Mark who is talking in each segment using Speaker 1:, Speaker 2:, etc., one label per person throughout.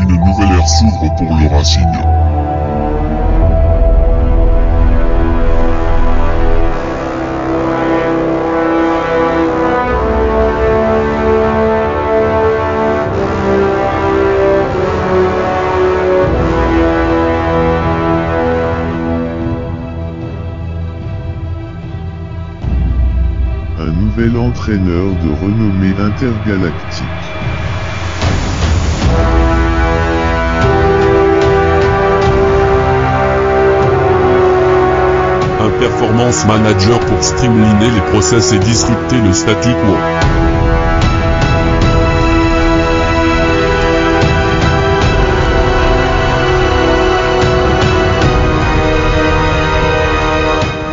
Speaker 1: Une nouvelle ère s'ouvre pour le Racing. Un nouvel entraîneur de renommée intergalactique.
Speaker 2: Un performance manager pour streamliner les process et disrupter le statu quo.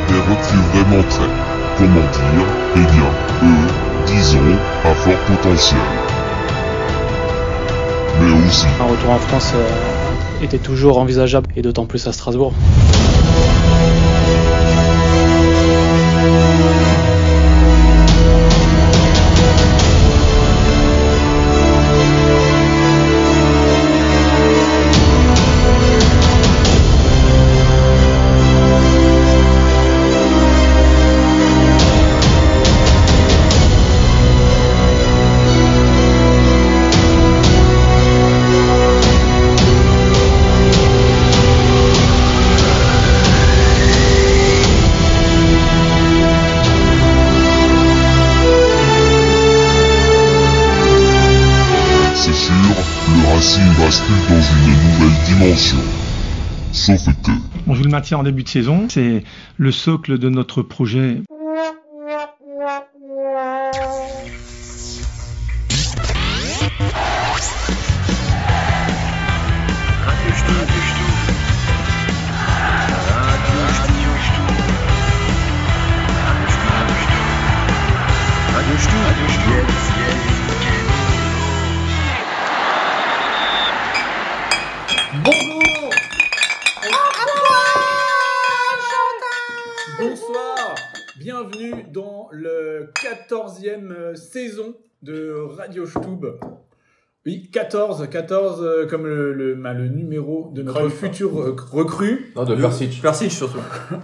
Speaker 1: Des recrues vraiment très, comment dire, eh bien, eux, disons, à fort potentiel. Mais aussi,
Speaker 3: Un retour en France euh, était toujours envisageable, et d'autant plus à Strasbourg.
Speaker 1: c'est sûr, le Racing bascule dans une nouvelle dimension. Sauf que,
Speaker 4: On joue le maintien en début de saison, c'est le socle de notre projet.
Speaker 5: Bonjour Bonsoir Bienvenue dans le 14e euh, saison de Radio Stub. Oui, 14, 14 euh, comme le, le- bah, le numéro de notre
Speaker 6: Cruyff.
Speaker 5: futur euh, recrue
Speaker 6: Non, de Persic. Persic surtout.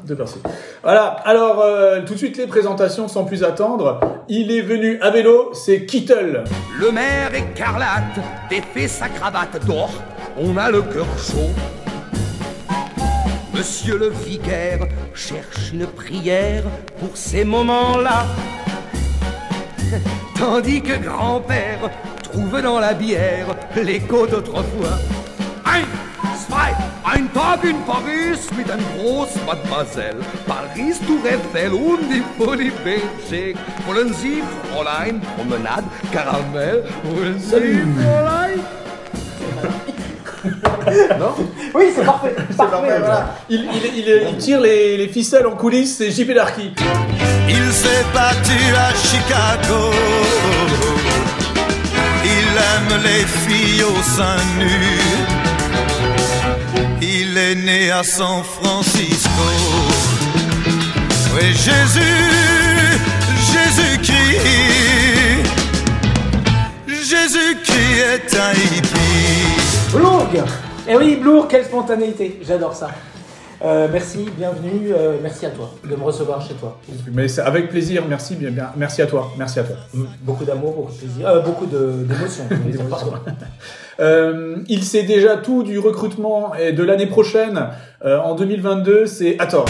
Speaker 5: de Percy. Voilà, alors euh, tout de suite les présentations sans plus attendre. Il est venu à vélo, c'est Kittle.
Speaker 7: Le maire écarlate défait sa cravate d'or. On a le cœur chaud. Monsieur le vicaire cherche une prière pour ces moments-là. Tandis que grand-père trouve dans la bière l'écho d'autrefois. Ein, zwei, ein Tag in Paris mit ein groß Mademoiselle. Paris tout Eiffel und die Folie Belgique. Wollen Sie, Fräulein, Promenade, Caramel? Wollen Sie, Fräulein?
Speaker 8: Oui, c'est parfait. parfait voilà.
Speaker 5: Il, il- il- il tire les, les ficelles en coulisses, c'est JP Darky.
Speaker 9: Il s'est battu à Chicago. Il aime les filles aux seins nus. Il est né à San Francisco. Oui, Jésus, Jésus-Christ. Jésus-Christ est un hippie.
Speaker 8: Blourg Eh oui, Blourg, quelle spontanéité J'adore ça. Euh, merci, bienvenue, euh, merci à toi de me recevoir chez toi.
Speaker 5: Mais c'est avec plaisir, merci, bien, bien, merci à toi, merci à toi.
Speaker 8: Beaucoup d'amour, beaucoup de plaisir, euh, beaucoup de- d'émotion. je voulais dire, pardon.
Speaker 5: Euh, il sait déjà tout du recrutement et de l'année prochaine. Euh, en 2022, c'est Hathor.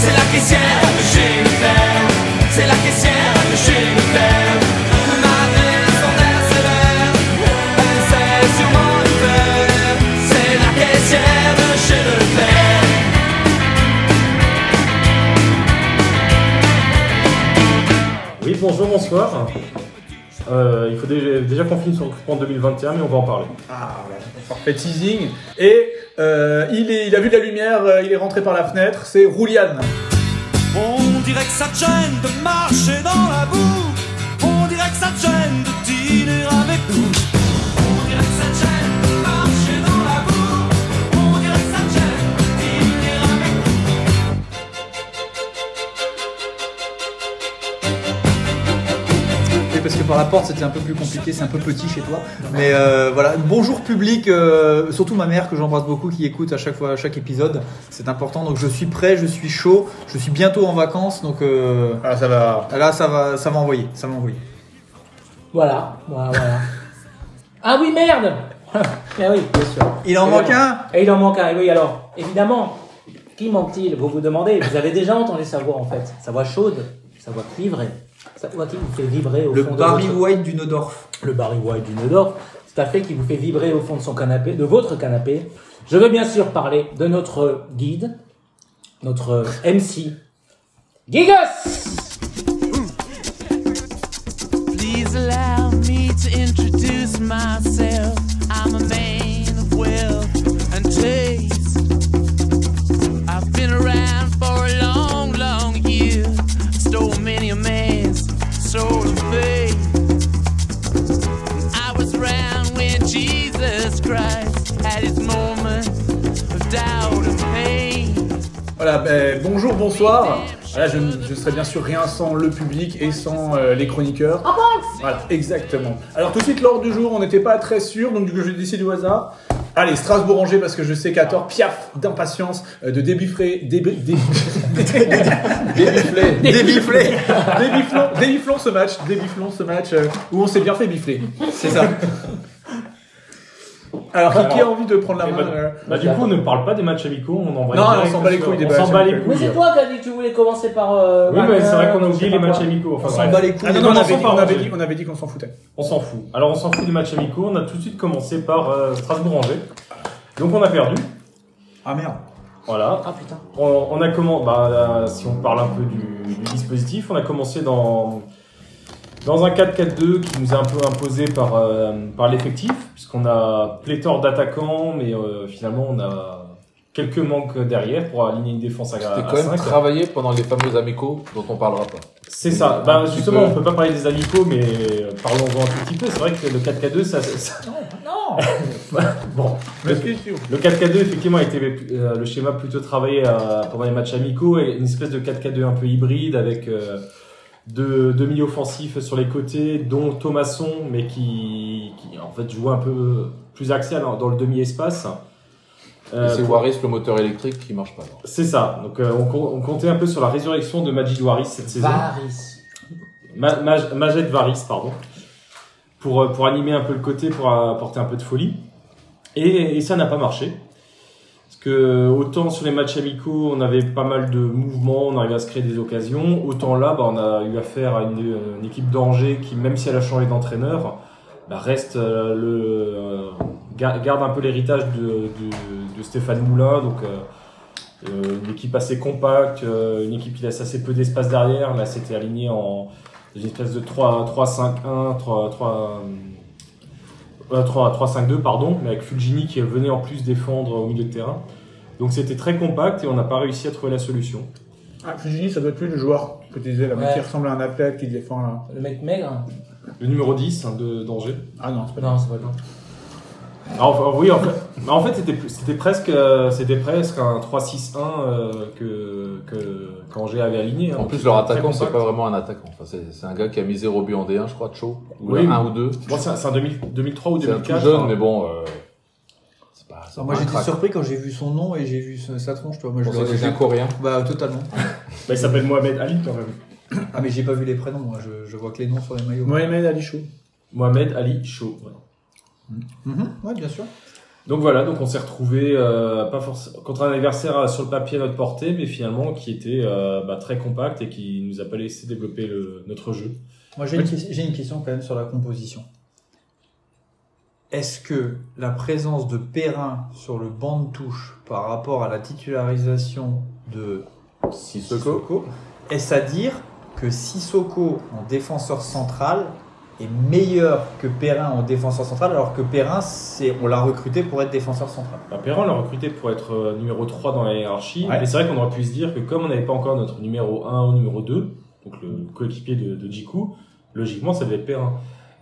Speaker 7: C'est la caissière de chez Leclerc. C'est la caissière de chez Leclerc. Ma raison d'être sévère. Elle sait sûrement le faire. C'est la caissière de chez Leclerc.
Speaker 10: Oui, bonjour, bonsoir. Euh, il faut déjà, déjà qu'on finisse sur le recrutement de 2021, mais on va en parler.
Speaker 5: Ah, voilà, parfait teasing. Et euh, il, est, il a vu de la lumière, euh, il est rentré par la fenêtre, c'est Rouliane.
Speaker 9: On dirait que ça te gêne de marcher dans la boue. On dirait que ça te gêne de dîner avec nous. On dirait que ça te gêne de marcher dans la boue. On dirait que ça te gêne de dîner avec nous.
Speaker 5: Oui, parce que
Speaker 6: par la porte, c'était un peu plus compliqué, c'est un peu petit chez toi. Mais euh, voilà, bonjour public, euh, surtout ma mère que j'embrasse beaucoup, qui écoute à chaque fois, à chaque épisode. C'est important, donc je suis prêt, je suis chaud, je suis bientôt en vacances, donc euh,
Speaker 5: Ah, ça va.
Speaker 6: là ça va, ça va envoyer, ça va envoyer.
Speaker 8: Voilà, voilà, voilà. ah oui, merde Ah oui, bien sûr.
Speaker 6: Il en
Speaker 8: Et
Speaker 6: manque
Speaker 8: alors
Speaker 6: un
Speaker 8: Et il en manque un, et oui, alors, évidemment, qui manque-t-il Vous vous demandez, vous avez déjà entendu sa voix en fait. Sa voix chaude, sa voix cuivrée, sa voix qui vous fait vibrer au
Speaker 6: Le
Speaker 8: fond
Speaker 6: Barry
Speaker 8: de votre...
Speaker 6: White du Nodorf.
Speaker 8: Le Barry White du Nord, c'est un fait qui vous fait vibrer au fond de son canapé, de votre canapé. Je veux bien sûr parler de notre guide, notre euh, MC, Gigos
Speaker 9: Please allow me to introduce myself. I'm a man of wealth and taste. I've been around for a long, long year. Stole many a man's soul of faith. I was around when Jesus Christ had his moment of doubt and pain.
Speaker 5: Voilà, ben, bonjour, bonsoir. Voilà, je ne je serais bien sûr rien sans le public et sans euh, les chroniqueurs. Voilà, exactement. Alors tout de suite, l'ordre du jour, on n'était pas très sûr, donc du coup, je décide au hasard. Allez, Strasbourg-Angers, parce que je sais qu'à tort, piaf, d'impatience, euh, de débiffrer, débé, dé- débiffler,
Speaker 6: Débiflé
Speaker 5: débifflons, débifflons ce match, débifflons ce match, euh, où on s'est bien fait biffler.
Speaker 6: C'est ça.
Speaker 5: Alors, qui- qui a envie de prendre la
Speaker 10: Eh
Speaker 5: main
Speaker 10: ben,
Speaker 5: euh,
Speaker 10: Bah, du coup, on ne parle pas des matchs amicaux, on envoie
Speaker 5: Non,
Speaker 10: direct
Speaker 5: on s'en bat les
Speaker 10: sur-
Speaker 5: couilles des
Speaker 10: on
Speaker 5: matchs
Speaker 10: s'en bat les
Speaker 5: amicaux.
Speaker 10: couilles.
Speaker 8: Mais
Speaker 6: euh.
Speaker 8: c'est toi qui as dit que tu voulais commencer par. euh,
Speaker 10: Oui, mais c'est vrai qu'on a
Speaker 8: Wagner,
Speaker 10: oublié
Speaker 8: je sais
Speaker 10: les
Speaker 8: pas
Speaker 10: matchs
Speaker 8: quoi.
Speaker 10: amicaux. Enfin,
Speaker 6: On s'en
Speaker 10: bref.
Speaker 6: bat les couilles.
Speaker 5: Ah non,
Speaker 10: non,
Speaker 5: non, on
Speaker 10: non,
Speaker 5: avait
Speaker 10: on
Speaker 5: dit-
Speaker 10: s'en
Speaker 5: on
Speaker 10: fout.
Speaker 5: avait dit- on avait dit qu'on s'en foutait.
Speaker 10: On s'en fout. Alors on s'en fout des matchs amicaux. On a tout de suite commencé par euh, Strasbourg-Angers. Donc on a perdu.
Speaker 6: Ah merde.
Speaker 10: Voilà.
Speaker 8: Ah putain.
Speaker 10: On, on a commencé. Bah, là, si on parle un peu du, du dispositif, on a commencé dans dans un 4-4-2 qui nous est un peu imposé par euh, par l'effectif, puisqu'on a pléthore d'attaquants, mais euh, finalement on a quelques manques derrière pour aligner une défense à,
Speaker 11: C'était
Speaker 10: à
Speaker 11: quand même
Speaker 10: 5.
Speaker 11: travaillé pendant les fameux amicaux dont on parlera pas.
Speaker 10: C'est ça.
Speaker 11: Un
Speaker 10: Bah,
Speaker 11: petit
Speaker 10: justement,
Speaker 11: peu.
Speaker 10: on peut pas parler des amicaux, mais euh, parlons-en un tout petit peu. C'est vrai que le 4K2, ça. ça-
Speaker 5: Non
Speaker 10: Bon, le, le 4K2, effectivement, a été euh, le schéma plutôt travaillé euh, pendant les matchs amicaux et une espèce de 4K2 un peu hybride avec euh, deux, deux milieux offensifs sur les côtés, dont Thomasson, mais qui, qui, en fait joue un peu plus axial hein, dans le demi-espace.
Speaker 11: Et
Speaker 10: Euh,
Speaker 11: c'est
Speaker 10: pour-
Speaker 11: Waris, le moteur électrique, qui marche pas. non.
Speaker 10: c'est ça. Donc, euh, on, co- on comptait un peu sur la résurrection de Majid Waris cette saison.
Speaker 8: Varis.
Speaker 10: Ma- Maj- Majed Varis, pardon, pour, euh, pour animer un peu le côté, pour euh, apporter un peu de folie. Et, et ça n'a pas marché. Parce que euh, autant sur les matchs amicaux, on avait pas mal de mouvements, on arrivait à se créer des occasions, autant là, bah, on a eu affaire à une, euh, une équipe d'Angers qui, même si elle a changé d'entraîneur, bah, reste euh, le euh, ga- garde un peu l'héritage de, de- de Stéphane Moulin, donc euh, euh, une équipe assez compacte, euh, une équipe qui laisse assez peu d'espace derrière. Là, c'était aligné en, une espèce de 3 3 5 1 3 3 euh, 3 3 5 2 pardon mais avec Fulgini qui venait en plus défendre au milieu de terrain donc c'était très compact et on n'a pas réussi à trouver la solution
Speaker 5: Ah, Fujini, ça doit être plus le joueur que tu disais, là, mais
Speaker 8: Ouais.
Speaker 5: qui ressemble à un athlète qui défend là.
Speaker 8: Le mec maigre hein.
Speaker 10: le numéro 10 hein, de d'Angers
Speaker 5: Ah non, c'est pas
Speaker 8: Non, c'est pas le nom.
Speaker 10: Alors, enfin, oui en fait, mais en fait c'était plus- c'était presque euh, c'était presque un 3 6 1 que que qu'Angers avait aligné hein.
Speaker 11: En plus,
Speaker 10: Très
Speaker 11: leur attaquant, c'est
Speaker 10: compact.
Speaker 11: pas vraiment un attaquant. Enfin, c'est c'est un gars qui a mis 0 but en D1, je crois, de chaud. Ou
Speaker 10: Oui,
Speaker 11: 1 ou 2.
Speaker 10: Bon, c'est un, c'est un 2000 2003 ou
Speaker 11: C'est un tout
Speaker 10: 2004
Speaker 11: jeune,
Speaker 10: hein.
Speaker 11: mais bon. euh, c'est pas- c'est
Speaker 6: moi
Speaker 11: pas un
Speaker 6: j'étais
Speaker 11: crack.
Speaker 6: surpris quand j'ai vu son nom et j'ai vu ce- sa tronche, tu vois. Moi,
Speaker 11: Je
Speaker 6: je
Speaker 11: pensais que
Speaker 6: l'aurais-
Speaker 11: c'était un coréen.
Speaker 6: Bah totalement.
Speaker 10: Bah, il s'appelle Mohamed Ali quand même
Speaker 6: Ah mais j'ai pas vu les prénoms, moi. Je, je vois que les noms sur les maillots.
Speaker 5: Mohamed Ali Chou.
Speaker 10: Mohamed Ali Chaud ouais.
Speaker 6: Mhm, ouais, bien sûr.
Speaker 10: Donc voilà, donc on s'est retrouvé euh, pas forc- contre un adversaire euh, sur le papier à notre portée, mais finalement qui était euh, bah, très compact et qui nous a pas laissé développer le- notre jeu.
Speaker 6: Moi, j'ai une, ques- j'ai une question quand même sur la composition. Est-ce que la présence de Perrin sur le banc de touche par rapport à la titularisation de
Speaker 11: Sissoko.
Speaker 6: est-ce à dire que Sissoko en défenseur central est meilleur que Perrin en défenseur central alors que Perrin, c'est, on l'a recruté pour être défenseur central
Speaker 10: Bah, Perrin l'a recruté pour être euh, numéro 3 dans la hiérarchie,
Speaker 6: Ouais.
Speaker 10: et c'est vrai qu'on aurait pu se dire que comme on n'avait pas encore notre numéro 1 ou numéro 2, donc le coéquipier de, de Jiku, logiquement ça devait être Perrin.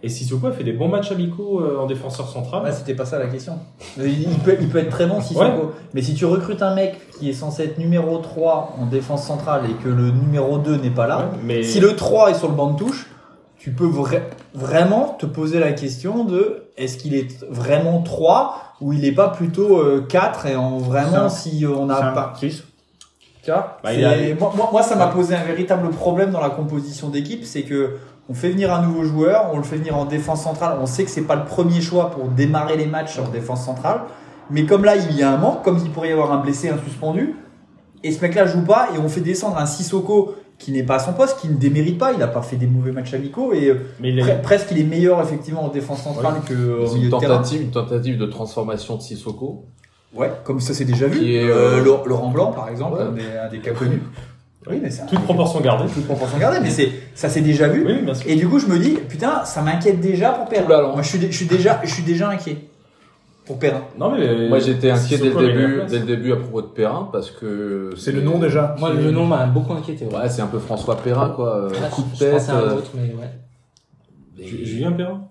Speaker 10: Et Sissoko a fait des bons matchs amicaux euh, en défenseur central.
Speaker 6: Ouais, c'était pas ça la question. Il il peut, il peut être très bon si
Speaker 10: Ouais.
Speaker 6: Mais si tu recrutes un mec qui est censé être numéro 3 en défense centrale et que le numéro 2 n'est pas là,
Speaker 10: Ouais, mais
Speaker 6: si le 3 est sur le banc de touche,
Speaker 11: tu peux vra- vraiment te poser la question de est-ce qu'il est vraiment 3 ou il n'est pas plutôt 4 et en vraiment si on n'a pas.
Speaker 10: Bah,
Speaker 11: C'est-
Speaker 10: il a-
Speaker 11: moi, moi- moi, ça m'a posé un véritable problème dans la composition d'équipe, c'est que on fait venir un nouveau joueur, on le fait venir en défense centrale. On sait que c'est pas le premier choix pour démarrer les matchs en défense centrale, mais comme là il y a un manque, comme il pourrait y avoir un blessé, un suspendu, et ce mec-là joue pas et on fait descendre un Sissoko qui n'est pas à son poste, qui ne démérite pas, il n'a pas fait des mauvais matchs amicaux et euh,
Speaker 10: Mais il a-
Speaker 11: pre- presque il est meilleur effectivement en défense centrale que euh, au
Speaker 7: C'est
Speaker 11: milieu
Speaker 7: une
Speaker 11: de terrain.
Speaker 7: tentative, une tentative de transformation de Sissoko.
Speaker 11: Ouais, comme ça c'est déjà vu.
Speaker 7: Qui est,
Speaker 11: Euh,
Speaker 7: euh,
Speaker 11: Laur- Laurent Blanc par exemple,
Speaker 7: Ouais.
Speaker 11: un, des, un des cas connus. Oui, mais ça.
Speaker 10: Toute proportion gardée.
Speaker 11: toute proportion gardée, mais c'est ça s'est déjà vu.
Speaker 10: Oui, bien sûr.
Speaker 11: Et du coup, je me dis, putain, ça m'inquiète déjà pour Perrin.
Speaker 7: Ouh là là.
Speaker 11: Moi, je suis, dé- je suis déjà, je suis déjà inquiet pour Perrin.
Speaker 10: Non, mais.
Speaker 7: Moi, j'étais inquiet dès le,
Speaker 10: Sissoko avait la
Speaker 7: début,
Speaker 10: place.
Speaker 7: dès le début à propos de Perrin parce que.
Speaker 5: C'est le nom déjà.
Speaker 8: Moi, le nom m'a beaucoup inquiété. ouais.
Speaker 7: Ouais, c'est un peu François Perrin, quoi. euh,
Speaker 8: Ah,
Speaker 7: coup de
Speaker 8: je, je
Speaker 7: tête.
Speaker 8: pensais à un
Speaker 7: euh,
Speaker 8: autre, mais ouais.
Speaker 7: mais-
Speaker 10: Ju- Julien Perrin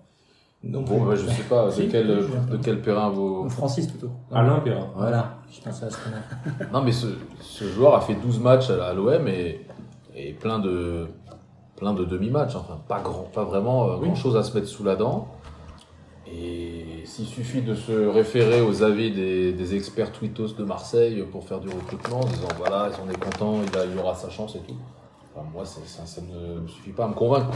Speaker 8: Non
Speaker 7: Bon,
Speaker 8: plus.
Speaker 7: bah, je sais pas de
Speaker 8: Si,
Speaker 7: quel,
Speaker 8: je viens
Speaker 7: de quel Perrin vous.
Speaker 11: Francis plutôt.
Speaker 10: Alain Perrin.
Speaker 8: Voilà, je pensais à ce qu'on
Speaker 7: Non, mais ce, ce joueur a fait 12 matchs à, à l'OM et, et plein de, plein de demi-matchs. Enfin, pas, grand, pas vraiment euh,
Speaker 10: Oui.
Speaker 7: grand-chose à se mettre sous la dent. Et s'il suffit de se référer aux avis des, des experts Twitos de Marseille pour faire du recrutement, en disant voilà, si on est content, il, a- il aura sa chance et tout. Enfin, moi, c'est- ça, ça ne me suffit pas à me convaincre.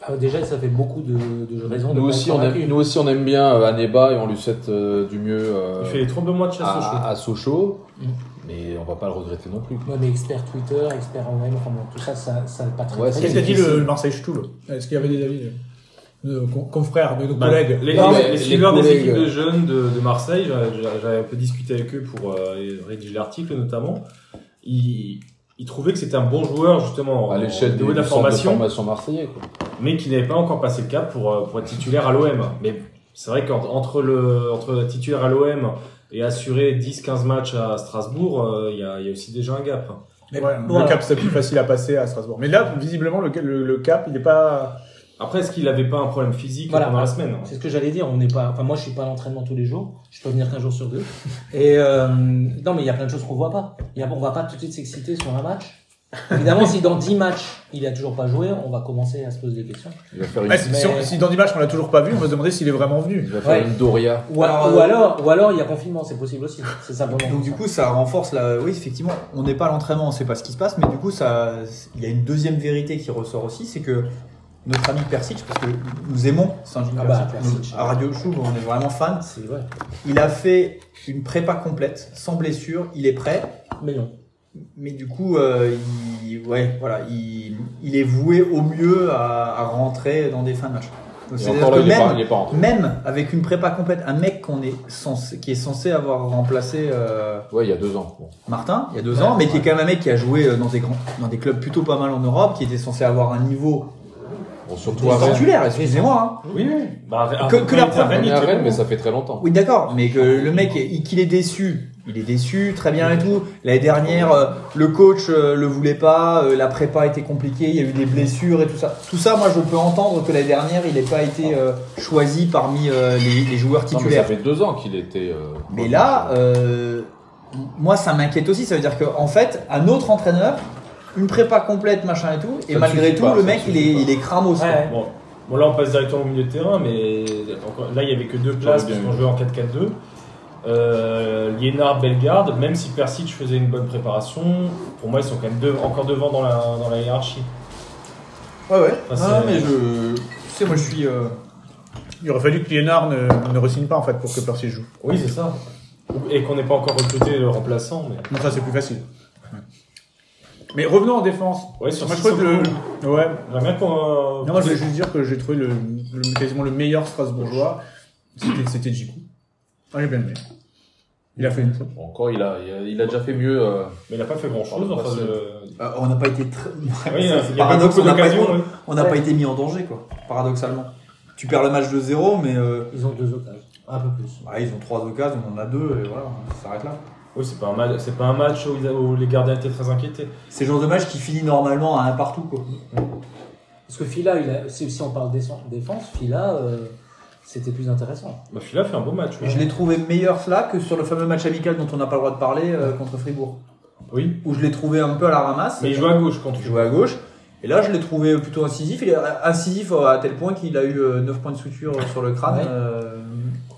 Speaker 8: a. Ah, Déjà, ça fait beaucoup de, de raisons. de
Speaker 7: Nous
Speaker 8: pas
Speaker 7: aussi,
Speaker 8: être
Speaker 7: on aime,
Speaker 8: convaincus.
Speaker 7: nous aussi, on aime bien euh, Aneba et on lui souhaite euh, du mieux euh,
Speaker 10: Il fait 32 mois de chasse au chaud.
Speaker 7: à, à Sochaux.
Speaker 8: Mm.
Speaker 7: Mais on va pas le regretter non plus.
Speaker 8: Ouais, mais expert Twitter, expert OM, enfin bon, tout ça, ça, ça pas très
Speaker 7: Ouais,
Speaker 8: très
Speaker 7: c'est-
Speaker 5: Qu'est-ce qu'a
Speaker 8: bien.
Speaker 5: dit le, le Marseille Stoul Est-ce qu'il y avait des avis de, de con- confrères, de nos
Speaker 10: Bah,
Speaker 5: collègues
Speaker 10: Les,
Speaker 7: Non,
Speaker 10: les-
Speaker 7: mais
Speaker 10: les
Speaker 7: les
Speaker 10: suiveurs des
Speaker 7: collègues.
Speaker 10: équipes de jeunes de, de Marseille, j'a- j'a- j'avais un peu discuté avec eux pour euh, rédiger l'article notamment. Ils, ils trouvaient que c'était un bon joueur justement
Speaker 7: à
Speaker 10: en-
Speaker 7: l'échelle
Speaker 10: au
Speaker 7: des,
Speaker 10: niveau de la
Speaker 7: du centre
Speaker 10: formation,
Speaker 7: de formation marseillais. Quoi.
Speaker 10: mais qui n'avait pas encore passé le cap pour, euh, pour être titulaire à l'OM. Mais c'est vrai qu'entre le entre titulaire à l'OM et assurer 10-15 matchs à Strasbourg, euh, il y, a, il y a aussi déjà un gap.
Speaker 5: Mais
Speaker 8: Ouais,
Speaker 5: Le
Speaker 8: voilà.
Speaker 5: cap, c'est plus facile à passer à Strasbourg. Mais là, visiblement, le, le- le cap, il n'est pas.
Speaker 10: Après, est-ce qu'il n'avait pas un problème physique
Speaker 8: Voilà.
Speaker 10: pendant la semaine
Speaker 8: C'est ce que j'allais dire. On n'est pas. Enfin, moi, je suis pas à l'entraînement tous les jours. Je peux venir qu'un jour sur deux. Et euh, non, mais il y a plein de choses qu'on voit pas. Il y a, on va pas tout de suite s'exciter sur un match. Évidemment, si dans 10 matchs, il a toujours pas joué, on va commencer à se poser des questions.
Speaker 7: Il va faire une,
Speaker 5: Ouais, si-
Speaker 8: Mais-
Speaker 5: si, on- si dans l'image on l'a toujours pas vu, on va se demander s'il est vraiment venu.
Speaker 7: il va faire
Speaker 8: Ouais.
Speaker 7: une Doria.
Speaker 8: Ou alors,
Speaker 11: Alors,
Speaker 8: ou
Speaker 11: euh,
Speaker 8: alors, ou alors, il y a confinement, c'est possible aussi. C'est simplement.
Speaker 11: Donc du coup, ça renforce la. Oui, effectivement, on n'est pas à l'entraînement, on sait pas ce qui se passe, mais du coup, ça, il y a une deuxième vérité qui ressort aussi, c'est que notre ami Persic, parce que nous aimons Sanjin
Speaker 8: Ah bah,
Speaker 11: Persic,
Speaker 8: Persic.
Speaker 11: nous- à Radio Chou, on est vraiment fan.
Speaker 8: c'est ouais.
Speaker 11: Il a fait une prépa complète, sans blessure, il est prêt.
Speaker 8: Mais non.
Speaker 11: Mais du coup, euh, il, ouais, voilà, il, il est voué au mieux à, à rentrer dans des fins de match. Donc,
Speaker 7: Et
Speaker 11: c'est-à-dire
Speaker 7: encore
Speaker 11: que
Speaker 7: là, il est pas,
Speaker 11: même,
Speaker 7: il est pas rentré.
Speaker 11: même avec une prépa complète, un mec qu'on est censé, qui est censé avoir remplacé euh,
Speaker 7: Ouais, il y a deux ans. Bon.
Speaker 11: Martin il y a deux
Speaker 8: Ouais,
Speaker 11: ans, mais qui est quand même un mec qui a joué euh, dans des grands, dans des clubs plutôt pas mal en Europe, qui était censé avoir un niveau
Speaker 7: Bon, surtout à Rennes.
Speaker 11: titulaire. Excusez-moi. hein.
Speaker 10: Oui, oui. Bah,
Speaker 11: Que- que la
Speaker 10: il était à
Speaker 11: première-
Speaker 10: Rennes,
Speaker 7: On
Speaker 10: il
Speaker 7: est à
Speaker 10: était
Speaker 7: Rennes,
Speaker 10: bon.
Speaker 7: mais ça fait très longtemps.
Speaker 11: Oui, d'accord, mais que le mec, il- qu'il est déçu. Il est déçu, très bien et tout. L'année dernière, euh, le coach euh, le voulait pas, euh, la prépa était compliquée, il y a eu des blessures et tout ça. Tout ça, moi, je peux entendre que l'année dernière, il n'ait pas été euh, choisi parmi euh, les, les joueurs
Speaker 7: Non, mais ça
Speaker 11: titulaires.
Speaker 7: fait deux ans qu'il était. euh,
Speaker 11: Mais là, euh, moi, ça m'inquiète aussi. Ça veut dire qu'en fait, un autre entraîneur, une prépa complète, machin et tout, et
Speaker 7: Ça ne
Speaker 11: malgré
Speaker 7: suffit
Speaker 11: tout,
Speaker 7: pas,
Speaker 11: le
Speaker 7: ça
Speaker 11: mec, il
Speaker 7: ne suffit
Speaker 11: est,
Speaker 7: pas.
Speaker 11: il est cramos. quoi.
Speaker 8: Ouais.
Speaker 10: Bon. Bon, là, on passe directement au milieu de terrain, mais encore- là, il n'y avait que deux places
Speaker 7: J'aurais bien
Speaker 10: puisqu'on
Speaker 7: aimé.
Speaker 10: jouait en 4-4-2. Euh, Liénard, Bellegarde, même si Persic faisait une bonne préparation, pour moi, ils sont quand même deux- encore devant dans la, dans la hiérarchie.
Speaker 11: Ouais, ouais.
Speaker 10: Ah,
Speaker 11: Ah,
Speaker 10: c'est-
Speaker 11: mais je. Tu sais, moi, je suis. euh,
Speaker 5: Il aurait fallu que Liénard ne, ne re-signe pas en fait pour que Percy joue.
Speaker 10: Oui, c'est ça. Et qu'on n'ait pas encore recruté le remplaçant. Mais...
Speaker 5: Non, ça c'est plus facile. Mais revenons en défense.
Speaker 10: Ouais, sur
Speaker 5: Moi je trouve que le. Ouais.
Speaker 10: J'aimerais bien qu'on. euh,
Speaker 5: Non, moi je voulais juste dire que j'ai trouvé le, le- quasiment le meilleur Strasbourgeois. C'était c'était Djikou. Ah, j'ai bien aimé. Il a fait une.
Speaker 7: Bon, encore, il a, il a, il a déjà fait mieux. euh,
Speaker 10: Mais il n'a pas fait grand chose
Speaker 7: Pardon,
Speaker 10: en face
Speaker 7: parce-
Speaker 10: de.
Speaker 11: euh, on n'a pas été très.
Speaker 10: Oui, il y a- il y a pas
Speaker 11: paradoxe,
Speaker 10: beaucoup
Speaker 11: on n'a pas,
Speaker 10: d'occasions.
Speaker 11: été-
Speaker 10: ouais.
Speaker 11: on n'a
Speaker 8: Ouais.
Speaker 11: pas été mis en danger, quoi. Paradoxalement. Tu perds le match de 0 mais euh,
Speaker 8: Ils ont deux occasions. Un peu plus.
Speaker 11: bah, ils ont trois occasions, on en a deux, et voilà, ça s'arrête là.
Speaker 10: Oui, c'est pas, un match- c'est pas un match où, ils a- où les gardiens étaient très inquiétés.
Speaker 11: C'est le genre de match qui finit normalement à un partout, quoi.
Speaker 8: Parce que Fila, il a- si, si on parle déce- défense, Fila, euh, c'était plus intéressant.
Speaker 10: Bah, Fila fait un beau match. oui.
Speaker 11: Je l'ai trouvé meilleur là que sur le fameux match amical dont on n'a pas le droit de parler euh, contre Fribourg.
Speaker 10: Oui.
Speaker 11: où je l'ai trouvé un peu à la ramasse.
Speaker 10: Mais il joue à gauche quand tu
Speaker 11: Il jouait à gauche.
Speaker 6: Et là, je l'ai trouvé plutôt incisif. Il est incisif à tel point qu'il a eu euh, 9 points de suture sur le crâne.
Speaker 8: Ouais.
Speaker 6: Euh,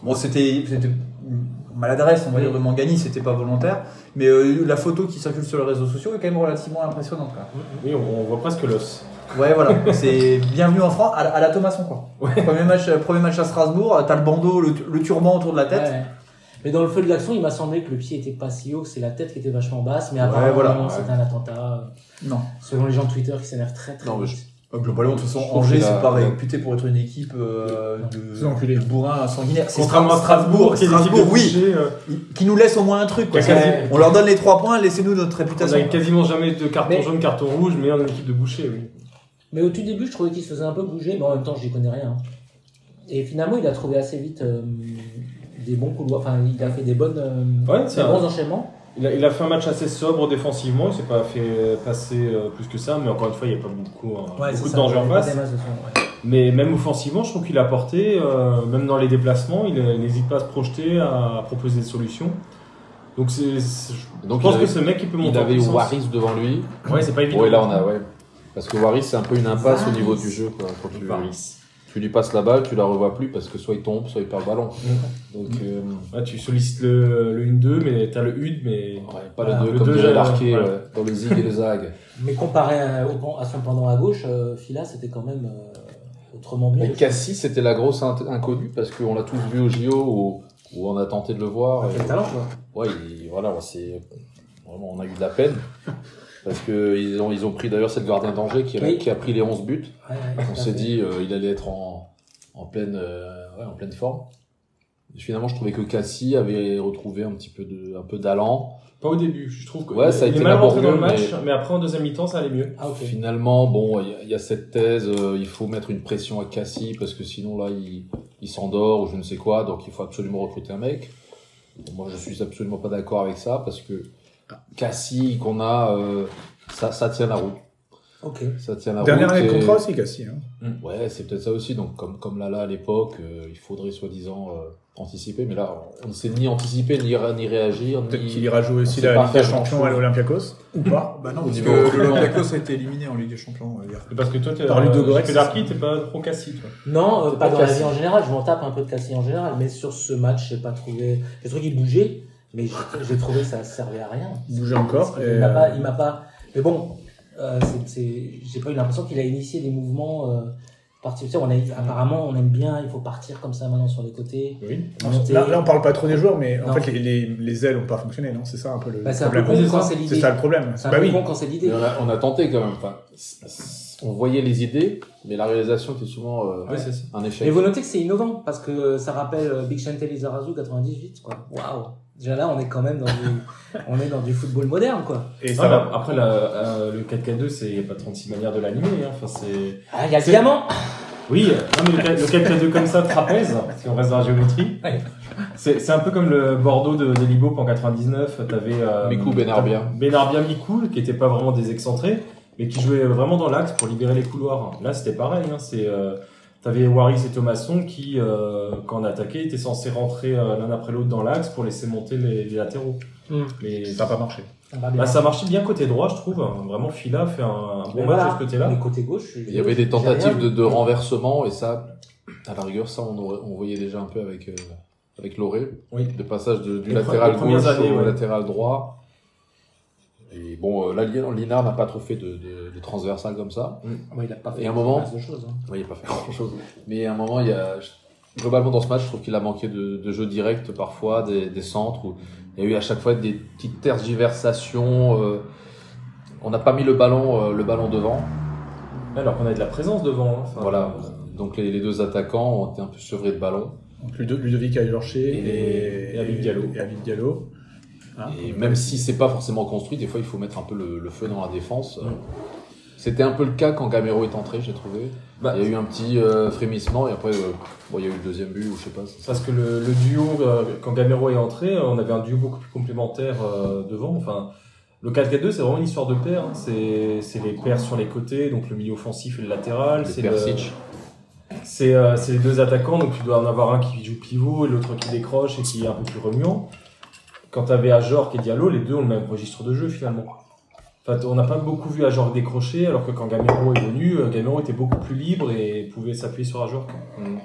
Speaker 6: bon, c'était c'était une maladresse, on va dire, de Mangani, c'était pas volontaire. Mais euh, la photo qui circule sur les réseaux sociaux est quand même relativement impressionnante. quoi.
Speaker 10: Oui, on, on voit presque l'os.
Speaker 6: Ouais, voilà. C'est bienvenue en France, à, la- à la Thomasson, quoi. Premier, match, euh, premier match à Strasbourg, euh, t'as le bandeau, le, le turban autour de la tête.
Speaker 8: Ouais. Mais dans le feu de l'action, il m'a semblé que le pied était pas si haut, que c'est la tête qui était vachement basse, mais
Speaker 6: Ouais,
Speaker 8: apparemment
Speaker 6: voilà.
Speaker 8: non, c'était un attentat,
Speaker 6: Non.
Speaker 8: euh, selon les gens de Twitter qui s'énervent très très
Speaker 6: Non, mais
Speaker 8: vite.
Speaker 6: Euh, Globalement, de toute façon,
Speaker 11: Je trouve
Speaker 6: Angers,
Speaker 11: qu'il a-
Speaker 6: c'est pas réputé pour être une équipe euh, de,
Speaker 5: C'est enculé.
Speaker 6: de bourrins sanguinaires. C'est
Speaker 10: Contrairement à Strasbourg, qui est une équipe
Speaker 6: Strasbourg,
Speaker 10: de
Speaker 6: oui,
Speaker 10: clichés, euh,
Speaker 6: qui nous laisse au moins un truc. quoi.
Speaker 10: Qui a quasi-
Speaker 6: On leur donne les trois points, laissez-nous notre
Speaker 10: on
Speaker 6: réputation.
Speaker 10: a quasiment jamais de carton
Speaker 8: Mais-
Speaker 10: jaune, carton rouge, mais on a une équipe de boucher, oui.
Speaker 8: Mais au tout début, je trouvais qu'il se faisait un peu bouger, mais en même temps, je n'y connais rien. Et finalement, il a trouvé assez vite euh, des bons couloirs, enfin, il a fait des, bonnes, euh,
Speaker 10: Ouais, c'est
Speaker 8: des
Speaker 10: un-
Speaker 8: bons enchaînements.
Speaker 10: Il a, il a fait un match assez sobre défensivement, il s'est pas fait euh, passer euh, plus que ça, mais encore une fois, il n'y a pas beaucoup, hein,
Speaker 8: c'est
Speaker 10: beaucoup de
Speaker 8: ça,
Speaker 10: danger en
Speaker 8: il y avait pas
Speaker 10: face.
Speaker 8: des masses de son, ouais.
Speaker 10: Mais même offensivement, je trouve qu'il a porté, euh, même dans les déplacements, il euh, il n'hésite pas à se projeter, à proposer des solutions. Donc, c'est, c'est- je
Speaker 11: Donc,
Speaker 10: pense
Speaker 11: il
Speaker 10: que
Speaker 11: avait-
Speaker 10: ce mec, il peut
Speaker 11: Il
Speaker 10: monter en
Speaker 11: avait
Speaker 10: puissance.
Speaker 11: Waris devant lui.
Speaker 10: Ouais, c'est pas évident.
Speaker 11: Ouais, là on a, ouais. Parce que Waris, c'est un peu une impasse au
Speaker 8: Waris.
Speaker 11: niveau du jeu. Quoi. Quand tu,
Speaker 10: Paris.
Speaker 11: tu lui passes la balle, tu la revois plus parce que soit il tombe, soit il perd le ballon.
Speaker 10: Mm.
Speaker 11: Donc, euh,
Speaker 10: Ouais, tu sollicites le, le 1-2, mais t'as le HUD, mais.
Speaker 11: ouais, pas le
Speaker 10: Voilà,
Speaker 11: 2,
Speaker 10: le
Speaker 11: comme
Speaker 10: deux,
Speaker 11: dirait
Speaker 10: euh,
Speaker 11: l'arqué
Speaker 10: ouais.
Speaker 11: euh, dans le zig et le zag.
Speaker 8: Mais comparé à, au pan- à son pendant à gauche, euh, Fila, c'était quand même euh, autrement mieux.
Speaker 11: Mais Cassis, c'était la grosse int- inconnue parce qu'on l'a tous vu au JO où, où on a tenté de le voir.
Speaker 8: Quel
Speaker 11: Et-
Speaker 8: talent, quoi.
Speaker 11: Ouais, il- voilà, on s'est- vraiment, on a eu de la peine. Parce qu'ils ont, ils ont pris d'ailleurs cette gardien d'Angers qui, a-
Speaker 8: Oui.
Speaker 11: qui a pris les 11 buts.
Speaker 8: Ouais, ouais, tout
Speaker 11: On
Speaker 8: à
Speaker 11: s'est
Speaker 8: fait.
Speaker 11: dit euh, il allait être en, en, pleine, euh, ouais, en pleine forme. Et finalement, je trouvais que Cassie avait retrouvé un petit peu de, un peu d'allant.
Speaker 10: Pas au début, je trouve que.
Speaker 11: Ouais, ça a
Speaker 10: il
Speaker 11: été
Speaker 10: est mal rentré dans le
Speaker 11: laborieux,
Speaker 10: match, mais, après, en deuxième mi-temps, ça allait mieux.
Speaker 8: Ah, ok.
Speaker 11: Finalement, bon, il y a- il y, a cette thèse, euh, il faut mettre une pression à Cassie parce que sinon là, il, il s'endort ou je ne sais quoi, donc il faut absolument recruter un mec. Moi, je suis absolument pas d'accord avec ça parce que Cassie qu'on a, euh, ça, ça tient la route.
Speaker 8: Ok.
Speaker 11: Ça tient la
Speaker 5: Dernière
Speaker 11: route.
Speaker 8: Ah,
Speaker 5: année de
Speaker 11: et-
Speaker 5: contrat aussi, Cassie. hein.
Speaker 11: Ouais, c'est peut-être ça aussi. Donc, comme, comme Lala à l'époque, euh, il faudrait soi-disant euh, anticiper. Mais là, on ne sait ni anticiper, ni, ra- ni réagir.
Speaker 5: Peut-être
Speaker 11: ni-
Speaker 5: qu'il ira jouer aussi
Speaker 11: on sait
Speaker 5: la
Speaker 11: pas
Speaker 5: Ligue des
Speaker 11: faire
Speaker 5: Champions
Speaker 11: grand-chose.
Speaker 5: à l'Olympiakos. Ou pas Bah non,
Speaker 11: Au
Speaker 5: parce
Speaker 11: niveau
Speaker 5: que-
Speaker 11: recrutement.
Speaker 6: l'Olympiakos a été éliminé en Ligue des Champions hier.
Speaker 10: Parce que toi, t'es.
Speaker 5: Par Ludogorets,
Speaker 10: que
Speaker 5: c'est
Speaker 10: l'archi,
Speaker 5: ça.
Speaker 10: t'es pas trop cassis, toi.
Speaker 8: Non, euh,
Speaker 10: C'est
Speaker 8: pas
Speaker 10: pas
Speaker 8: dans la
Speaker 10: Cassie.
Speaker 8: vie en général, je m'en tape un peu de Cassie en général, mais sur ce match, j'ai pas trouvé. J'ai trouvé qu'il bougeait, mais j'ai- j'ai trouvé que ça servait à rien.
Speaker 5: Il bougeait encore.
Speaker 8: Parce
Speaker 5: et,
Speaker 8: qu'il m'a pas-
Speaker 5: euh,
Speaker 8: Il m'a pas, Mais bon, euh, c'est- c'est- j'ai pas eu l'impression qu'il a initié des mouvements. Euh, parti- tu sais, on a, apparemment, on aime bien, il faut partir comme ça maintenant sur les côtés.
Speaker 10: Oui.
Speaker 8: monter.
Speaker 5: Ah, Là, là, on parle pas trop des joueurs, mais
Speaker 8: Non.
Speaker 5: en fait, les, les, les ailes ont pas fonctionné, non C'est ça un peu le
Speaker 8: Bah, c'est un peu
Speaker 5: problème.
Speaker 8: con quand c'est l'idée.
Speaker 5: ça le problème.
Speaker 8: C'est un
Speaker 5: bah
Speaker 8: peu
Speaker 5: oui.
Speaker 8: bon quand c'est l'idée.
Speaker 11: Mais on, a, on a tenté quand même. Enfin, c- c- on voyait les idées, mais la réalisation était souvent euh,
Speaker 10: Ouais, c'est ça.
Speaker 11: un échec.
Speaker 8: Mais vous notez que c'est innovant parce que ça rappelle euh, Big Chantel et Zarazu 98, quoi. Waouh! Déjà là, on est quand même dans du, on est dans du football moderne, quoi.
Speaker 5: Et ça
Speaker 10: Ah,
Speaker 5: va.
Speaker 10: bah, après, la- euh, le 4K2, c'est y a pas 36 manières de l'animer. hein. Enfin, c'est.
Speaker 8: Ah, il y a le
Speaker 10: C'est-
Speaker 8: diamant!
Speaker 10: Oui, euh, non, mais le 4- le 4K2 comme ça, trapèze, parce qu'on reste dans la géométrie.
Speaker 8: Ouais.
Speaker 10: C'est c'est un peu comme le Bordeaux de d'Elibop en 99. T'avais. Euh,
Speaker 11: Mikou, Benarbia.
Speaker 10: Benarbia Mikou, qui était pas vraiment des excentrés, mais qui jouait vraiment dans l'axe pour libérer les couloirs. Là, c'était pareil. Hein, c'est. euh, T'avais Waris et Thomasson qui, euh, quand on attaquait, étaient censés rentrer euh, l'un après l'autre dans l'axe pour laisser monter les, les latéraux.
Speaker 8: Hmm.
Speaker 10: Mais
Speaker 5: Ça n'a pas marché.
Speaker 8: On va Ah, bien.
Speaker 10: bah, ça marchait bien côté droit, je trouve. hein. Vraiment, Fila fait un, un
Speaker 8: Mais
Speaker 10: bon match
Speaker 8: voilà.
Speaker 10: de ce côté-là.
Speaker 8: Mais côté gauche, je-
Speaker 11: Il y avait des
Speaker 8: j'ai
Speaker 11: tentatives
Speaker 8: rien
Speaker 11: de,
Speaker 8: vu.
Speaker 11: de renversement, et ça, à la rigueur, ça, on, aurait- on voyait déjà un peu avec, euh, avec Loré.
Speaker 10: Oui.
Speaker 11: De passage de- du
Speaker 10: Les
Speaker 11: latéral
Speaker 10: pre- les
Speaker 11: gauche
Speaker 10: premières années,
Speaker 11: au
Speaker 10: ouais.
Speaker 11: latéral droit. Et bon, euh, là, Lina- Linard n'a pas trop fait de, de, de transversal comme ça.
Speaker 8: Ouais, Ah, il a pas fait
Speaker 11: Et à un moment-
Speaker 8: masse de choses, hein.
Speaker 11: Oui, il n'a pas fait grand-chose. Mais à un moment, il y a... globalement dans ce match, je trouve qu'il a manqué de, de jeu direct parfois, des, des centres. Où... Il y a eu à chaque fois des petites tergiversations. euh, On n'a pas mis le ballon, euh, le ballon devant.
Speaker 10: Alors qu'on a de la présence devant. hein. Enfin,
Speaker 11: Voilà. Donc les, les deux attaquants ont été un peu chevrés de ballon.
Speaker 5: Donc Ludo- Ludovic Ajorché
Speaker 11: Et
Speaker 5: et,
Speaker 10: et Habib Diallo.
Speaker 5: Et Habib Diallo. Hein
Speaker 11: Et même si c'est pas forcément construit, des fois il faut mettre un peu le, le feu dans la défense. Euh, C'était un peu le cas quand Gamero est entré, j'ai trouvé.
Speaker 10: Bah,
Speaker 11: il y a eu un petit euh, frémissement et après, euh, bon, il y a eu le deuxième but ou je sais pas. c'est-
Speaker 10: Parce que le, le duo, euh, quand Gamero est entré, euh, on avait un duo beaucoup plus complémentaire euh, devant. Enfin, le 4-4-2, c'est vraiment une histoire de paires. hein. C'est c'est les paires sur les côtés, donc le milieu offensif et le latéral.
Speaker 11: C'est
Speaker 10: C'est
Speaker 11: Persic.
Speaker 10: le- c'est, euh, c'est les deux attaquants, donc tu dois en avoir un qui joue pivot et l'autre qui décroche et qui est un peu plus remuant. Quand t'avais Ajorc et Diallo, les deux ont le même registre de jeu finalement. Enfin, on n'a pas beaucoup vu Ajor décrocher, alors que quand Gamero est venu, euh, Gamero était beaucoup plus libre et pouvait s'appuyer sur Ajor. quoi.
Speaker 7: Mm.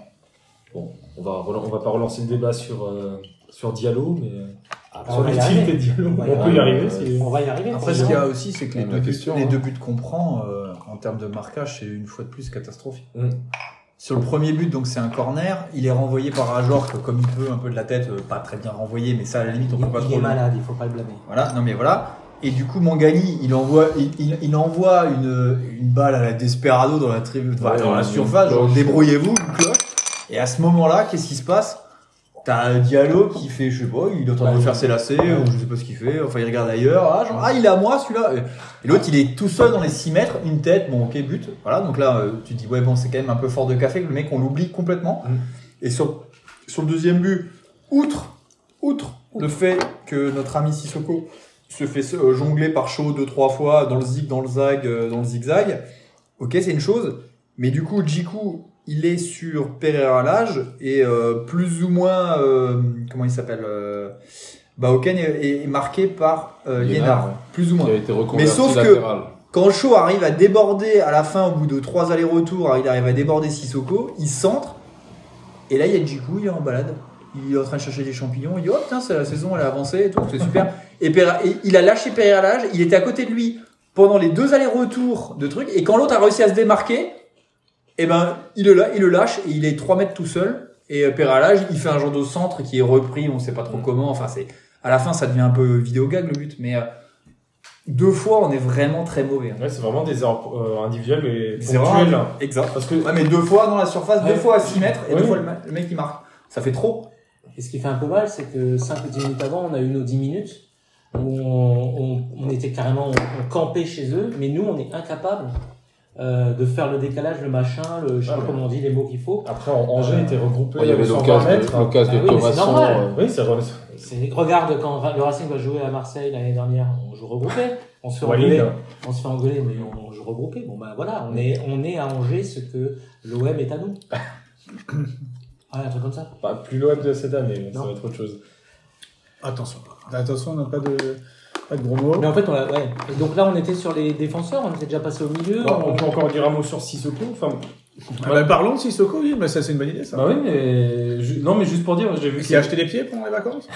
Speaker 10: Bon, on va, relan- on va pas relancer le débat sur, euh, sur Diallo, mais euh, sur
Speaker 8: Ah, on va y
Speaker 10: l'utilité de
Speaker 8: arriver.
Speaker 10: Diallo,
Speaker 8: On va y
Speaker 10: on peut y
Speaker 11: arriver.
Speaker 10: arriver. si-
Speaker 8: On va y arriver.
Speaker 11: Après,
Speaker 8: c'est
Speaker 11: ce qu'il y a
Speaker 8: bon.
Speaker 11: aussi, c'est que les La deux, buts, question,
Speaker 7: les
Speaker 11: hein.
Speaker 7: deux buts qu'on prend, euh, en termes de marquage, c'est une fois de plus catastrophique.
Speaker 10: Mm.
Speaker 7: Sur le premier but, donc c'est un corner. Il est renvoyé par Ajor, que comme il peut, un peu de la tête, euh, pas très bien renvoyé, mais ça à la limite on peut pas
Speaker 8: Il
Speaker 7: trop.
Speaker 8: est
Speaker 7: le-
Speaker 8: malade, il faut pas le blâmer.
Speaker 7: Voilà, non mais voilà. Et du coup, Mangani, il envoie, il, il- il envoie une, une balle à la Desperado dans la, tri- enfin,
Speaker 11: Ouais,
Speaker 7: dans la
Speaker 11: une
Speaker 7: surface, genre
Speaker 11: cloche.
Speaker 7: débrouillez-vous, une cloche. Et à ce moment-là, qu'est-ce qui se passe T'as un Diallo qui fait, je sais pas, il est en train de faire ses lacets, ou je sais pas ce qu'il fait, enfin il regarde ailleurs, ah, genre, ah il est à moi celui-là. Et l'autre, il est tout seul dans les 6 mètres, une tête, bon ok, but. Voilà, donc là, euh, tu te dis, ouais, bon, c'est quand même un peu fort de café, que le mec, on l'oublie complètement.
Speaker 10: Mm.
Speaker 7: Et sur, sur le deuxième but, outre, outre le fait que notre ami Sissoko se fait euh, jongler par chaud deux, trois fois dans le zig, dans le zag, euh, dans le zigzag, ok, c'est une chose, mais du coup, Jiku, il est sur Pereira Lage et euh, plus ou moins, euh, comment il s'appelle euh, Baoken est, est marqué par euh,
Speaker 11: Liénard,
Speaker 7: Liénard,
Speaker 11: ouais.
Speaker 7: plus ou moins.
Speaker 11: Qui a été reconverti
Speaker 7: Mais sauf que-
Speaker 11: latéral.
Speaker 7: Quand Shaw arrive à déborder à la fin, au bout de trois allers-retours, il arrive à déborder Sissoko, il centre, et là il y a Djikou, il est en balade, il est en train de chercher des champignons, il dit oh putain, c'est la saison, elle a avancé et tout, c'est super. et, Pereira- et il a lâché Pereira Lage, il était à côté de lui pendant les deux allers-retours de trucs, et quand l'autre a réussi à se démarquer, et ben il le, la- il le lâche, et il est 3 mètres tout seul, et euh, Pereira Lage, il fait un genre de centre qui est repris, on sait pas trop comment, enfin c'est. À la fin, ça devient un peu vidéo gag le but, mais euh, deux fois, on est vraiment très mauvais. hein.
Speaker 10: Ouais, c'est vraiment des erreurs euh, individuelles, mais
Speaker 7: Des erreurs.
Speaker 10: ponctuelles.
Speaker 7: Exact.
Speaker 10: Parce que
Speaker 7: Ouais, mais deux fois dans la surface,
Speaker 10: Ouais.
Speaker 7: deux fois à 6 mètres, et
Speaker 10: Ouais.
Speaker 7: deux fois le, ma- le mec il marque. Ça fait trop.
Speaker 8: Et ce qui fait un peu mal, c'est que 5 ou 10 minutes avant, on a eu nos 10 minutes où on, on- on était carrément, on, on campait chez eux, mais nous, on est incapables euh, de faire le décalage, le machin, le, je sais
Speaker 10: Ah
Speaker 8: pas
Speaker 10: ouais.
Speaker 8: comment on dit, les mots qu'il faut.
Speaker 10: après, en- Angers était regroupé,
Speaker 11: Il y avait
Speaker 10: 120
Speaker 11: l'occasion
Speaker 10: mètres.
Speaker 11: de, l'occasion
Speaker 8: Ah
Speaker 11: de
Speaker 8: oui, mais c'est
Speaker 11: Thomasson,
Speaker 8: normal.
Speaker 11: euh,
Speaker 10: Oui, c'est vrai.
Speaker 8: C'est- Regarde, quand va- le Racing va jouer à Marseille l'année dernière, on joue regroupé, on se fait
Speaker 10: Walid.
Speaker 8: engueuler, on se fait engueuler, mais on, on joue regroupé. Bon ben voilà, on est, on est à Angers ce que l'OM est à nous. Ah, un truc comme ça.
Speaker 10: Bah, plus l'OM de cette année, mais ça
Speaker 8: Non.
Speaker 10: va être autre chose.
Speaker 5: Attention. Bah, Attention, on n'a pas de, pas de gros mots.
Speaker 8: Mais en fait, on l'a, ouais. Et donc là, on était sur les défenseurs, on était déjà passé au milieu.
Speaker 10: Bon,
Speaker 8: on-
Speaker 10: on peut encore dire un mot sur Sissoko. Enfin,
Speaker 5: Ah bah, parlons de Sissoko, oui, mais ça c'est une bonne idée ça.
Speaker 10: bah oui, mais ju- non, mais juste pour dire, j'ai vu
Speaker 5: Qui a acheté des pieds pendant les vacances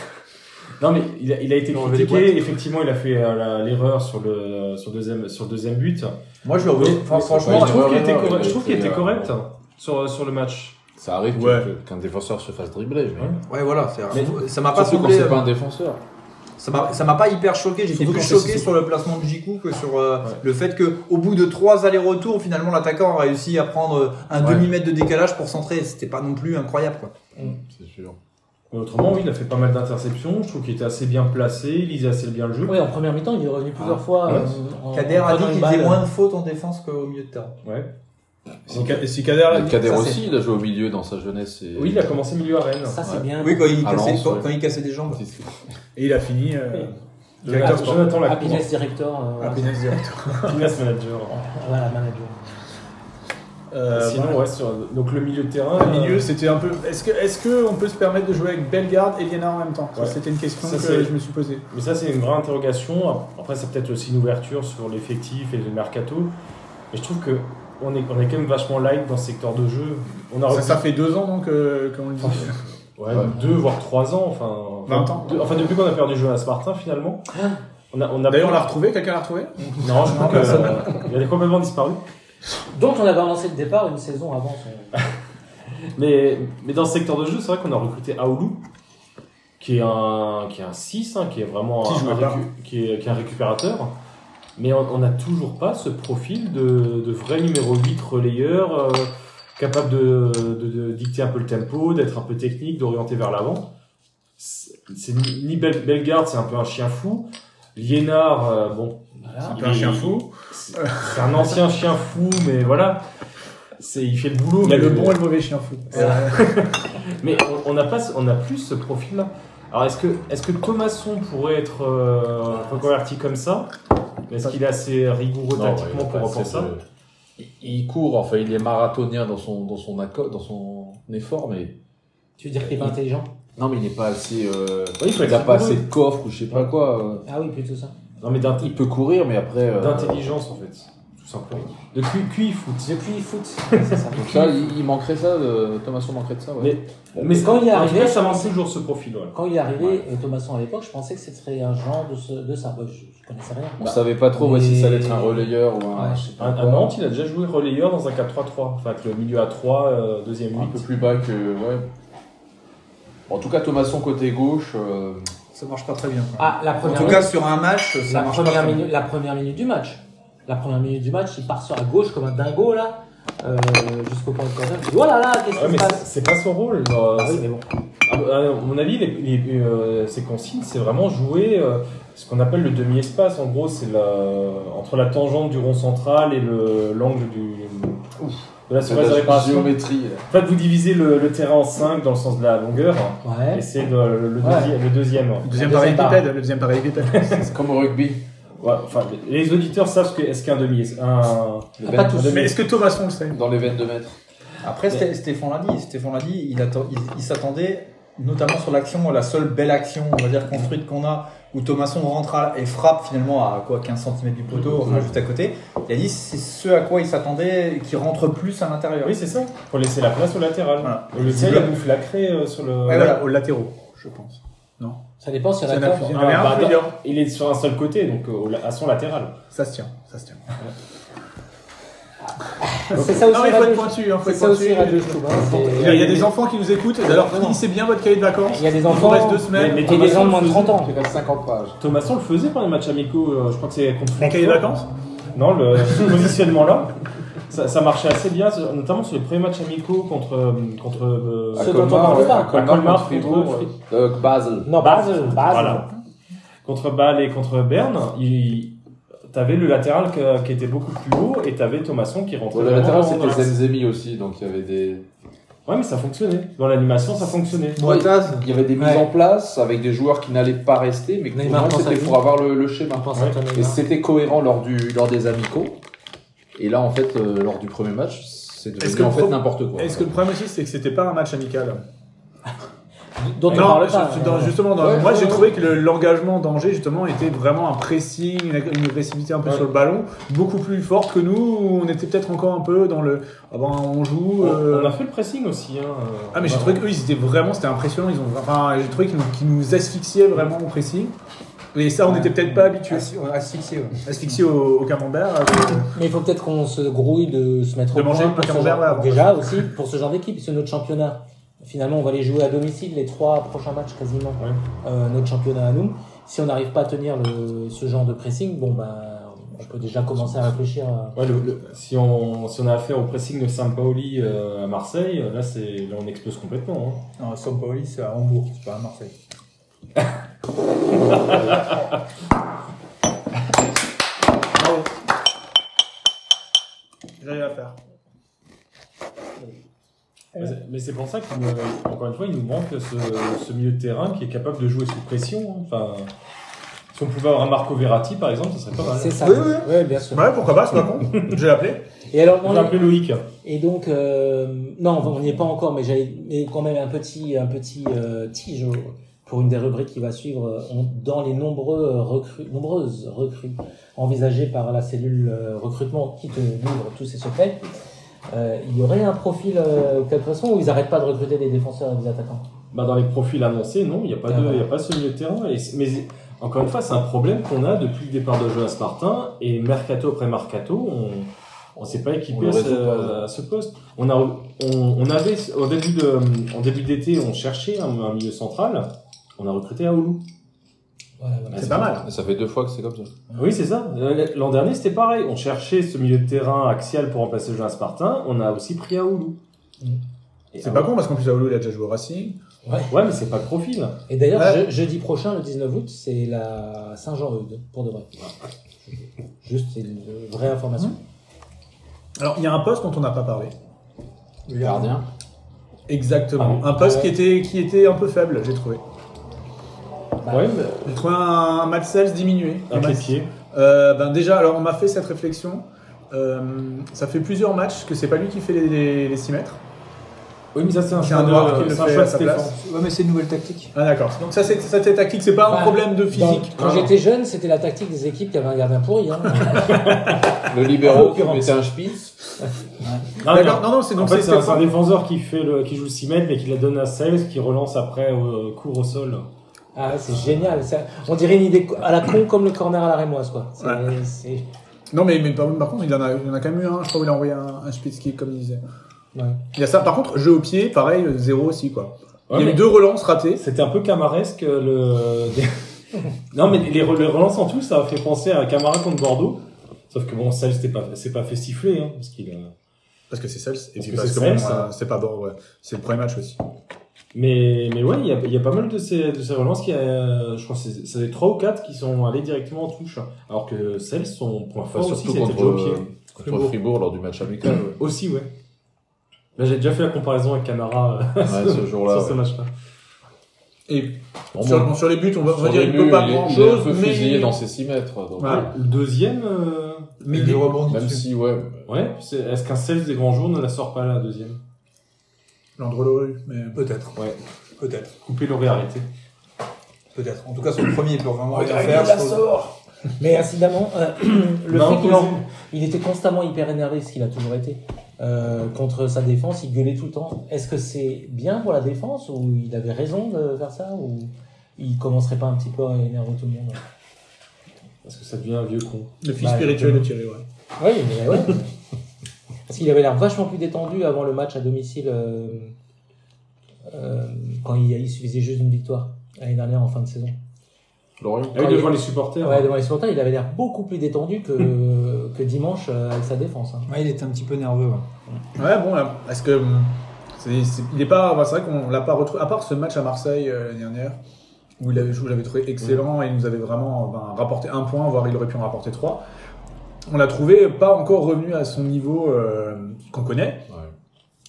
Speaker 10: Non, mais il a, il a été
Speaker 7: Il a enlevé les
Speaker 10: critiqué. Effectivement, il a fait euh, la- l'erreur sur le sur le deuxième sur le deuxième but.
Speaker 7: Moi je le
Speaker 10: Mais, Moi,
Speaker 7: enfin,
Speaker 11: Ouais,
Speaker 7: franchement,
Speaker 10: je
Speaker 11: ouais,
Speaker 10: trouve qu'il
Speaker 11: ouais,
Speaker 10: était
Speaker 11: ouais,
Speaker 10: correct.
Speaker 11: ouais,
Speaker 10: Je trouve qu'il
Speaker 11: ouais,
Speaker 10: était
Speaker 11: ouais.
Speaker 10: correct sur euh, sur le match.
Speaker 11: Ça arrive que-
Speaker 5: Ouais.
Speaker 11: que- qu'un défenseur se fasse dribbler. Mais...
Speaker 10: Ouais. euh.
Speaker 7: ouais, voilà, c'est
Speaker 10: Mais-
Speaker 7: ça m'a pas
Speaker 11: Surtout quand
Speaker 7: semblé.
Speaker 11: c'est pas un défenseur.
Speaker 7: Ça m'a- ça m'a pas hyper choqué, j'étais
Speaker 5: Surtout
Speaker 7: plus
Speaker 5: quand c'est
Speaker 7: choqué
Speaker 5: Sissoko.
Speaker 7: sur le placement de Jiku que sur euh,
Speaker 10: Ouais.
Speaker 7: le fait que au bout de trois allers-retours, finalement l'attaquant a réussi à prendre euh, un
Speaker 10: Ouais.
Speaker 7: demi-mètre de décalage pour centrer, c'était pas non plus incroyable quoi.
Speaker 11: C'est sûr.
Speaker 10: Mais autrement, oui, il a fait pas mal d'interceptions. Je trouve qu'il était assez bien placé. Il lisait assez bien le jeu.
Speaker 8: Oui, en première mi-temps, il est revenu plusieurs
Speaker 7: Ah,
Speaker 8: fois.
Speaker 10: ouais.
Speaker 8: euh, en-
Speaker 7: Kader
Speaker 8: en
Speaker 7: a dit
Speaker 8: prenant une
Speaker 7: qu'il
Speaker 8: balle.
Speaker 7: faisait moins de fautes en défense qu'au milieu de terrain.
Speaker 10: Ouais.
Speaker 5: Si, Ka- si Kader l'a
Speaker 11: Mais Kader
Speaker 8: ça,
Speaker 11: aussi, il a joué au milieu dans sa jeunesse. Et...
Speaker 10: Ah, Oui, il a commencé milieu à Rennes.
Speaker 8: Ça, c'est
Speaker 11: Ouais.
Speaker 8: bien.
Speaker 7: Oui, quand il,
Speaker 11: Ah,
Speaker 7: cassait,
Speaker 11: Lens,
Speaker 7: quand,
Speaker 11: ouais.
Speaker 7: quand il cassait des jambes.
Speaker 5: Et il a fini euh,
Speaker 10: Jonathan,
Speaker 5: directeur
Speaker 10: Jonathan Lacour,
Speaker 8: Happiness Ah, director. euh,
Speaker 7: Ah,
Speaker 5: à Pinès directeur.
Speaker 10: business manager.
Speaker 8: Voilà, manager.
Speaker 5: Euh,
Speaker 10: Sinon, ouais, sur- donc le milieu de terrain.
Speaker 5: Le milieu,
Speaker 10: euh,
Speaker 5: c'était un peu. Est-ce que, est-ce que on peut se permettre de jouer avec Bellegarde et Liénard en même temps Ça,
Speaker 10: Ouais.
Speaker 5: C'était une question
Speaker 10: Ça,
Speaker 5: que
Speaker 10: c'est-
Speaker 5: je me suis posée.
Speaker 10: euh, Mais ça, c'est une vraie interrogation. Après, c'est peut-être aussi une ouverture sur l'effectif et le mercato. Mais je trouve que on est, on est quand même vachement light dans ce secteur de jeu. On a
Speaker 5: Ça, ça fait deux ans donc euh, qu'on le dit.
Speaker 10: ouais, deux voire trois ans, enfin
Speaker 5: 20 ans. Ah.
Speaker 10: deux- enfin, depuis qu'on a perdu Jonas Martin, finalement, on a, on a
Speaker 5: D'ailleurs, on l'a retrouvé. Quelqu'un l'a retrouvé
Speaker 10: Non, je crois que euh, il a complètement disparu.
Speaker 8: Dont on avait lancé le départ une saison avant son.
Speaker 10: Mais, mais dans ce secteur de jeu, c'est vrai qu'on a recruté Aoulou, qui est un, qui est un 6, hein, qui est vraiment
Speaker 5: Qui
Speaker 10: un,
Speaker 5: jouait
Speaker 10: un
Speaker 5: pas.
Speaker 10: qui est, qui est un récupérateur. Mais on n'a toujours pas ce profil de, de vrai numéro 8 relayeur, euh, capable de, de- de dicter un peu le tempo, d'être un peu technique, d'orienter vers l'avant. C'est c'est ni ni Bel- Bellegarde, c'est un peu un chien fou. Liénard, euh, bon,
Speaker 8: Voilà.
Speaker 5: Un peu un chien fou.
Speaker 10: c'est c'est un ancien chien fou, mais voilà. C'est- Il fait le boulot.
Speaker 5: Il y a
Speaker 10: mais-
Speaker 5: le bon et le mauvais chien fou. Euh,
Speaker 10: mais on- on n'a pas, ce- on n'a plus ce profil-là. Alors est-ce que, est-ce que Thomasson pourrait être euh, reconverti comme ça Est-ce qu'il est assez rigoureux
Speaker 11: Non, il
Speaker 10: tactiquement
Speaker 11: a
Speaker 10: pour
Speaker 11: pas
Speaker 10: reprendre
Speaker 11: cette,
Speaker 10: ça
Speaker 11: euh, il- Il court, enfin, il est marathonien dans son, dans son, acco- dans son effort, mais.
Speaker 8: Tu veux dire qu'il est pas intelligent
Speaker 11: Non, mais il n'est pas assez. euh,
Speaker 10: Oui, il faut
Speaker 11: il
Speaker 10: être
Speaker 11: n'a pas
Speaker 10: rigoureux.
Speaker 11: assez de coffre ou je sais pas quoi. euh.
Speaker 8: Ah oui, plutôt ça.
Speaker 10: Non, mais d'int-
Speaker 11: Il peut courir, mais après. euh,
Speaker 10: d'intelligence, en fait. Tout simplement. De QI, QI foot.
Speaker 8: Le QI foot, c'est ça.
Speaker 11: Donc ça, il, il manquerait ça, de... Thomason manquerait de ça, ouais.
Speaker 10: Mais-
Speaker 11: Bon,
Speaker 10: Mais
Speaker 8: quand il est
Speaker 10: en tout
Speaker 8: arrivé-
Speaker 10: cas, ça avance toujours ce profil. ouais.
Speaker 8: Quand il est arrivé, et Thomasson à l'époque, je pensais que ce serait un genre de, ce- de ça. Bah, je, je connaissais rien.
Speaker 11: on savait pas trop ouais, si ça allait être un relayeur ou un.
Speaker 8: Ouais.
Speaker 11: je sais pas
Speaker 10: Un,
Speaker 11: quoi.
Speaker 10: un Nantes, il a déjà joué relayeur dans un 4-3-3. Enfin, avec le milieu à 3, euh, deuxième
Speaker 11: Un peu
Speaker 10: 8.
Speaker 11: plus bas que. Ouais. En tout cas, Thomason côté gauche. euh,
Speaker 6: Ça marche pas très bien. quoi.
Speaker 8: Ah, la
Speaker 6: en
Speaker 8: première,
Speaker 6: tout cas, sur un match, ça
Speaker 8: la,
Speaker 6: marche pas.
Speaker 8: première
Speaker 6: très bien.
Speaker 8: minute, la première minute du match. La première minute du match, il part sur la gauche comme un dingo, là, euh, jusqu'au point de corner. Il dit, Oh là là, qu'est-ce
Speaker 10: Ouais,
Speaker 8: qui
Speaker 10: mais
Speaker 8: se
Speaker 10: c'est-
Speaker 8: passe
Speaker 10: c'est pas son rôle. genre,
Speaker 8: Ah oui,
Speaker 10: c'est-
Speaker 8: mais bon.
Speaker 10: À à bah, euh, mon avis, les, les- euh, ces consignes, c'est vraiment jouer euh, ce qu'on appelle le demi-espace. En gros, c'est la- entre la tangente du rond central et le- l'angle du de la
Speaker 11: c'est
Speaker 10: surface de
Speaker 11: de la
Speaker 10: réparation.
Speaker 11: géométrie.
Speaker 10: En fait, vous divisez le, le terrain en 5 dans le sens de la longueur,
Speaker 8: Ouais.
Speaker 10: et c'est de- le, deuxi- le deuxième.
Speaker 5: Deuxième
Speaker 8: La
Speaker 5: pareil
Speaker 8: deuxième
Speaker 5: bipède, le deuxième pareil bipède.
Speaker 11: euh, C'est comme au rugby.
Speaker 10: Ouais, enfin, les auditeurs savent ce que- est-ce qu'un demi un,
Speaker 11: Le
Speaker 8: Ah,
Speaker 11: vingt-
Speaker 8: pas tous.
Speaker 5: Mais est-ce que Thomason le sait
Speaker 11: Dans les 22 mètres.
Speaker 6: Après, Sté- Stéphane l'a dit, Stéphane l'a dit, il, atta- il- il s'attendait notamment sur l'action, la seule belle action, on va dire, construite qu'on a, où Thomasson rentre à- et frappe finalement à quoi 15 cm du poteau, enfin, juste à côté. Il a dit c'est ce à quoi il s'attendait, qui rentre plus à l'intérieur.
Speaker 10: Oui, c'est ça, pour laisser la place au latéral.
Speaker 6: Voilà.
Speaker 10: Et le ciel, il bouffe la craie euh, sur le.
Speaker 6: Ouais, voilà.
Speaker 5: Aux latéraux, je pense.
Speaker 8: Ça dépend si on
Speaker 5: Ça
Speaker 8: a
Speaker 5: n'a
Speaker 8: tort.
Speaker 5: fusé.
Speaker 10: Ah,
Speaker 5: Il y en avait un,
Speaker 10: bah,
Speaker 5: plus
Speaker 10: attends,
Speaker 5: bien.
Speaker 10: il est sur un seul côté, donc euh, au la- à son latéral.
Speaker 5: Ça se tient, ça se tient.
Speaker 8: C'est ça aussi
Speaker 5: Non, mais faut
Speaker 8: Radio-
Speaker 5: être pointu, hein, faut
Speaker 8: C'est
Speaker 5: être
Speaker 8: ça aussi
Speaker 5: pointu.
Speaker 8: Radio Show, hein, c'est-
Speaker 5: Il y a- il y a des enfants qui nous écoutent, d'ailleurs finissez bien votre cahier de vacances.
Speaker 8: Il y a des
Speaker 5: Il vous
Speaker 8: enfants.
Speaker 5: reste deux semaines.
Speaker 10: Mais- mais-
Speaker 8: Et des gens de moins de 30 ans.
Speaker 11: Il reste 50 pages.
Speaker 10: Thomasson le faisait pendant les matchs amicaux, euh, je crois que c'est contre
Speaker 5: Mon cahier de vacances
Speaker 10: Non, le ce positionnement-là, ça, ça marchait assez bien, sur- notamment sur les premiers matchs amicaux contre. euh, contre euh,
Speaker 11: À
Speaker 8: Ceux dont on
Speaker 11: Colmar,
Speaker 8: parle
Speaker 11: ouais,
Speaker 8: pas.
Speaker 11: à Colmar,
Speaker 10: Colmar,
Speaker 11: contre Fribourg,
Speaker 10: contre
Speaker 11: ouais. Euh, Basel.
Speaker 8: Non, Basel. Basel.
Speaker 10: Voilà. Contre Bâle et contre Berne, il- t'avais le latéral que- qui était beaucoup plus haut et t'avais Thomasson qui rentrait.
Speaker 11: Ouais, le
Speaker 10: vraiment
Speaker 11: latéral,
Speaker 10: dans
Speaker 11: c'était
Speaker 10: l'axe.
Speaker 11: Zenzemi aussi, donc il y avait des.
Speaker 10: Ouais, mais ça fonctionnait. Dans l'animation, ça fonctionnait.
Speaker 6: Boitaz.
Speaker 11: Il y avait des mises
Speaker 8: Ouais.
Speaker 11: en place avec des joueurs qui n'allaient pas rester, mais
Speaker 8: Neymar,
Speaker 11: que
Speaker 8: pense à
Speaker 11: c'était
Speaker 8: lui.
Speaker 11: pour avoir le, le schéma.
Speaker 8: pense hein.
Speaker 10: à
Speaker 8: à
Speaker 11: Et c'était cohérent lors, du, lors des amicaux. Et là, en fait, euh, lors du premier match, c'est
Speaker 5: Est-ce que
Speaker 11: devenu en
Speaker 5: le
Speaker 11: fait
Speaker 5: pro-
Speaker 11: n'importe quoi.
Speaker 5: Est-ce que le problème aussi, c'est que c'était pas un match amical
Speaker 8: Dont on
Speaker 5: Non,
Speaker 8: parle
Speaker 5: je-
Speaker 8: pas.
Speaker 5: je-
Speaker 10: euh,
Speaker 5: dans- justement, dans-
Speaker 11: Ouais,
Speaker 5: moi
Speaker 11: ouais,
Speaker 5: j'ai
Speaker 11: ouais.
Speaker 5: trouvé que le- l'engagement d'Angers justement était vraiment un pressing, une, une agressivité un peu
Speaker 10: Ouais.
Speaker 5: sur le ballon, beaucoup plus forte que nous. où On était peut-être encore un peu dans le ah ben on joue. euh,
Speaker 10: On on a fait le pressing aussi. hein.
Speaker 5: Ah mais j'ai trouvé qu'eux ils étaient vraiment c'était impressionnant. Ils ont enfin j'ai trouvé qu'ils nous, qu'ils nous asphyxiaient vraiment au pressing. Et ça on n'était peut-être pas habitué.
Speaker 6: Assi- ouais, Asphyxié, ouais.
Speaker 5: Asphyxié au, au camembert. euh,
Speaker 8: Mais il faut peut-être qu'on se grouille de se mettre
Speaker 5: De
Speaker 8: au point
Speaker 5: manger le
Speaker 8: pour ce
Speaker 5: camembert,
Speaker 8: genre-
Speaker 5: ouais, avant.
Speaker 8: déjà aussi pour ce genre d'équipe, c'est notre championnat. Finalement, on va les jouer à domicile les trois prochains matchs quasiment.
Speaker 10: Ouais.
Speaker 8: Euh, notre championnat à nous. Si on n'arrive pas à tenir le, ce genre de pressing, bon ben, on peut déjà commencer à réfléchir. À...
Speaker 10: Ouais, le- le- si, on, si on a affaire au pressing de Sampaoli euh, à Marseille, là, c'est, là on explose complètement. hein.
Speaker 6: Non, Sampaoli, c'est à Hambourg, c'est pas à Marseille.
Speaker 5: bravo. J'arrive à faire.
Speaker 10: Mais c'est- Mais c'est pour ça qu'encore une fois, il nous manque ce, ce milieu de terrain qui est capable de jouer sous pression. hein. Enfin, si on pouvait avoir un Marco Verratti, par exemple, ce serait pas mal.
Speaker 8: C'est ça.
Speaker 5: Oui, oui.
Speaker 8: Ouais, bien sûr.
Speaker 5: Ouais pourquoi pas c'est pas con. Bah, je vais l'appeler.
Speaker 8: Et alors,
Speaker 10: On
Speaker 8: on
Speaker 10: va
Speaker 8: est-
Speaker 10: appeler Loïc.
Speaker 8: Et donc, euh, non, on n'y est pas encore, mais j'avais mais quand même un petit, un petit euh, tige au- pour une des rubriques qui va suivre. euh, on- dans les nombreux euh, recrues, nombreuses recrues envisagées par la cellule euh, recrutement qui te livre tous ces secrets, euh, il y aurait un profil, euh, de toute façon, où ils n'arrêtent pas de recruter des défenseurs et des attaquants.
Speaker 10: Bah, dans les profils annoncés, non, il n'y a, pas
Speaker 8: Ah
Speaker 10: de-
Speaker 8: ouais.
Speaker 10: il y a pas ce milieu de terrain. Et c'est- mais encore une fois, c'est un problème qu'on a depuis le départ de Jonas Martin. Et mercato après mercato, on ne s'est pas
Speaker 11: On
Speaker 10: équipé
Speaker 11: le
Speaker 10: à
Speaker 11: résout
Speaker 10: ce,
Speaker 11: pas.
Speaker 10: à ce poste. On, a, on, on avait, au début de- en début d'été, on cherchait un, un milieu central. On a recruté Aoulou.
Speaker 8: Voilà, voilà.
Speaker 5: C'est pas mal.
Speaker 11: Ah, Ça fait deux fois que c'est comme ça.
Speaker 10: Oui, c'est ça. Euh, L'an dernier, c'était pareil. On cherchait ce milieu de terrain axial pour remplacer Jonas Martin. On a aussi pris Aoulou.
Speaker 8: Mhm.
Speaker 10: Et
Speaker 5: C'est
Speaker 10: Aoulou-
Speaker 5: pas con parce qu'en plus Aoulou il a déjà joué au Racing.
Speaker 10: Ouais, mais c'est pas le profil.
Speaker 8: Et d'ailleurs,
Speaker 5: Ouais.
Speaker 8: je- jeudi prochain, le 19 août, c'est la Saint-Jean-Eudes, pour de vrai. Juste, c'est une vraie information.
Speaker 5: Alors, il y a un poste dont on n'a pas parlé.
Speaker 11: Le gardien.
Speaker 5: Exactement.
Speaker 10: Ah
Speaker 5: un poste
Speaker 8: Ah
Speaker 5: qui, était, qui était un peu faible, j'ai trouvé.
Speaker 8: Bah,
Speaker 10: ouais, mais
Speaker 5: J'ai trouvé un, un Matt Sells diminué. Un
Speaker 10: avec les
Speaker 5: Matt-
Speaker 10: pieds.
Speaker 5: Euh, ben déjà, alors on m'a fait cette réflexion. Euh, ça fait plusieurs matchs que c'est pas lui qui fait les, les, 6 mètres.
Speaker 10: Oui, mais ça, c'est un
Speaker 5: C'est un
Speaker 10: choix de-
Speaker 5: noir qui le
Speaker 10: c'est un
Speaker 5: fait
Speaker 10: choix
Speaker 5: à
Speaker 10: de
Speaker 5: sa
Speaker 10: Stéphane.
Speaker 5: place.
Speaker 6: Ouais, mais c'est une nouvelle tactique.
Speaker 5: Ah d'accord. Donc ça, c'est ça, c'est tactique, c'est pas un
Speaker 8: Bah,
Speaker 5: problème de
Speaker 8: Dans-
Speaker 5: physique.
Speaker 8: Quand j'étais jeune, c'était la tactique des équipes qui avaient un gardien pourri. hein.
Speaker 11: Le libéraux qui mettait un spitz. Ah,
Speaker 10: Non,
Speaker 5: D'accord.
Speaker 10: non.
Speaker 5: Non, non, c'est
Speaker 10: En
Speaker 5: donc
Speaker 10: fait,
Speaker 5: c'est
Speaker 10: c'est un, c'est un
Speaker 5: Stéphane.
Speaker 10: défenseur qui, fait le, qui joue le 6 mètres, mais qui la donne à Sales, qui relance après au euh, court au sol.
Speaker 8: Ah, ouais, c'est génial. ça. On dirait une idée à la con comme le corner à la rémoise. Quoi. C'est- c'est-
Speaker 5: Non, mais, mais par, par contre, il y, en a, il y en a quand même eu un. Je crois qu'il a envoyé un, un split kick, comme il disait.
Speaker 8: ouais.
Speaker 5: Il y a ça. Par contre, jeu au pied, pareil, euh, zéro aussi, quoi.
Speaker 10: Ouais,
Speaker 5: il y a
Speaker 10: mais-
Speaker 5: eu deux relances ratées.
Speaker 10: C'était un peu camaresque euh, le. non mais les, re- les relances en tout, ça a fait penser à Camara contre Bordeaux. Sauf que bon, celle c'était pas, c'est pas fait siffler, hein, parce qu'il. a-
Speaker 5: Parce que c'est celle Et
Speaker 10: Parce
Speaker 5: puis
Speaker 10: que
Speaker 5: parce
Speaker 10: c'est
Speaker 5: que bon,
Speaker 10: Sels,
Speaker 5: euh, c'est pas bon, ouais. C'est le premier match aussi.
Speaker 10: Mais mais ouais, il y a, il y a pas mal de ces de ces relances qui, a, je crois, que c'est c'est trois ou quatre qui sont allés directement en touche, alors que celles son point
Speaker 11: Enfin,
Speaker 10: fort aussi,
Speaker 11: surtout
Speaker 10: c'était
Speaker 11: contre,
Speaker 10: le jeu au pied.
Speaker 11: euh, contre
Speaker 10: Fribourg.
Speaker 11: Fribourg. lors du match amical. ouais.
Speaker 10: Aussi ouais. Là, j'ai déjà fait la comparaison avec Camara euh,
Speaker 11: Ouais, ce jour-là.
Speaker 10: sur ce
Speaker 11: ouais.
Speaker 10: match-là.
Speaker 5: Et
Speaker 11: Bon,
Speaker 5: sur,
Speaker 11: bon,
Speaker 5: bon, sur les buts, on va, on va
Speaker 11: sur
Speaker 5: dire
Speaker 11: les
Speaker 5: qu'il peut
Speaker 11: buts,
Speaker 5: pas
Speaker 11: il est-
Speaker 5: grand
Speaker 11: il est
Speaker 5: chose,
Speaker 11: un peu
Speaker 5: mais.
Speaker 11: fusillé dans ses 6 mètres. donc,
Speaker 5: Voilà.
Speaker 10: Le deuxième. euh,
Speaker 5: mais
Speaker 6: il rebondit
Speaker 11: Même
Speaker 6: dessus.
Speaker 11: si, ouais.
Speaker 10: Ouais. c'est- Est-ce qu'un Cels des grands jours ne la sort pas la deuxième?
Speaker 5: Landrelorue, mais.
Speaker 6: Peut-être.
Speaker 10: Ouais.
Speaker 6: Peut-être.
Speaker 10: Couper l'aurait arrêté.
Speaker 6: Peut-être. En tout cas, sur le premier, Oh, il peut
Speaker 10: Oh,
Speaker 6: vraiment rien faire. je trouve.
Speaker 8: Mais incidemment, euh, le
Speaker 10: Bah,
Speaker 8: fait
Speaker 10: on
Speaker 8: qu'il
Speaker 10: peut-
Speaker 8: en- il était constamment hyper énervé, ce qu'il a toujours été, euh, contre sa défense, il gueulait tout le temps. Est-ce que c'est bien pour la défense ou il avait raison de faire ça ou il commencerait pas un petit peu à énerver tout le monde hein
Speaker 10: Parce que ça devient un vieux con.
Speaker 5: Le fils
Speaker 8: Bah,
Speaker 5: spirituel de
Speaker 8: exactement.
Speaker 5: Thierry, ouais.
Speaker 8: Oui, mais ouais. Parce qu'il avait l'air vachement plus détendu avant le match à domicile, euh, euh, quand il, il suffisait juste d'une victoire l'année dernière en fin de saison.
Speaker 11: Lorient.
Speaker 10: Ah oui, devant les supporters.
Speaker 8: Ouais, devant les supporters, il avait l'air beaucoup plus détendu que, que dimanche euh, avec sa défense. hein.
Speaker 6: Ouais, il était un petit peu nerveux. ouais.
Speaker 5: Ouais, bon, là, parce que. hum, c'est- c'est- il est pas. bah, c'est vrai qu'on l'a pas retrouvé. À part ce match à Marseille euh, l'année dernière, où il avait joué, j'avais trouvé excellent et il nous avait vraiment ben, rapporté un point, voire il aurait pu en rapporter trois. On l'a trouvé pas encore revenu à son niveau euh, qu'on connaît.
Speaker 11: Ouais.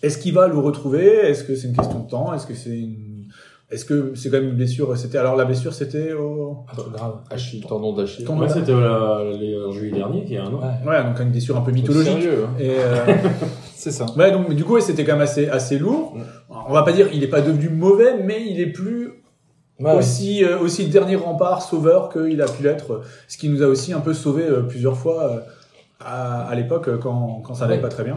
Speaker 5: Est-ce qu'il va le retrouver Est-ce que c'est une question de temps Est-ce que c'est une. Est-ce que c'est quand même une blessure C'était alors la blessure, c'était au.
Speaker 8: C'est grave.
Speaker 11: Achille, tendon d'Achille.
Speaker 5: Tendon-
Speaker 10: hein. euh, Ouais, c'était euh, les- en juillet dernier, il y a un an.
Speaker 8: Ouais.
Speaker 5: Ouais, donc une blessure un peu
Speaker 11: Faut être
Speaker 5: mythologique.
Speaker 11: Sérieux, hein.
Speaker 5: Et euh,
Speaker 6: C'est ça.
Speaker 5: Ouais, donc mais du coup, ouais, c'était quand même assez, assez lourd. On va pas dire, il est pas devenu mauvais, mais il est plus
Speaker 6: Bah
Speaker 8: Ouais, ouais.
Speaker 5: aussi, euh, aussi le dernier rempart sauveur qu'il a pu l'être. Ce qui nous a aussi un peu sauvé euh, plusieurs fois euh, à, à l'époque euh, quand, quand ça allait
Speaker 8: Ouais.
Speaker 5: pas très bien.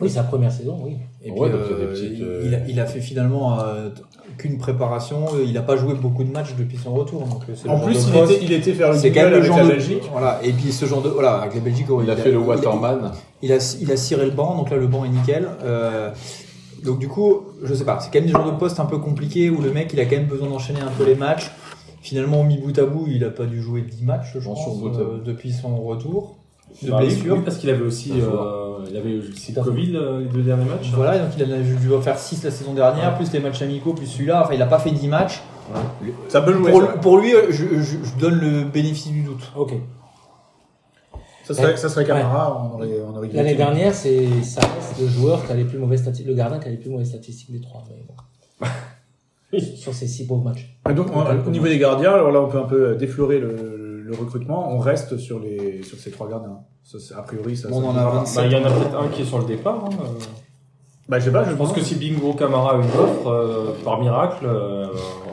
Speaker 8: Oui, sa première saison, oui.
Speaker 6: Et
Speaker 11: Ouais,
Speaker 6: puis,
Speaker 11: donc, il y a des
Speaker 6: euh,
Speaker 11: petites,
Speaker 6: il-
Speaker 11: euh,
Speaker 6: il, a, il a fait finalement euh, qu'une préparation. Il n'a pas joué beaucoup de matchs depuis son retour. Donc, euh, c'est le
Speaker 5: En
Speaker 6: genre
Speaker 5: plus,
Speaker 6: de
Speaker 5: il
Speaker 6: poste.
Speaker 5: était, il était faire le
Speaker 6: C'est quand même
Speaker 5: duel avec
Speaker 6: le genre
Speaker 5: la
Speaker 6: de
Speaker 5: Belgique.
Speaker 6: Voilà. Et puis ce genre de voilà avec les Belgiques.
Speaker 11: Il a fait le Waterman.
Speaker 6: Il a, il a ciré le banc, donc là le banc est nickel. Euh, donc du coup, je sais pas, c'est quand même des genres de postes un peu compliqués où le mec il a quand même besoin d'enchaîner un peu les matchs. Finalement, mis bout à bout, il a pas dû jouer 10 matchs, je
Speaker 11: Mention
Speaker 6: pense,
Speaker 11: bout à
Speaker 6: euh, depuis son retour de
Speaker 10: Bah,
Speaker 6: blessure.
Speaker 10: oui, parce qu'il avait aussi
Speaker 11: Ça, faut
Speaker 10: euh, il avait eu aussi le Covid euh, les deux derniers matchs.
Speaker 6: Voilà, donc il a dû en faire 6 la saison dernière, plus les matchs amicaux, plus celui-là. Enfin, il a pas fait 10 matchs.
Speaker 5: Ça peut jouer.
Speaker 6: Pour,
Speaker 5: ça.
Speaker 6: pour lui, euh, je, je- je donne le bénéfice du doute.
Speaker 8: Ok.
Speaker 5: Ça serait, ça serait Camara, on aurait, on aurait
Speaker 8: L'année
Speaker 5: guillotiné.
Speaker 8: dernière, c'est ça reste le joueur qui a les plus mauvaises statistiques, le gardien qui a les plus mauvaises statistiques des trois. mais bon. Sur ces six pauvres matchs.
Speaker 5: Et donc, on- au niveau des gardiens, alors là, on peut un peu déflorer le, le recrutement. On reste sur, les, sur ces trois gardiens. Ça, c'est- a priori, ça.
Speaker 6: Bon,
Speaker 5: ça-
Speaker 6: on en a
Speaker 10: Bah, il
Speaker 6: 27.
Speaker 10: y en a peut-être un qui est sur le départ. hein, euh.
Speaker 5: Bah, je sais pas,
Speaker 10: Je pense que si Bingo Camara a une offre, euh, par miracle, euh,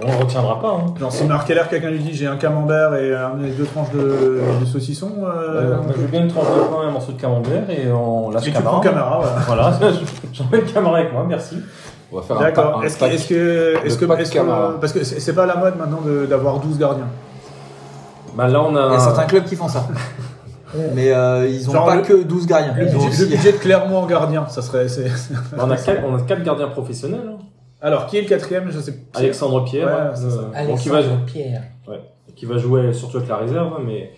Speaker 10: on ne retiendra pas. hein.
Speaker 5: Genre si Marc Keller quelqu'un lui dit j'ai un camembert et, un- et deux tranches de, de saucisson, euh,
Speaker 10: Euh, je veux bien une tranche de pain et un morceau de camembert et on lâche
Speaker 5: tu prends
Speaker 10: Camara.
Speaker 5: Camara. voilà.
Speaker 10: Voilà, j'emmène Camara avec moi, merci.
Speaker 11: On va faire un pa-
Speaker 5: D'accord.
Speaker 11: un
Speaker 5: Est-ce que,
Speaker 11: pack.
Speaker 5: est-ce que, est-ce
Speaker 11: Le pack
Speaker 5: que, est-ce que-
Speaker 11: Camara.
Speaker 5: parce que c'est c'est pas la mode maintenant de- d'avoir 12 gardiens.
Speaker 10: Bah, là, on a.
Speaker 6: Il y a certains clubs qui font ça. Mais euh, ils ont
Speaker 5: Genre
Speaker 6: pas
Speaker 5: le-
Speaker 6: que 12 gardiens.
Speaker 5: Le
Speaker 6: Ils ont
Speaker 5: budget, le
Speaker 6: aussi-
Speaker 5: budget de Clermont en gardien, ça serait. c'est-
Speaker 10: on, a quatre, on a quatre gardiens professionnels. hein.
Speaker 5: Alors qui est le quatrième Je sais. pas.
Speaker 10: Alexandre Pierre,
Speaker 5: Ouais,
Speaker 10: hein,
Speaker 5: c'est
Speaker 10: euh,
Speaker 5: ça.
Speaker 10: bon, qui va,
Speaker 8: Alexandre Pierre.
Speaker 10: qui va jouer surtout avec la réserve, hein, mais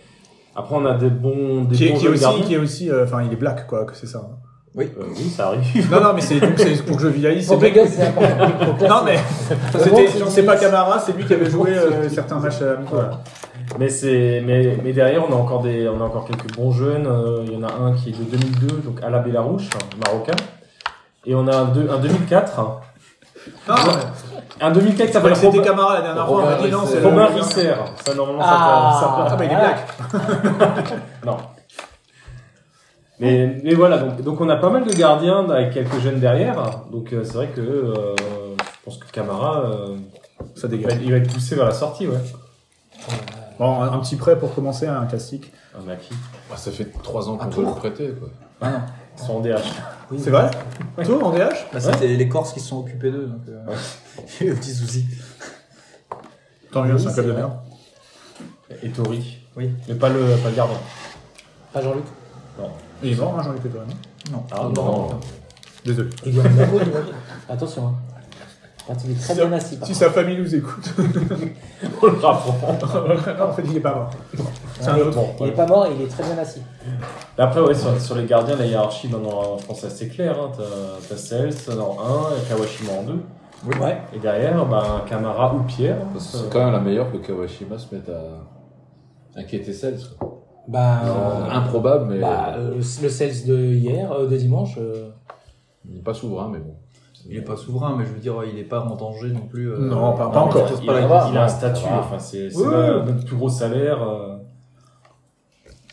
Speaker 10: après on a des bons, des
Speaker 5: Qui est,
Speaker 10: bons
Speaker 5: qui est
Speaker 10: jeunes
Speaker 5: aussi,
Speaker 10: gardiens.
Speaker 5: qui est aussi, euh, enfin il est black quoi, que c'est ça. hein.
Speaker 10: Euh, oui, ça arrive.
Speaker 5: Non non mais c'est donc c'est pour que je visualise.
Speaker 8: Pour
Speaker 5: c'est
Speaker 8: les
Speaker 5: pas-
Speaker 8: gars, c'est important. Faut classer.
Speaker 5: Non mais
Speaker 8: Faut
Speaker 5: c'était,
Speaker 8: vraiment
Speaker 5: j'en sais pas
Speaker 8: que-
Speaker 5: Camara, c'est lui qui avait joué euh, certains matchs. euh, voilà.
Speaker 10: mais c'est, mais, mais derrière on a encore des, on a encore quelques bons jeunes. Euh, Il y en a un qui est de 2002, donc Ala Belarouche, hein, marocain, et on a un, deux- un 2004, hein.
Speaker 5: Non,
Speaker 10: un 2004 qui
Speaker 5: mais
Speaker 10: s'appelle
Speaker 5: c'était
Speaker 10: Robin-
Speaker 5: Camara la dernière fois. On m'a dit non, c'est
Speaker 10: Robin
Speaker 5: le-
Speaker 10: Risser. Ça normalement ça
Speaker 8: Ah.
Speaker 10: peut- ça peut-
Speaker 5: Ah bah il est black.
Speaker 10: Non. Mais, mais voilà, donc, donc on a pas mal de gardiens avec quelques jeunes derrière. Donc euh, c'est vrai que euh, je pense que Camara, euh,
Speaker 5: Ça
Speaker 10: il,
Speaker 5: dégage.
Speaker 10: va, être- il va être poussé vers la sortie, ouais.
Speaker 5: Bon, un, un petit prêt pour commencer, un classique.
Speaker 10: Ah, mais à qui
Speaker 11: Bah, ça fait 3 ans qu'on
Speaker 6: À
Speaker 11: veut le
Speaker 6: Tours.
Speaker 11: prêter. Quoi.
Speaker 6: Ah bah,
Speaker 10: Sans DH.
Speaker 6: Oui.
Speaker 5: C'est vrai Tour en DH
Speaker 6: Bah, C'était les Corses qui se sont occupés d'eux, donc euh, il y a eu un petit souci.
Speaker 5: Tant mieux, c'est un club de merde.
Speaker 10: Et Tori.
Speaker 6: Oui.
Speaker 10: Mais pas le, pas le gardien.
Speaker 8: Pas Jean-Luc.
Speaker 5: Et il est mort, hein, Jean-Luc Le Drian.
Speaker 10: Ah,
Speaker 11: Non.
Speaker 5: Désolé.
Speaker 8: Il doit avoir un bon, Attention. Hein. Parce qu'il est très bien assis. par
Speaker 5: Si sa famille nous écoute.
Speaker 10: on le rapprend.
Speaker 5: non, en fait, il est pas mort. C'est un
Speaker 8: Ouais.
Speaker 5: autre.
Speaker 8: contre. Il n'est pas mort, il est très bien assis.
Speaker 10: Après, ouais, sur, sur les gardiens, la hiérarchie, ben, on en- je pense assez claire. Hein. T'as- T'as Sels en 1, Kawashima en 2.
Speaker 8: Ouais.
Speaker 10: Et derrière, ben, Camara ou Pierre.
Speaker 11: Parce que
Speaker 10: Euh,
Speaker 11: C'est quand même la meilleure que Kawashima se mette à inquiéter Sels. quoi.
Speaker 8: Bah,
Speaker 11: Euh,
Speaker 8: euh,
Speaker 11: Improbable, mais
Speaker 8: bah, euh, le sales de hier, euh, de dimanche. euh,
Speaker 11: il n'est pas souverain, mais bon.
Speaker 6: Il est pas souverain, mais je veux dire, il est pas en danger non plus. euh,
Speaker 5: Non, pas- pas
Speaker 6: il
Speaker 5: encore.
Speaker 6: se pose
Speaker 10: il,
Speaker 6: pas la
Speaker 10: a,
Speaker 6: question.
Speaker 10: il a un statut,
Speaker 11: va.
Speaker 10: enfin, c'est c'est
Speaker 6: Oui,
Speaker 10: la-
Speaker 6: oui.
Speaker 10: notre plus gros salaire. euh.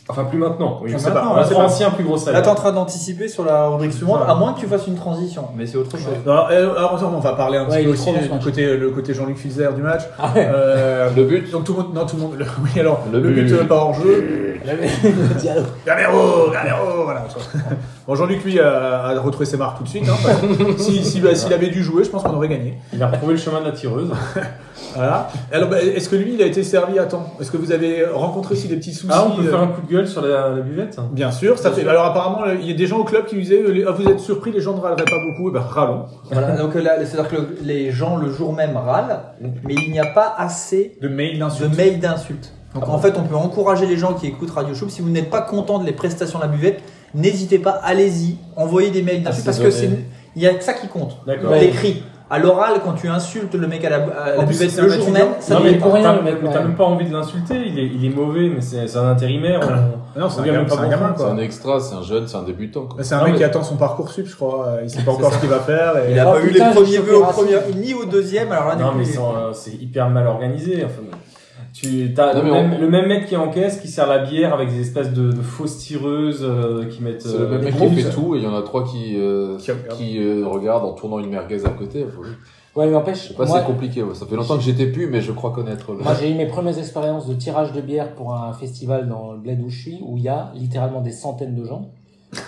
Speaker 10: Enfin, plus maintenant. Oui,
Speaker 5: On sait
Speaker 10: maintenant,
Speaker 5: pas.
Speaker 10: là,
Speaker 5: On
Speaker 10: c'est
Speaker 5: prend-
Speaker 10: l'ancien plus gros
Speaker 6: Là,
Speaker 10: salaire.
Speaker 6: t'es en train d'anticiper sur la rubrique suivante, à moins que tu fasses une transition, mais c'est autre chose.
Speaker 5: Alors, euh, alors, on va parler un
Speaker 8: Ouais,
Speaker 5: petit
Speaker 8: il
Speaker 5: peu
Speaker 8: est
Speaker 5: aussi
Speaker 8: trop bon,
Speaker 5: du
Speaker 8: son
Speaker 5: côté, le côté Jean-Luc Fizer du match.
Speaker 8: Ah ouais.
Speaker 5: Euh,
Speaker 11: Le but
Speaker 5: donc tout le monde, non tout le monde, le- oui alors le,
Speaker 11: Le
Speaker 5: but,
Speaker 11: but.
Speaker 5: euh, pas hors jeu.
Speaker 8: le dialogue.
Speaker 5: Gamero, Gamero, voilà. Bon Jean-Luc lui a, a retrouvé ses marques tout de suite. Hein, parce que si si- bah, s'il avait dû jouer, je pense qu'on aurait gagné.
Speaker 10: Il a retrouvé le chemin de la tireuse.
Speaker 5: Voilà. Alors bah, est-ce que lui il a été servi à temps Est-ce que vous avez rencontré aussi des petits soucis
Speaker 10: Ah, on peut
Speaker 5: euh,
Speaker 10: faire un coup de gueule sur la, la buvette hein.
Speaker 5: Bien sûr, ça
Speaker 10: Bien
Speaker 5: fait.
Speaker 10: sûr.
Speaker 5: Alors apparemment, euh, il y a des gens au club qui disaient euh, les- ah, vous êtes surpris, les gens ne râleraient pas beaucoup. Eh ben râlons.
Speaker 6: Voilà, donc là, c'est-à-dire que le- les gens le jour même râlent, mais il n'y a pas assez
Speaker 5: De mail
Speaker 6: de
Speaker 5: d'insultes.
Speaker 6: mails d'insultes. Donc en fait, on peut encourager les gens qui écoutent Radio Show. Si vous n'êtes pas content de les prestations de la buvette, n'hésitez pas, allez-y, envoyez des
Speaker 5: Ah,
Speaker 6: mails d'insultes parce que c'est
Speaker 11: Assaisonner.
Speaker 6: il y a que ça qui compte.
Speaker 8: Eh ben,
Speaker 6: Bah,
Speaker 10: D'accord.
Speaker 6: L'écrit. À l'oral, quand tu insultes le mec à la, à la
Speaker 5: En plus,
Speaker 6: buvette
Speaker 5: c'est
Speaker 6: le
Speaker 5: un
Speaker 6: jour
Speaker 5: étudiant.
Speaker 6: même, ça
Speaker 10: non,
Speaker 6: ne
Speaker 10: mais
Speaker 6: l'est
Speaker 10: pour
Speaker 6: pas.
Speaker 10: rien,
Speaker 8: le
Speaker 10: le
Speaker 8: mec,
Speaker 10: mec, mais t'as
Speaker 8: ouais.
Speaker 10: même pas envie de l'insulter. Il est, il est mauvais, mais c'est c'est un intérimaire. on-
Speaker 5: Non, c'est
Speaker 10: on vient
Speaker 5: un gamin,
Speaker 10: même pas
Speaker 5: c'est un
Speaker 10: bon
Speaker 5: gamin
Speaker 10: fond,
Speaker 11: C'est
Speaker 5: quoi.
Speaker 11: un extra, c'est un jeune, c'est un débutant. quoi.
Speaker 5: Bah, C'est un
Speaker 10: Non,
Speaker 5: mec
Speaker 10: mais-
Speaker 5: qui attend son parcours sup, je crois. euh, Il sait pas encore ce qu'il va faire. Et... Ah,
Speaker 6: Il a
Speaker 8: Oh,
Speaker 6: pas eu
Speaker 8: putain,
Speaker 6: les premiers
Speaker 8: je suis
Speaker 6: vœux au
Speaker 8: opération.
Speaker 6: premier, ni au deuxième. Alors là, du
Speaker 10: Non,
Speaker 6: coup,
Speaker 10: mais
Speaker 6: il est-
Speaker 10: sans, euh, c'est hyper mal organisé. Enfin, tu as le,
Speaker 11: Non, mais on-
Speaker 10: même, le même mec qui encaisse, qui sert la bière avec des espèces de, de fausses tireuses euh, qui mettent.
Speaker 11: C'est
Speaker 10: euh,
Speaker 11: le même
Speaker 10: des
Speaker 11: mec
Speaker 10: groupes.
Speaker 11: qui fait tout et il y en a trois qui, euh,
Speaker 5: Qui regardent.
Speaker 11: qui, euh, regardent en tournant une merguez à côté. Faut-
Speaker 8: Ouais, mais n'empêche,
Speaker 11: Je sais pas,
Speaker 8: moi,
Speaker 11: c'est compliqué. ouais. Ça fait longtemps que j'étais plus, mais je crois connaître. le-
Speaker 8: moi j'ai eu mes premières expériences de tirage de bière pour un festival dans le bled où je suis, où il y a littéralement des centaines de gens.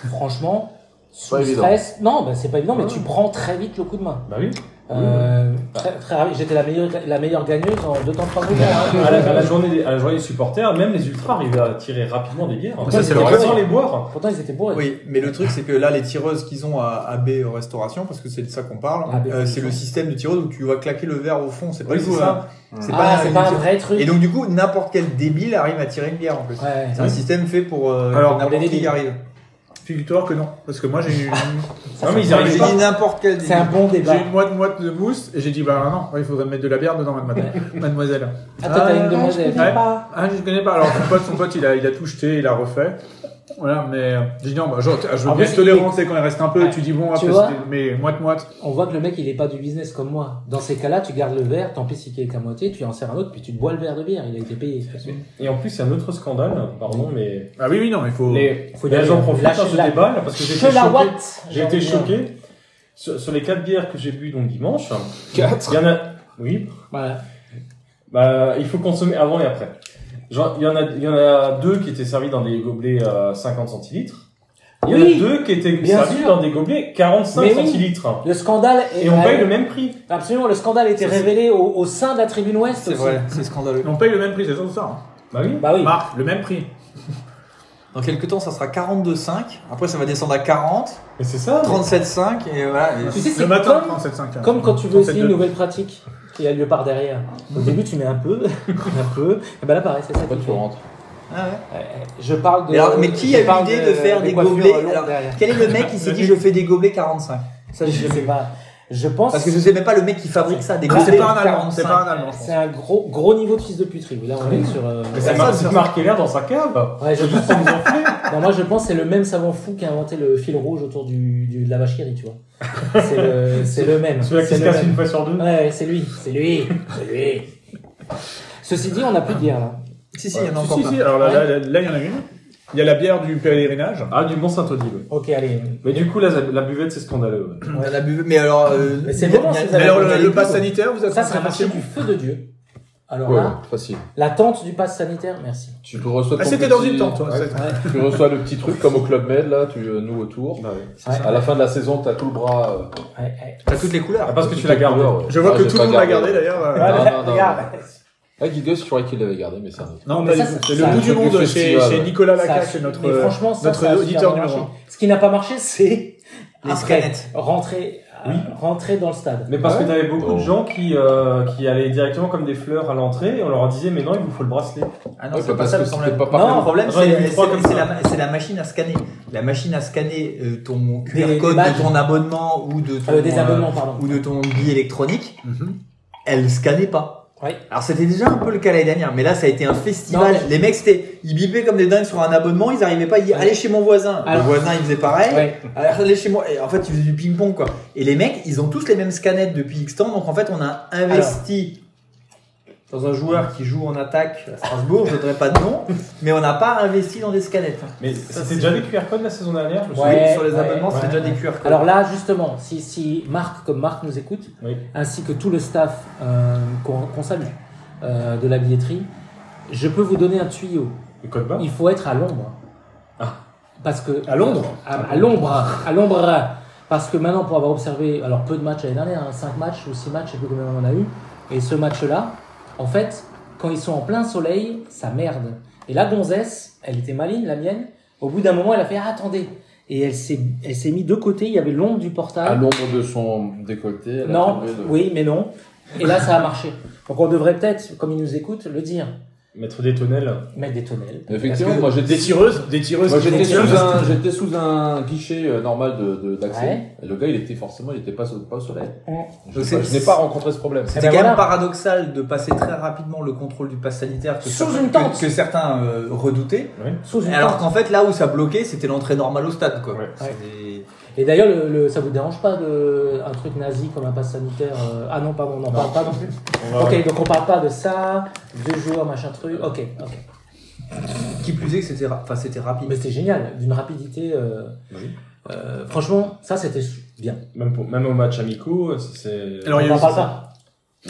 Speaker 8: Franchement, sous
Speaker 11: Pas évident.
Speaker 8: stress, non, bah, c'est pas évident, mais tu prends très vite le coup de main.
Speaker 10: Bah oui.
Speaker 8: Euh, très, très ravi. J'étais la meilleure, la meilleure gagneuse en deux temps trois mouvements. hein.
Speaker 10: À la, à la journée des, à la journée des supporters, même les ultras arrivent à tirer rapidement des bières.
Speaker 6: Ça,
Speaker 10: Ils
Speaker 6: c'est leur
Speaker 10: peuvent
Speaker 6: raison.
Speaker 10: sans les boire.
Speaker 8: Pourtant, ils étaient bourrés.
Speaker 6: Oui, mais le truc c'est que là les tireuses qu'ils ont à AB Restauration, parce que c'est de ça qu'on parle,
Speaker 5: Ah,
Speaker 8: AB
Speaker 6: euh, c'est le système de tireuse où tu vas claquer le verre au fond, c'est pas
Speaker 10: Oui,
Speaker 6: du
Speaker 10: c'est
Speaker 6: tout,
Speaker 10: ça.
Speaker 6: hein. C'est
Speaker 8: Ah,
Speaker 6: pas,
Speaker 8: c'est
Speaker 6: une
Speaker 8: pas un
Speaker 6: tire-
Speaker 8: vrai truc.
Speaker 6: Et donc du coup n'importe quel débile arrive à tirer une bière en plus.
Speaker 8: Ouais.
Speaker 6: C'est un système fait pour euh,
Speaker 5: Alors,
Speaker 6: que
Speaker 8: pour les
Speaker 6: n'importe qui
Speaker 8: débiles.
Speaker 6: y arrive.
Speaker 5: Figure-toi que non, parce que moi j'ai eu,
Speaker 8: Ça,
Speaker 10: Non, mais
Speaker 8: c'est-
Speaker 10: ils
Speaker 6: Non, mais
Speaker 10: arrivent
Speaker 6: J'ai
Speaker 10: pas.
Speaker 6: dit n'importe quel débile.
Speaker 8: C'est un bon
Speaker 5: j'ai
Speaker 8: débat.
Speaker 5: eu une moite moite de mousse et j'ai dit bah non, il faudrait mettre de la bière dedans mademoiselle. mademoiselle.
Speaker 8: Ah, toi, t'as une demoiselle.
Speaker 5: Ouais. Ah je connais pas. Alors son pote, son pote, il a, il a tout jeté, il a refait. Voilà, mais euh, j'ai dit non, bah, genre, je veux
Speaker 8: En
Speaker 5: bien
Speaker 8: plus,
Speaker 5: te les
Speaker 8: il est-
Speaker 5: rendre, c'est quand il reste un peu,
Speaker 8: Ouais.
Speaker 5: tu dis bon,
Speaker 8: Tu
Speaker 5: après,
Speaker 8: vois
Speaker 5: c'était- mais moite moite.
Speaker 8: On voit que le mec, il est pas du business comme moi. Dans ces cas-là, tu gardes le verre, tant pis si qu'il est qu'à moitié, tu en sers un autre, puis tu te bois le verre de bière. Il a été payé. de toute façon.
Speaker 10: Et en plus, il y a un autre scandale, pardon, mais.
Speaker 5: Ah oui, oui, non, il faut.
Speaker 10: Les,
Speaker 8: Faut y
Speaker 10: les
Speaker 8: aller.
Speaker 10: gens profitent
Speaker 8: Lâche
Speaker 10: hein, ce
Speaker 8: la-
Speaker 10: débat là, parce que j'ai
Speaker 8: Que
Speaker 10: été
Speaker 8: la
Speaker 10: choqué.
Speaker 8: watt
Speaker 10: J'ai été
Speaker 8: envie de dire.
Speaker 10: choqué. Sur, sur les quatre bières que j'ai bu donc dimanche, il y en a. Oui,
Speaker 8: Voilà.
Speaker 10: Bah, il faut consommer avant et après. Genre, il y en a, il y en a deux qui étaient servis dans des gobelets euh, 50 centilitres. Il y en
Speaker 8: Oui,
Speaker 10: a deux qui étaient
Speaker 8: bien
Speaker 10: servis
Speaker 8: sûr.
Speaker 10: dans des gobelets 45
Speaker 8: Mais oui.
Speaker 10: centilitres.
Speaker 8: Le scandale est
Speaker 10: Et on paye
Speaker 8: réel.
Speaker 10: le même prix.
Speaker 8: Absolument, le scandale a été
Speaker 10: C'est- c'est-
Speaker 8: révélé au, au sein de la tribune ouest
Speaker 6: C'est
Speaker 8: aussi.
Speaker 6: vrai, c'est scandaleux.
Speaker 5: On paye le même prix, c'est ça, c'est ça. hein.
Speaker 10: Bah oui.
Speaker 8: Bah oui.
Speaker 5: Marc, le même prix.
Speaker 6: Dans quelques temps ça sera 42,5, après ça va descendre à 40,
Speaker 10: Mais c'est ça.
Speaker 6: 37,5 et voilà. et-
Speaker 8: Tu sais, c'est
Speaker 5: Le matin,
Speaker 8: comme-
Speaker 5: 37,5. hein.
Speaker 8: Comme quand tu veux essayer
Speaker 5: 37,2.
Speaker 8: une nouvelle pratique qui a lieu par derrière.
Speaker 10: Mm-hmm.
Speaker 8: Au début, tu mets un peu, un peu, et ben là, pareil, c'est ça.
Speaker 11: Après,
Speaker 8: qu'il
Speaker 11: tu
Speaker 8: faut.
Speaker 11: rentres.
Speaker 6: Ah ouais.
Speaker 8: Je parle de.
Speaker 6: Mais alors, mais qui a
Speaker 8: je parle
Speaker 6: eu l'idée de faire des
Speaker 8: coiffures
Speaker 6: gobelets
Speaker 8: longues
Speaker 6: Alors,
Speaker 8: derrière.
Speaker 6: Quel est le mec qui s'est dit je fais des gobelets 45
Speaker 8: Ça, je sais pas. Je pense.
Speaker 6: Parce que je sais même pas le mec qui fabrique ça, des
Speaker 5: Ah,
Speaker 6: gobelets
Speaker 5: c'est pas un allemand,
Speaker 6: 45.
Speaker 5: c'est pas un allemand. je pense.
Speaker 8: c'est un gros, gros niveau de fils de puterie. Là, on est sur. euh,
Speaker 10: Mais c'est
Speaker 6: ça,
Speaker 10: mar-
Speaker 6: c'est
Speaker 10: c'est
Speaker 6: ça.
Speaker 10: marqué l'air dans sa cave.
Speaker 8: Ouais, je pense. non, moi, je pense que c'est le même savant fou qui a inventé le fil rouge autour du, du- de la vache qui rit, tu vois. C'est le, c'est le même.
Speaker 10: Celui-là qui
Speaker 8: C'est
Speaker 10: se
Speaker 8: le
Speaker 10: casse
Speaker 8: même.
Speaker 10: une fois sur deux.
Speaker 8: Ouais, ouais, c'est lui, c'est lui, c'est lui. Ceci dit, on n'a plus de bière là.
Speaker 6: Si, si, il y en
Speaker 5: Si,
Speaker 6: a encore
Speaker 5: si,
Speaker 6: plein.
Speaker 5: si, alors là, là, là, là, il y en a une. Il y a la bière du pèlerinage.
Speaker 10: Ah, du Mont-Saint-Odile, oui.
Speaker 8: Ok, allez.
Speaker 10: Mais du coup, la, la buvette, c'est scandaleux. ouais.
Speaker 6: On a la buvette, mais alors. euh,
Speaker 8: Mais c'est
Speaker 6: il y a-
Speaker 8: bon,
Speaker 6: il y a-
Speaker 8: c'est-
Speaker 6: mais
Speaker 5: Mais
Speaker 8: la
Speaker 5: alors,
Speaker 8: bière
Speaker 5: le,
Speaker 8: du
Speaker 5: le
Speaker 8: Lido.
Speaker 5: pass sanitaire, vous êtes
Speaker 8: Ça, c'est un marché
Speaker 5: passé
Speaker 8: du feu de Dieu. Alors
Speaker 11: Ouais,
Speaker 8: là,
Speaker 11: facile.
Speaker 8: l'attente du pass sanitaire, merci.
Speaker 11: Tu reçois
Speaker 5: Ah,
Speaker 11: ton
Speaker 5: c'était dans
Speaker 11: petit-
Speaker 5: une tente, toi. c'est-
Speaker 11: Tu reçois le petit truc comme au Club Med, là, tu, euh, nous autour.
Speaker 10: Bah, ouais.
Speaker 8: Ouais,
Speaker 11: À la fin de la saison, t'as tout le bras. euh,
Speaker 8: ouais, ouais.
Speaker 6: T'as toutes les couleurs.
Speaker 10: Ah, parce que
Speaker 11: toutes
Speaker 10: tu l'as
Speaker 11: les
Speaker 10: gardé.
Speaker 11: couleurs, ouais.
Speaker 5: Je vois
Speaker 11: Ah,
Speaker 5: que
Speaker 11: j'ai
Speaker 5: tout
Speaker 11: pas
Speaker 5: le monde l'a
Speaker 11: gardé.
Speaker 5: gardé d'ailleurs. euh.
Speaker 11: Non, non, non.
Speaker 8: Regarde.
Speaker 11: Ah, Guido, je croyais qu'il l'avait gardé, mais c'est un autre.
Speaker 5: Non,
Speaker 8: Mais
Speaker 5: mais
Speaker 8: ça,
Speaker 5: les-
Speaker 8: ça-
Speaker 5: c'est
Speaker 8: ça-
Speaker 5: le bout du
Speaker 11: le
Speaker 5: monde
Speaker 11: festival,
Speaker 5: chez,
Speaker 11: ouais.
Speaker 5: chez Nicolas
Speaker 8: Ça a
Speaker 5: Lacache,
Speaker 8: su-
Speaker 5: notre, euh,
Speaker 8: mais franchement, ça,
Speaker 5: notre
Speaker 8: ça a super
Speaker 5: auditeur
Speaker 8: bien
Speaker 5: numéro
Speaker 8: marché. Ce qui n'a pas marché, c'est
Speaker 6: Les
Speaker 8: après,
Speaker 6: scanettes.
Speaker 8: rentrer,
Speaker 10: Oui.
Speaker 8: rentrer dans le stade.
Speaker 10: Mais parce que t'avais beaucoup
Speaker 11: Oh.
Speaker 10: de gens qui, euh, qui allaient directement comme des fleurs à l'entrée et on leur disait, mais non, il vous faut le bracelet.
Speaker 6: Ah
Speaker 11: Ouais, bah,
Speaker 6: non, c'est pas
Speaker 11: parce
Speaker 6: ça
Speaker 11: que
Speaker 6: le
Speaker 11: c'était
Speaker 6: problème.
Speaker 11: pas
Speaker 6: Non,
Speaker 11: parfait.
Speaker 6: le problème,
Speaker 10: J'en ai vu
Speaker 6: c'est
Speaker 10: trois
Speaker 6: c'est-
Speaker 10: comme
Speaker 6: c'est
Speaker 10: ça.
Speaker 6: la, c'est la machine à scanner. La machine à scanner euh, ton QR
Speaker 8: Des-
Speaker 6: code
Speaker 8: des
Speaker 6: de ton abonnement ou de ton,
Speaker 8: Euh, des
Speaker 6: euh,
Speaker 8: abonnements, pardon.
Speaker 6: ou de ton billet électronique,
Speaker 8: Mhm.
Speaker 6: elle scannait pas.
Speaker 8: Ouais.
Speaker 6: Alors c'était déjà un peu le cas l'année dernière, mais là ça a été un festival.
Speaker 8: Non, mais-
Speaker 6: Les mecs, c'était, ils bipaient comme des dingues sur un abonnement, ils arrivaient pas à dire
Speaker 8: Ouais.
Speaker 6: allez chez mon voisin.
Speaker 8: Alors-
Speaker 6: le voisin il faisait pareil.
Speaker 8: Ouais.
Speaker 6: Alors, allez chez moi. Et en fait, ils faisaient du ping-pong quoi. Et les mecs, ils ont tous les mêmes scanettes depuis X temps, donc en fait on a investi dans un joueur qui joue en attaque à Strasbourg, je ne donnerai pas de nom, mais on n'a pas investi dans des scanettes.
Speaker 10: Mais c'était déjà des QR codes la saison dernière, je me
Speaker 8: Ouais.
Speaker 10: souviens.
Speaker 6: sur les abonnements, c'est
Speaker 8: ouais.
Speaker 6: déjà des QR codes.
Speaker 8: Alors là, justement, si, si Marc, comme Marc nous écoute,
Speaker 10: Oui.
Speaker 8: ainsi que tout le staff euh, qu'on qu'on salue euh, de la billetterie, je peux vous donner un tuyau.
Speaker 10: Le code barre.
Speaker 8: Il faut être à l'ombre.
Speaker 10: Ah.
Speaker 8: Parce que
Speaker 5: À Londres
Speaker 8: à,
Speaker 11: Ah.
Speaker 8: à l'ombre, à l'ombre. Parce que maintenant, pour avoir observé, alors peu de matchs l'année dernière, 5 matchs ou 6 matchs, je sais plus combien on en a eu. Et ce match-là, en fait, quand ils sont en plein soleil, ça merde. Et la gonzesse, elle était maligne, la mienne. Au bout d'un moment, elle a fait Ah, attendez. Et elle s'est, elle s'est mise de côté. Il y avait l'ombre du
Speaker 11: À
Speaker 8: portail.
Speaker 11: l'ombre de son décolleté. elle a
Speaker 8: non,
Speaker 11: trouvé le-
Speaker 8: oui, mais non. Et là, ça a marché. Donc on devrait peut-être, comme ils nous écoutent, le dire.
Speaker 10: Mettre des tonnelles.
Speaker 8: Mettre des tonnelles.
Speaker 11: Effectivement, moi j'étais
Speaker 5: Des tireuses, des tireuses.
Speaker 11: Moi
Speaker 5: qui
Speaker 11: j'étais
Speaker 5: fonctionnent.
Speaker 11: sous un, j'étais sous un guichet euh, normal de, de- d'accès.
Speaker 8: Ouais.
Speaker 11: Et Le gars, il était forcément, il était pas, au- pas au soleil.
Speaker 8: Ouais.
Speaker 11: Je,
Speaker 6: Donc
Speaker 11: sais pas-
Speaker 6: c'est-
Speaker 11: je n'ai pas rencontré ce problème.
Speaker 8: Eh
Speaker 6: C'était
Speaker 8: ben
Speaker 6: quand même
Speaker 8: voilà.
Speaker 6: paradoxal de passer très rapidement le contrôle du pass sanitaire que,
Speaker 8: Sous
Speaker 6: certains,
Speaker 8: une tente.
Speaker 6: que, que certains euh, redoutaient.
Speaker 8: Sous une
Speaker 6: Alors
Speaker 8: tente.
Speaker 6: qu'en fait, là où ça bloquait, c'était l'entrée normale au stade. Quoi.
Speaker 10: Ouais.
Speaker 6: C'est-
Speaker 8: Et d'ailleurs, le, le- ça vous dérange pas de, un truc nazi comme un pass sanitaire euh, Ah non, pardon, on n'en parle pas non plus. Ok, donc on parle pas de ça, deux joueurs, machin truc. Ok, ok.
Speaker 6: Qui plus est que c'était, ra- enfin, c'était rapide.
Speaker 8: Mais c'était génial, d'une rapidité. euh,
Speaker 10: Oui.
Speaker 8: euh, franchement, ça c'était bien.
Speaker 10: Même, pour, même au match amicaux, c'est.
Speaker 5: Alors, il y
Speaker 8: on
Speaker 5: a
Speaker 8: en
Speaker 5: eu
Speaker 8: parle
Speaker 5: ça.
Speaker 8: pas.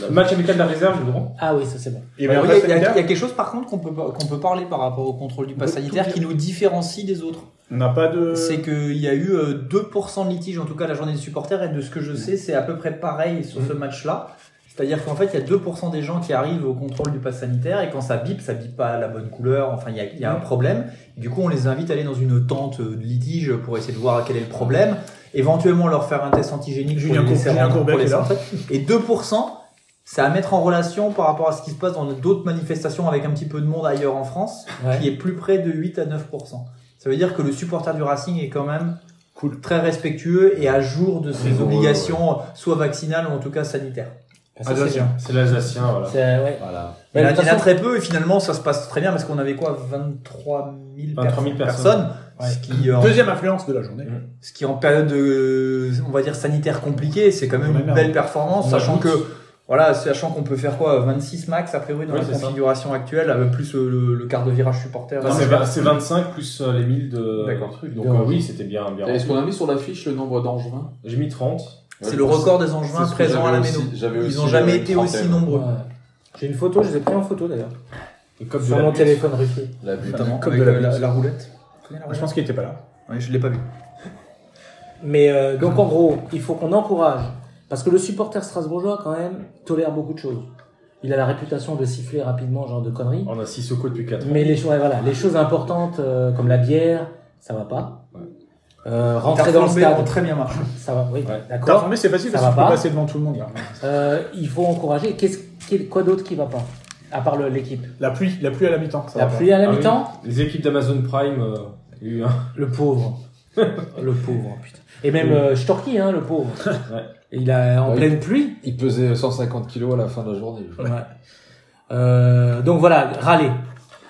Speaker 10: Le match amical de ben, la réserve, je comprends.
Speaker 8: Ah oui, ça c'est bon.
Speaker 5: Il y avait
Speaker 6: Alors,
Speaker 5: un
Speaker 6: Bah Il y, a-
Speaker 5: pass
Speaker 6: il y a- il y
Speaker 5: sanitaire.
Speaker 6: a quelque chose par contre qu'on peut, pas- qu'on peut parler par rapport au contrôle du pass sanitaire qui nous différencie des autres.
Speaker 5: On n'a pas
Speaker 8: Euh.
Speaker 5: de.
Speaker 6: C'est qu'il y a eu euh, 2% de litiges, en tout cas la journée des supporters, et de ce que je sais, c'est à peu près pareil
Speaker 8: Mm.
Speaker 6: sur ce match-là. C'est-à-dire qu'en fait, il y a 2% des gens qui arrivent au contrôle du pass sanitaire, et quand ça bip, ça bip pas la bonne couleur, enfin, il y a, il y
Speaker 8: Mm.
Speaker 6: a un problème. Du coup, on les invite à aller dans une tente euh, de litige pour essayer de voir quel est le problème, éventuellement leur faire un test antigénique pour
Speaker 5: Julien
Speaker 6: les
Speaker 5: Cour-
Speaker 6: laisser
Speaker 5: Julien
Speaker 6: rentrer,
Speaker 5: Courbet
Speaker 6: pour les
Speaker 5: qui est là.
Speaker 6: laisser rentrer. Et 2%, c'est à mettre en relation par rapport à ce qui se passe dans d'autres manifestations avec un petit peu de monde ailleurs en France
Speaker 8: Ouais.
Speaker 6: qui est plus près de 8 à 9%. Ça veut dire que le supporter du Racing est quand même cool, très respectueux et à jour de ses
Speaker 11: Rigoureux,
Speaker 6: obligations, soit vaccinales ou en tout cas sanitaires.
Speaker 8: Ça, c'est
Speaker 5: Alsacien.
Speaker 8: bien.
Speaker 10: C'est l'Alsacien, voilà.
Speaker 8: C'est- ouais.
Speaker 11: Voilà.
Speaker 8: Mais
Speaker 6: il y en
Speaker 8: de
Speaker 6: a-
Speaker 8: toute
Speaker 6: il y en a
Speaker 8: façon-
Speaker 6: très peu et finalement ça se passe très bien parce qu'on avait quoi 23 000,
Speaker 10: 23 000
Speaker 6: personnes, ce, qui, en,
Speaker 5: Deuxième influence de la journée.
Speaker 6: ce qui en période de, on va dire sanitaire compliquée, c'est quand même
Speaker 5: Ouais,
Speaker 6: une
Speaker 5: merde.
Speaker 6: belle performance,
Speaker 10: On
Speaker 6: sachant
Speaker 10: ajoute.
Speaker 6: que voilà, sachant qu'on peut faire quoi 26 max a priori dans
Speaker 10: Oui,
Speaker 6: la
Speaker 10: c'est ça.
Speaker 6: configuration actuelle, avec plus euh, le, le quart de virage supporter.
Speaker 10: Non, c'est vingt- c'est 25 plus euh, les 1000 de.
Speaker 6: D'accord.
Speaker 10: truc. Donc,
Speaker 8: Bien.
Speaker 10: euh, oui, c'était bien. bien.
Speaker 11: Et Est-ce qu'on a mis sur l'affiche le nombre d'angevins
Speaker 10: J'ai mis 30.
Speaker 6: C'est le record des
Speaker 11: C'est
Speaker 6: Angevins
Speaker 11: ce que
Speaker 6: présents à la
Speaker 11: j'avais
Speaker 6: Méno.
Speaker 11: aussi- j'avais
Speaker 6: Ils
Speaker 11: aussi,
Speaker 6: n'ont jamais
Speaker 11: euh,
Speaker 6: été
Speaker 11: une
Speaker 6: aussi
Speaker 11: trentaine.
Speaker 6: nombreux.
Speaker 8: Ouais. J'ai une photo, je les ai pris en photo d'ailleurs.
Speaker 10: Le code de
Speaker 8: Sur
Speaker 10: la
Speaker 8: mon
Speaker 10: butte.
Speaker 8: téléphone Ricky.
Speaker 11: La butte.
Speaker 6: Notamment
Speaker 5: Comme
Speaker 6: avec
Speaker 5: de la
Speaker 6: euh, la,
Speaker 5: bise.
Speaker 6: la roulette.
Speaker 5: Je pense qu'il n'était pas là.
Speaker 6: Ouais, je l'ai pas vu.
Speaker 8: Mais euh, donc en gros, il faut qu'on encourage. Parce que le supporter strasbourgeois, quand même, tolère beaucoup de choses. Il a la réputation de siffler rapidement, genre de conneries.
Speaker 10: On a Sissoko depuis 4 ans.
Speaker 8: Mais les, choses- ouais, voilà, les choses importantes euh, comme la bière, ça va pas.
Speaker 10: Ouais.
Speaker 8: Euh, rentrer dans le
Speaker 6: Interflambé ont
Speaker 8: stade,
Speaker 6: très bien marché.
Speaker 8: ça va, oui,
Speaker 10: Ouais.
Speaker 5: T'as
Speaker 8: d'accord.
Speaker 5: informé, c'est facile
Speaker 8: Ça
Speaker 5: parce que
Speaker 8: va
Speaker 5: tu peux
Speaker 8: pas.
Speaker 5: passer devant tout le monde. là.
Speaker 8: Euh, il faut encourager. Qu'est-ce, qu'il- quoi d'autre qui va pas À part le- l'équipe.
Speaker 5: La pluie, la pluie à la mi-temps. ça
Speaker 8: La
Speaker 5: va pas.
Speaker 8: pluie à la
Speaker 10: Ah oui.
Speaker 8: mi-temps
Speaker 10: Les équipes d'Amazon Prime, euh, il y a eu un.
Speaker 8: Le pauvre. le pauvre, putain. Et même
Speaker 10: Oui.
Speaker 8: euh, Storky, hein, le pauvre. Il a en
Speaker 11: Ouais.
Speaker 8: pleine pluie.
Speaker 11: Il pesait 150 kilos à la fin de la journée.
Speaker 8: Ouais. Euh, donc voilà, râler.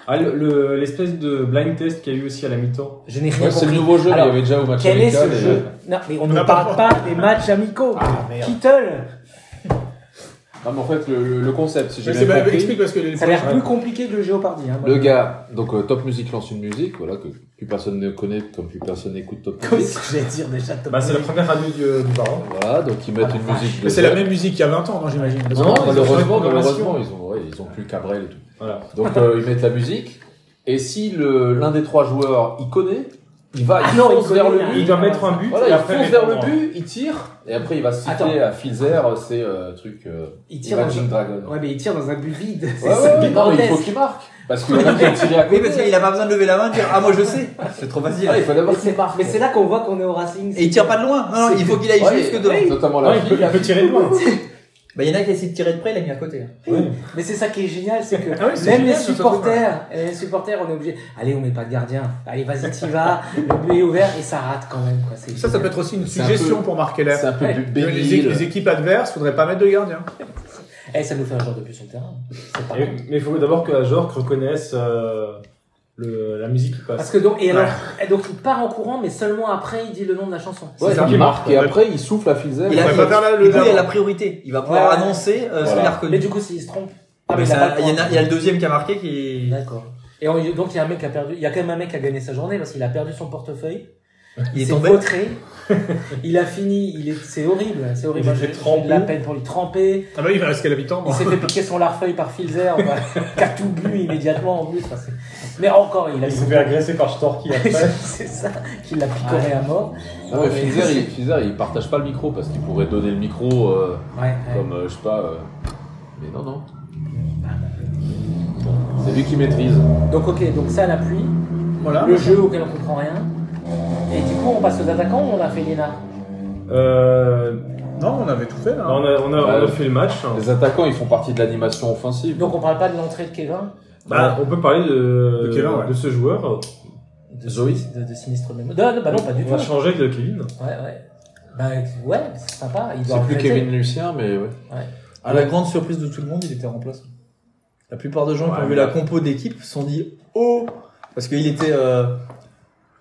Speaker 10: Ah, le- le- l'espèce de blind test qu'il y a eu aussi à la mi-temps.
Speaker 8: Je n'ai rien
Speaker 11: Ouais,
Speaker 8: compris.
Speaker 11: c'est le nouveau jeu, mais
Speaker 8: Alors,
Speaker 11: il y avait déjà au match
Speaker 8: Quel est ce
Speaker 11: amical et- euh,
Speaker 8: jeu Non, mais on, ne
Speaker 5: n'a pas
Speaker 8: parle pas des matchs amicaux. Kittle
Speaker 11: Non, mais en fait, le, le- le concept, si j'ai
Speaker 5: Mais c'est-
Speaker 11: bien
Speaker 5: bah,
Speaker 11: compris,
Speaker 5: explique parce que les
Speaker 8: Ça a l'air
Speaker 5: prochains-
Speaker 8: plus compliqué que le Géopardy. Hein,
Speaker 11: le
Speaker 8: moi.
Speaker 11: gars, donc euh, Top Music lance une musique, voilà, que plus personne ne connaît, comme plus personne n'écoute Top
Speaker 8: Comme
Speaker 11: Music.
Speaker 8: si j'allais dire déjà Top
Speaker 10: Bah, c'est la
Speaker 8: Music.
Speaker 10: première radio du, du baron.
Speaker 11: Voilà, donc ils mettent
Speaker 8: Ah,
Speaker 11: une
Speaker 8: vache.
Speaker 11: musique de.
Speaker 5: Mais c'est la même musique qu'il y a 20 ans, non, j'imagine. parce
Speaker 11: Non,
Speaker 10: ils
Speaker 5: que-
Speaker 10: ont changé de
Speaker 11: malheureusement,
Speaker 10: programmation.
Speaker 11: malheureusement, ils ont, ouais, ils ont plus Cabrel et tout.
Speaker 10: Voilà.
Speaker 11: Donc euh, ils mettent la musique, et si le- l'un des trois joueurs y connaît, il va, Bah, il
Speaker 8: non, il
Speaker 11: fonce vers
Speaker 8: connaît,
Speaker 11: le
Speaker 8: hein,
Speaker 11: but.
Speaker 10: Il doit mettre un but
Speaker 11: Voilà,
Speaker 10: et
Speaker 11: il
Speaker 10: après
Speaker 11: fonce vers le
Speaker 10: répondre.
Speaker 11: but, il tire, et après il va citer
Speaker 8: Attends.
Speaker 11: à Filzer ses euh, trucs euh,
Speaker 8: Il tire dans
Speaker 11: Imagine
Speaker 8: un...
Speaker 11: Dragon.
Speaker 8: Ouais, mais il tire dans un but vide. C'est
Speaker 11: Ouais, ouais,
Speaker 8: ça qui
Speaker 11: mais
Speaker 8: est
Speaker 11: non, mais il faut
Speaker 8: grotesque.
Speaker 11: qu'il marque. Parce qu'il y en a qui ont tiré à
Speaker 6: Oui,
Speaker 11: côté.
Speaker 6: parce qu'il a pas besoin de lever la main et de dire Ah, moi je sais. C'est trop facile.
Speaker 11: Ah, il faut d'abord
Speaker 8: Mais c'est-
Speaker 11: qu'il marque.
Speaker 8: Mais c'est là qu'on voit qu'on est au Racing.
Speaker 6: Et il tire pas de loin. Non, non, il faut qu'il aille
Speaker 11: Ouais,
Speaker 6: jusque dedans.
Speaker 11: et- Notamment la
Speaker 10: Ouais, il
Speaker 11: fille,
Speaker 10: peut- il
Speaker 11: la
Speaker 10: peut
Speaker 11: fille.
Speaker 10: tirer de loin.
Speaker 6: Bah, il y en a qui essaient de tirer de près, il a mis à côté. hein.
Speaker 8: Mais c'est ça qui est génial, c'est que
Speaker 5: Ah oui, c'est
Speaker 8: même
Speaker 5: génial,
Speaker 8: les
Speaker 5: ce truc,
Speaker 8: supporters, les supporters, on est obligé. Allez, on met pas de gardien. Allez, vas-y, t'y vas. Le but est ouvert et ça rate quand même. Quoi.
Speaker 5: Ça, ça peut être aussi une
Speaker 11: C'est un
Speaker 5: suggestion
Speaker 11: peu-
Speaker 5: pour marquer
Speaker 11: C'est
Speaker 5: l'air.
Speaker 11: un peu
Speaker 8: Ouais.
Speaker 11: du
Speaker 5: Les, é-
Speaker 11: bénil.
Speaker 5: les équipes adverses, faudrait pas mettre de gardien.
Speaker 8: Eh, ça nous fait un genre de plus sur le terrain. C'est pas
Speaker 10: Et-
Speaker 8: mal.
Speaker 10: mais il faut d'abord que la Jork reconnaisse euh, le, la musique qui
Speaker 8: Parce
Speaker 10: passe.
Speaker 8: que donc, et alors, et donc il part en courant, mais seulement après il dit le nom de la chanson.
Speaker 11: Ouais,
Speaker 5: C'est ça.
Speaker 11: il marque et après il souffle à Filzer.
Speaker 6: Il a,
Speaker 5: va
Speaker 6: il-
Speaker 5: pas faire là, le
Speaker 6: du coup, il a
Speaker 5: d'avant.
Speaker 6: la priorité. Il va pouvoir
Speaker 8: Ouais.
Speaker 6: annoncer euh,
Speaker 11: Voilà.
Speaker 6: ce qu'il a
Speaker 8: Mais
Speaker 6: reconnu.
Speaker 8: du coup, s'il se trompe.
Speaker 6: Ah, mais
Speaker 8: il a
Speaker 6: ça-
Speaker 8: pas de
Speaker 6: il, y en
Speaker 8: point.
Speaker 6: a, il y a le deuxième qui a marqué qui.
Speaker 8: D'accord. Et on- donc il y a un mec qui a perdu. Il y a quand même un mec qui a gagné sa journée parce qu'il a perdu son portefeuille.
Speaker 6: Il est
Speaker 8: s'est
Speaker 6: tombé.
Speaker 8: vautré. il a fini. Il est. C'est horrible. C'est horrible.
Speaker 10: Il
Speaker 8: Moi, j'ai-
Speaker 10: était
Speaker 8: j'ai eu de la
Speaker 10: trempé.
Speaker 8: peine pour lui tremper.
Speaker 5: Ah bah oui, il va rester à l'habitant.
Speaker 8: Il s'est fait piquer son larfeuille par Filzer. Enfin, qui a tout bu immédiatement en plus. Enfin, c'est- mais encore, il a.
Speaker 10: Ah, Il s'est fait agresser par Storky après.
Speaker 8: C'est ça. Qu'il l'a picoré à mort.
Speaker 11: Non, mais Filzer, il, Filzer, il partage pas le micro parce qu'il pourrait donner le micro euh,
Speaker 8: Ouais. ouais.
Speaker 11: comme euh, je sais pas. euh, Mais non, non. C'est lui qui maîtrise.
Speaker 8: Donc ok. Donc ça, la pluie.
Speaker 5: Voilà.
Speaker 8: le jeu auquel on comprend rien. Et du coup, on passe aux attaquants ou on a fait Léna
Speaker 10: Euh,
Speaker 5: Non, on avait tout fait hein. là.
Speaker 10: on, a, on, a, on a fait le match.
Speaker 11: Les attaquants, ils font partie de l'animation offensive.
Speaker 8: Donc on parle pas de l'entrée de Kevin.
Speaker 10: Bah, on peut parler de,
Speaker 5: De Kevin, ouais.
Speaker 10: de ce joueur.
Speaker 8: De,
Speaker 11: Zoé.
Speaker 8: de, de sinistre mémoire. Non, non, bah non, pas du
Speaker 10: on
Speaker 8: tout.
Speaker 10: a changé avec le Kevin.
Speaker 8: Ouais, ouais. Bah ouais, c'est sympa. Il doit
Speaker 11: C'est plus
Speaker 8: regretter.
Speaker 11: Kevin Lucien, mais ouais.
Speaker 6: À la grande surprise de tout le monde, il était remplaçant. La plupart des gens qui
Speaker 10: Ouais,
Speaker 6: ont vu
Speaker 10: mais-
Speaker 6: la compo d'équipe se sont dit Oh Parce qu'il était. euh,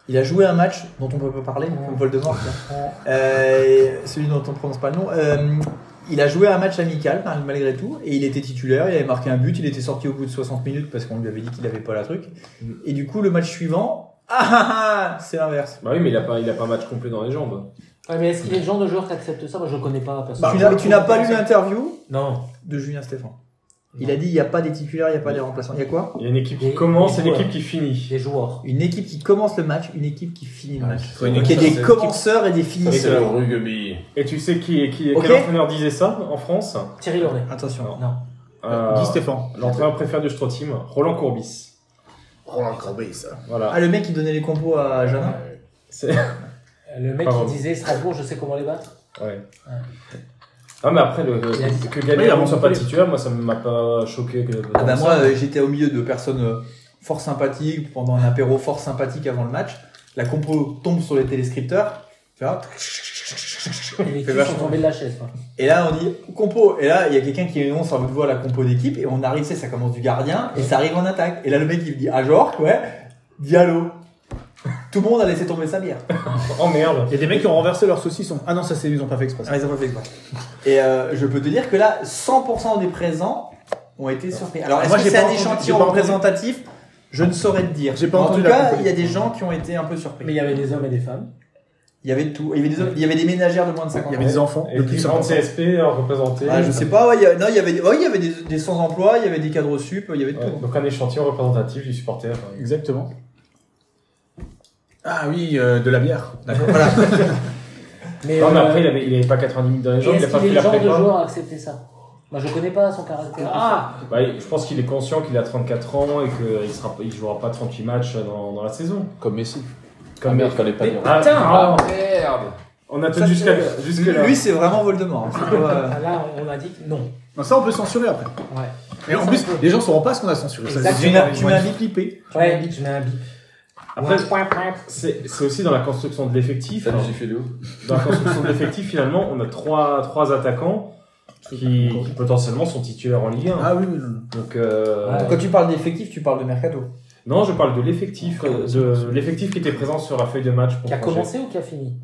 Speaker 6: il a joué un match dont on peut pas parler, comme Voldemort. hein. Euh, celui dont on prononce pas le nom. Euh, il a joué un match amical mal- malgré tout et il était titulaire, il avait marqué un but, il était sorti au bout de 60 minutes parce qu'on lui avait dit qu'il avait pas la truc. Et du coup, le match suivant, ah, ah, ah, c'est l'inverse.
Speaker 10: Bah oui, mais il a pas, il a pas un match complet dans les jambes.
Speaker 8: Ouais, mais est-ce qu'il est le genre de joueur qui accepte ça Moi, je le connais pas
Speaker 6: tu
Speaker 8: personnellement.
Speaker 6: n'as- tu n'as pas lu l'interview
Speaker 8: Non.
Speaker 6: de Julien Stéphane. Il a dit il n'y a pas des titulaires, il n'y a pas des remplaçants. Il y a quoi
Speaker 10: Il y a une équipe
Speaker 8: Et-
Speaker 10: qui commence et
Speaker 8: et
Speaker 10: une
Speaker 8: quoi
Speaker 10: équipe qui finit.
Speaker 8: Les joueurs.
Speaker 6: Une équipe qui commence le match, une équipe qui finit le match.
Speaker 5: Faut une
Speaker 6: Donc il y a
Speaker 5: équipe,
Speaker 6: des
Speaker 5: c'est-
Speaker 6: commenceurs et des finisseurs.
Speaker 10: le
Speaker 11: rugby.
Speaker 10: Et tu sais qui, qui
Speaker 6: Ok.
Speaker 10: quel entraîneur disait ça en France
Speaker 8: Thierry Loré.
Speaker 6: Attention.
Speaker 8: Non.
Speaker 10: Euh,
Speaker 5: Guy Stéphane.
Speaker 10: L'entraîneur préféré du Stro Team, Roland Courbis.
Speaker 5: Roland Courbis. ça.
Speaker 10: Voilà.
Speaker 6: Ah, le mec qui donnait les compos à Jeanne.
Speaker 10: C'est-
Speaker 8: Le mec
Speaker 10: Pardon.
Speaker 8: qui disait Strasbourg, je sais comment les battre.
Speaker 10: Ouais. Ah, mais après, le,
Speaker 8: Il a dit-
Speaker 10: que
Speaker 5: Oui, il a
Speaker 10: Galliano ne soit pas
Speaker 5: montré.
Speaker 10: titulaire, moi ça m'a pas choqué. Que,
Speaker 6: Ah bah moi, euh, j'étais au milieu de personnes euh, fort sympathiques, pendant un apéro fort sympathique avant le match. La compo tombe sur les téléscripteurs. Tu vois
Speaker 8: Et les filles sont
Speaker 6: vachement.
Speaker 8: tombées de la chaise. quoi.
Speaker 6: Et là, on dit compo. Et là, il y a quelqu'un qui énonce à votre voix la compo d'équipe. Et on arrive, tu sais, ça commence du gardien. Et ça arrive en attaque. Et là, le mec, il dit Ah, genre, ouais, Diallo. Tout le monde a laissé tomber sa bière.
Speaker 10: Oh merde.
Speaker 5: Il y a des mecs qui ont renversé leur saucisson. Ah non, ça c'est ils ont pas fait exprès.
Speaker 6: Ah, ils ont pas fait exprès. Et euh, je peux te dire que là, 100% des présents ont été surpris. Alors, est-ce
Speaker 5: Moi,
Speaker 6: que
Speaker 5: j'ai
Speaker 6: c'est
Speaker 5: pas
Speaker 6: un
Speaker 5: entendu-
Speaker 6: échantillon
Speaker 5: j'ai pas entendu.
Speaker 6: représentatif Je ne saurais te dire.
Speaker 5: J'ai pas
Speaker 6: en
Speaker 5: entendu
Speaker 6: tout
Speaker 5: la
Speaker 6: cas,
Speaker 5: compo.
Speaker 6: il y a des gens qui ont été un peu surpris.
Speaker 8: Mais il y avait des hommes et des femmes.
Speaker 6: Il y avait de tout. Il y avait des, hommes- il y avait des ménagères de moins de
Speaker 5: Il
Speaker 6: 50
Speaker 5: y avait des enfants.
Speaker 10: Et
Speaker 5: de
Speaker 10: le
Speaker 5: plus de
Speaker 10: grand
Speaker 5: 50.
Speaker 10: CSP euh, représenté.
Speaker 6: Ah, je sais pas, ouais, il y a- non, il y avait, ouais, il y avait des, des sans-emploi, il y avait des cadres sup, il y avait de
Speaker 10: Ouais,
Speaker 6: tout.
Speaker 10: Euh, donc un échantillon représentatif du supporter.
Speaker 5: Exactement. Ah oui, euh, de la bière. D'accord.
Speaker 6: Voilà.
Speaker 8: Mais,
Speaker 10: Non, mais
Speaker 8: euh,
Speaker 10: après, il avait, il avait pas 90 minutes dans les
Speaker 8: et
Speaker 10: jambes, il
Speaker 8: est-ce
Speaker 10: a pas
Speaker 8: qu'il est
Speaker 10: fait la
Speaker 8: le genre de
Speaker 10: prépa.
Speaker 8: joueur à accepter ça Moi, je connais pas son caractère.
Speaker 10: Ah Bah, je pense qu'il est conscient qu'il a 34 ans et qu'il sera, il jouera pas 38 matchs dans, dans la saison.
Speaker 11: Comme Messi.
Speaker 10: Comme
Speaker 11: ah merde, fallait pas
Speaker 8: Mais-
Speaker 11: dire.
Speaker 10: Ah,
Speaker 8: Putain,
Speaker 10: ah,
Speaker 11: merde
Speaker 10: On a
Speaker 6: Ça,
Speaker 10: tenu jusqu'à jusque là.
Speaker 6: Lui, c'est vraiment Voldemort. C'est pas, euh,
Speaker 8: Ah, Là, on a dit que non.
Speaker 5: Non, ça on peut censurer après.
Speaker 8: Ouais.
Speaker 5: Mais en
Speaker 8: Ça,
Speaker 5: plus,
Speaker 8: on peut.
Speaker 5: les gens sauront pas ce qu'on a censuré. Ça,
Speaker 8: Exact.
Speaker 5: c'est
Speaker 6: Tu m'as-
Speaker 5: génial.
Speaker 6: tu
Speaker 5: Ils vont
Speaker 6: m'as
Speaker 5: être
Speaker 6: mis-
Speaker 5: flippés.
Speaker 8: Ouais, je mets un bip.
Speaker 10: Après,
Speaker 8: Point, point, point.
Speaker 10: c'est c'est aussi dans la construction de l'effectif.
Speaker 11: Salut,
Speaker 10: hein.
Speaker 11: j'ai fait Léo.
Speaker 10: Dans la construction de l'effectif, finalement, on a trois, trois attaquants qui, qui potentiellement sont titulaires en Ligue 1.
Speaker 5: Ah oui, oui, oui.
Speaker 10: Donc, euh,
Speaker 8: Ouais.
Speaker 6: Quand tu parles d'effectif, tu parles de mercato.
Speaker 10: non, je parle de l'effectif, euh, de l'effectif qui était présent sur la feuille de match pour
Speaker 8: Qui a
Speaker 10: Angers.
Speaker 8: commencé ou qui a fini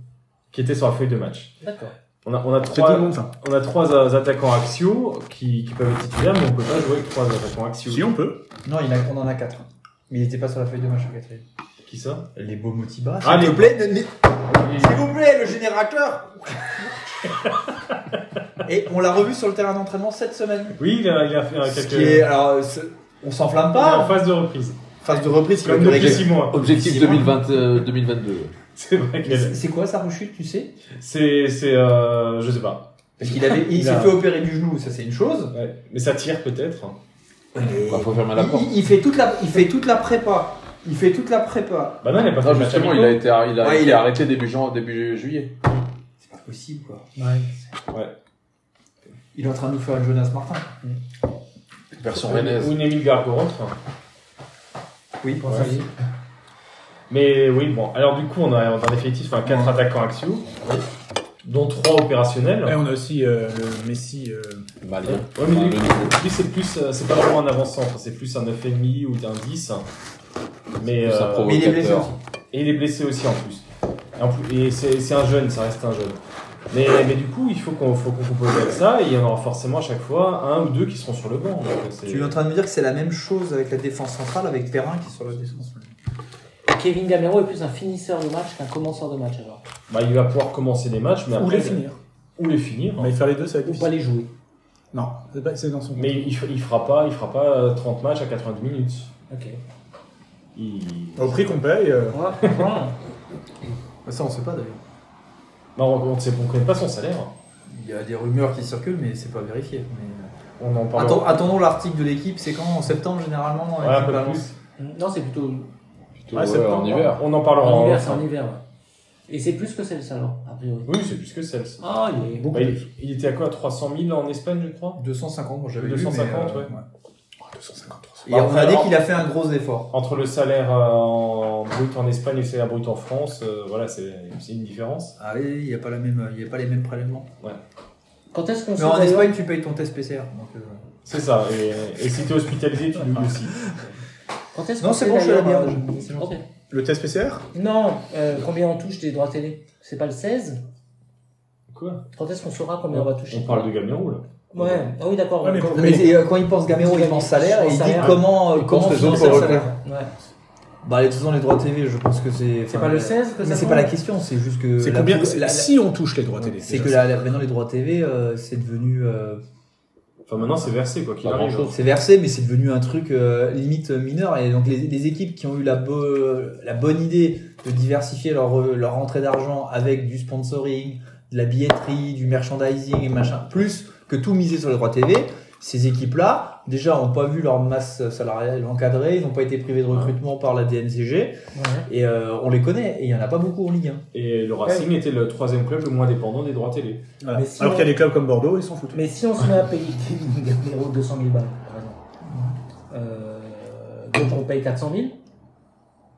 Speaker 10: qui était sur la feuille de match.
Speaker 8: D'accord.
Speaker 10: On a, on a
Speaker 5: C'est tout
Speaker 10: trois,
Speaker 5: le monde ça.
Speaker 10: on a trois euh, attaquants axiaux qui, qui peuvent être titulaires, mais on peut pas jouer avec trois attaquants axiaux.
Speaker 5: Si on peut.
Speaker 6: Non, il a- on en a 4. Mais il était pas sur la feuille de match en quatrième.
Speaker 10: Qui ça
Speaker 6: Les beaux Motiba.
Speaker 10: Ah,
Speaker 6: s'il
Speaker 10: les-
Speaker 6: vous plaît, ne- ne- s'il vous plaît, le générateur Et on l'a revu sur le terrain d'entraînement cette semaine.
Speaker 10: Oui, il a, il a fait euh,
Speaker 6: Ce
Speaker 10: quelques.
Speaker 6: qui est, Ah alors, ce- on s'enflamme
Speaker 10: Il est
Speaker 6: pas. hein.
Speaker 10: en phase de reprise.
Speaker 6: Phase de reprise, il va
Speaker 10: Comme
Speaker 6: durer
Speaker 10: depuis
Speaker 6: quelques-
Speaker 10: six mois.
Speaker 11: Objectif 2020, euh, 2022.
Speaker 10: C'est vrai
Speaker 6: C'est
Speaker 10: qu'elle.
Speaker 6: c'est quoi sa rechute, tu sais
Speaker 10: C'est. c'est, euh, je sais pas.
Speaker 6: Parce qu'il avait, il
Speaker 10: Il
Speaker 6: s'est
Speaker 10: a-
Speaker 6: fait opérer du genou, ça c'est une chose.
Speaker 10: Ouais. Mais ça tire peut-être.
Speaker 11: Il Bah, faut fermer la
Speaker 6: Il-
Speaker 11: porte.
Speaker 6: il, il fait toute la, il fait toute la prépa. Il fait toute la prépa.
Speaker 10: Bah non, il n'a pas fait
Speaker 11: Non,
Speaker 10: de match
Speaker 11: justement, il a
Speaker 10: amicaux.
Speaker 11: été, il a
Speaker 6: Ouais,
Speaker 11: été
Speaker 6: il a-
Speaker 11: arrêté début, jan- début juillet.
Speaker 6: C'est pas possible quoi.
Speaker 10: Ouais.
Speaker 6: Il est en train de nous faire une Jonas Martin.
Speaker 11: Version
Speaker 10: Ou
Speaker 11: rennaise.
Speaker 10: une Émile Gargo rentre.
Speaker 6: Oui.
Speaker 10: Ouais. Mais oui, bon. Alors du coup, on a, on a en définitive 4 attaquants axiaux, dont 3 opérationnels.
Speaker 5: Et on a aussi euh, le Messi. euh,
Speaker 11: Malien.
Speaker 10: Ouais, mais lui,
Speaker 11: Le niveau.
Speaker 10: lui, c'est plus, euh, c'est pas vraiment un avant-centre, c'est plus un 9,5 ou un 10. Mais,
Speaker 11: plus un
Speaker 10: euh,
Speaker 11: provo-
Speaker 6: Mais il est blessé
Speaker 11: Provocateur.
Speaker 6: aussi.
Speaker 10: et il est blessé aussi en plus. Et, en plus- et c'est c'est un jeune, ça reste un jeune. Mais, mais du coup, il faut qu'on faut qu'on compose avec ça, et il y en aura forcément à chaque fois un ou deux qui seront sur le banc. donc, c'est-
Speaker 6: Tu es en train de me dire que c'est la même chose avec la défense centrale, avec Perrin qui est sur la défense centrale.
Speaker 8: Kevin Gamero est plus un finisseur de match qu'un commenceur de match alors.
Speaker 10: bah, il va pouvoir commencer des matchs, mais
Speaker 5: Ou
Speaker 10: après,
Speaker 5: les finir.
Speaker 10: Ou les finir.
Speaker 5: Mais faire les deux, ça va être
Speaker 8: Ou pas
Speaker 5: difficile.
Speaker 8: les jouer.
Speaker 5: Non, c'est pas- c'est dans son.
Speaker 10: Mais il, f- il fera pas, il fera pas euh, 30 matchs à 90 minutes.
Speaker 8: Ok.
Speaker 10: Il...
Speaker 5: Au prix qu'on paye. euh,
Speaker 6: Ça on sait pas d'ailleurs.
Speaker 10: Bah, on ne sait on connaît pas son salaire.
Speaker 6: Il y a des rumeurs qui circulent, mais c'est pas vérifié. Mais... euh,
Speaker 10: On en parle.
Speaker 6: Attends- attendons l'article de l'équipe, c'est quand En septembre généralement dans
Speaker 10: Ouais, un
Speaker 6: l'équipe
Speaker 10: peu
Speaker 6: Valence.
Speaker 10: plus.
Speaker 8: Non, c'est plutôt
Speaker 11: Plutôt,
Speaker 10: Ouais,
Speaker 11: ouais,
Speaker 10: septembre,
Speaker 11: en hiver.
Speaker 10: On en parlera
Speaker 8: en
Speaker 10: en
Speaker 8: hiver, c'est en hiver. ouais. Et c'est plus que celle alors, a priori.
Speaker 10: Oui, c'est plus que celle
Speaker 8: Ah, il est.
Speaker 10: Bah, il, il était à quoi 300 000 en Espagne, je crois
Speaker 6: 250, moi j'avais
Speaker 10: 250,
Speaker 6: lu, mais, euh,
Speaker 10: ouais.
Speaker 6: Oh, Et on a dit qu'il a fait un gros effort.
Speaker 10: Entre le salaire euh, en brut en Espagne et le salaire brut en France, euh, voilà, c'est c'est une différence.
Speaker 6: Ah oui, il n'y a pas la même, il y a pas les mêmes prélèvements.
Speaker 8: Quand est-ce qu'on
Speaker 6: Mais
Speaker 8: sait
Speaker 6: en
Speaker 8: d'ailleurs-
Speaker 6: Espagne, tu payes ton test PCR. donc, euh,
Speaker 10: C'est ça. Et, et si t'es hospitalisé, tu le aussi.
Speaker 8: Quand est-ce
Speaker 6: Non,
Speaker 8: qu'on
Speaker 6: c'est
Speaker 8: sait
Speaker 6: bon, je suis à la
Speaker 8: d'ailleurs,
Speaker 6: bière,
Speaker 8: euh,
Speaker 6: je- c'est gentil.
Speaker 8: ok.
Speaker 5: Le test PCR
Speaker 8: Non, euh, combien on touche des droits télé C'est pas le 16
Speaker 10: Quoi
Speaker 8: Quand est-ce qu'on saura combien on va toucher
Speaker 10: On parle de Gamian Roule.
Speaker 8: Ouais, ah oui, d'accord.
Speaker 5: Ouais, mais
Speaker 8: Quand-
Speaker 5: pour-
Speaker 6: Mais c'est, euh, quand il pense Gamero, il pense salaire et il dit
Speaker 8: Salaire.
Speaker 6: comment, euh,
Speaker 11: Il
Speaker 6: comment
Speaker 11: pense les
Speaker 6: financer
Speaker 11: autres
Speaker 6: le
Speaker 11: pour le
Speaker 6: salaire.
Speaker 8: Ouais.
Speaker 6: Bah, les, de toute façon, les droits TV, je pense que c'est.
Speaker 8: C'est
Speaker 6: enfin,
Speaker 8: pas le
Speaker 6: euh,
Speaker 8: 16 que ça
Speaker 6: Mais c'est
Speaker 8: prend
Speaker 6: pas la question, c'est juste que.
Speaker 5: C'est
Speaker 6: la-
Speaker 5: combien
Speaker 6: la-
Speaker 5: c'est-
Speaker 6: la-
Speaker 5: Si on touche les droits télé.
Speaker 6: C'est
Speaker 5: déjà,
Speaker 6: que la, la- maintenant les droits TV, euh, c'est devenu, euh,
Speaker 10: Enfin, maintenant, c'est versé, quoi qu'il
Speaker 11: Pas
Speaker 10: arrive.
Speaker 11: grand-chose.
Speaker 6: c'est versé, mais c'est devenu un truc euh, limite mineur. Et donc les, les équipes qui ont eu la, bo- la bonne idée de diversifier leur, euh, leur rentrée d'argent avec du sponsoring, de la billetterie, du merchandising et machin, plus que tout miser sur les droits TV, ces équipes-là, déjà, n'ont pas vu leur masse salariale encadrée, ils n'ont pas été privés de recrutement par la DNCG,
Speaker 8: Ouais.
Speaker 6: et euh, on les connaît, et il n'y en a pas beaucoup en Ligue 1.
Speaker 10: Et le Racing était le troisième club le moins dépendant des droits télé.
Speaker 5: Voilà.
Speaker 8: Mais si
Speaker 5: Alors
Speaker 8: on-
Speaker 5: qu'il y a des clubs comme Bordeaux, ils s'en foutent.
Speaker 8: Mais si on se met à payer Kevin Gamero 200 000 balles, par exemple, euh, donc on paye 400 000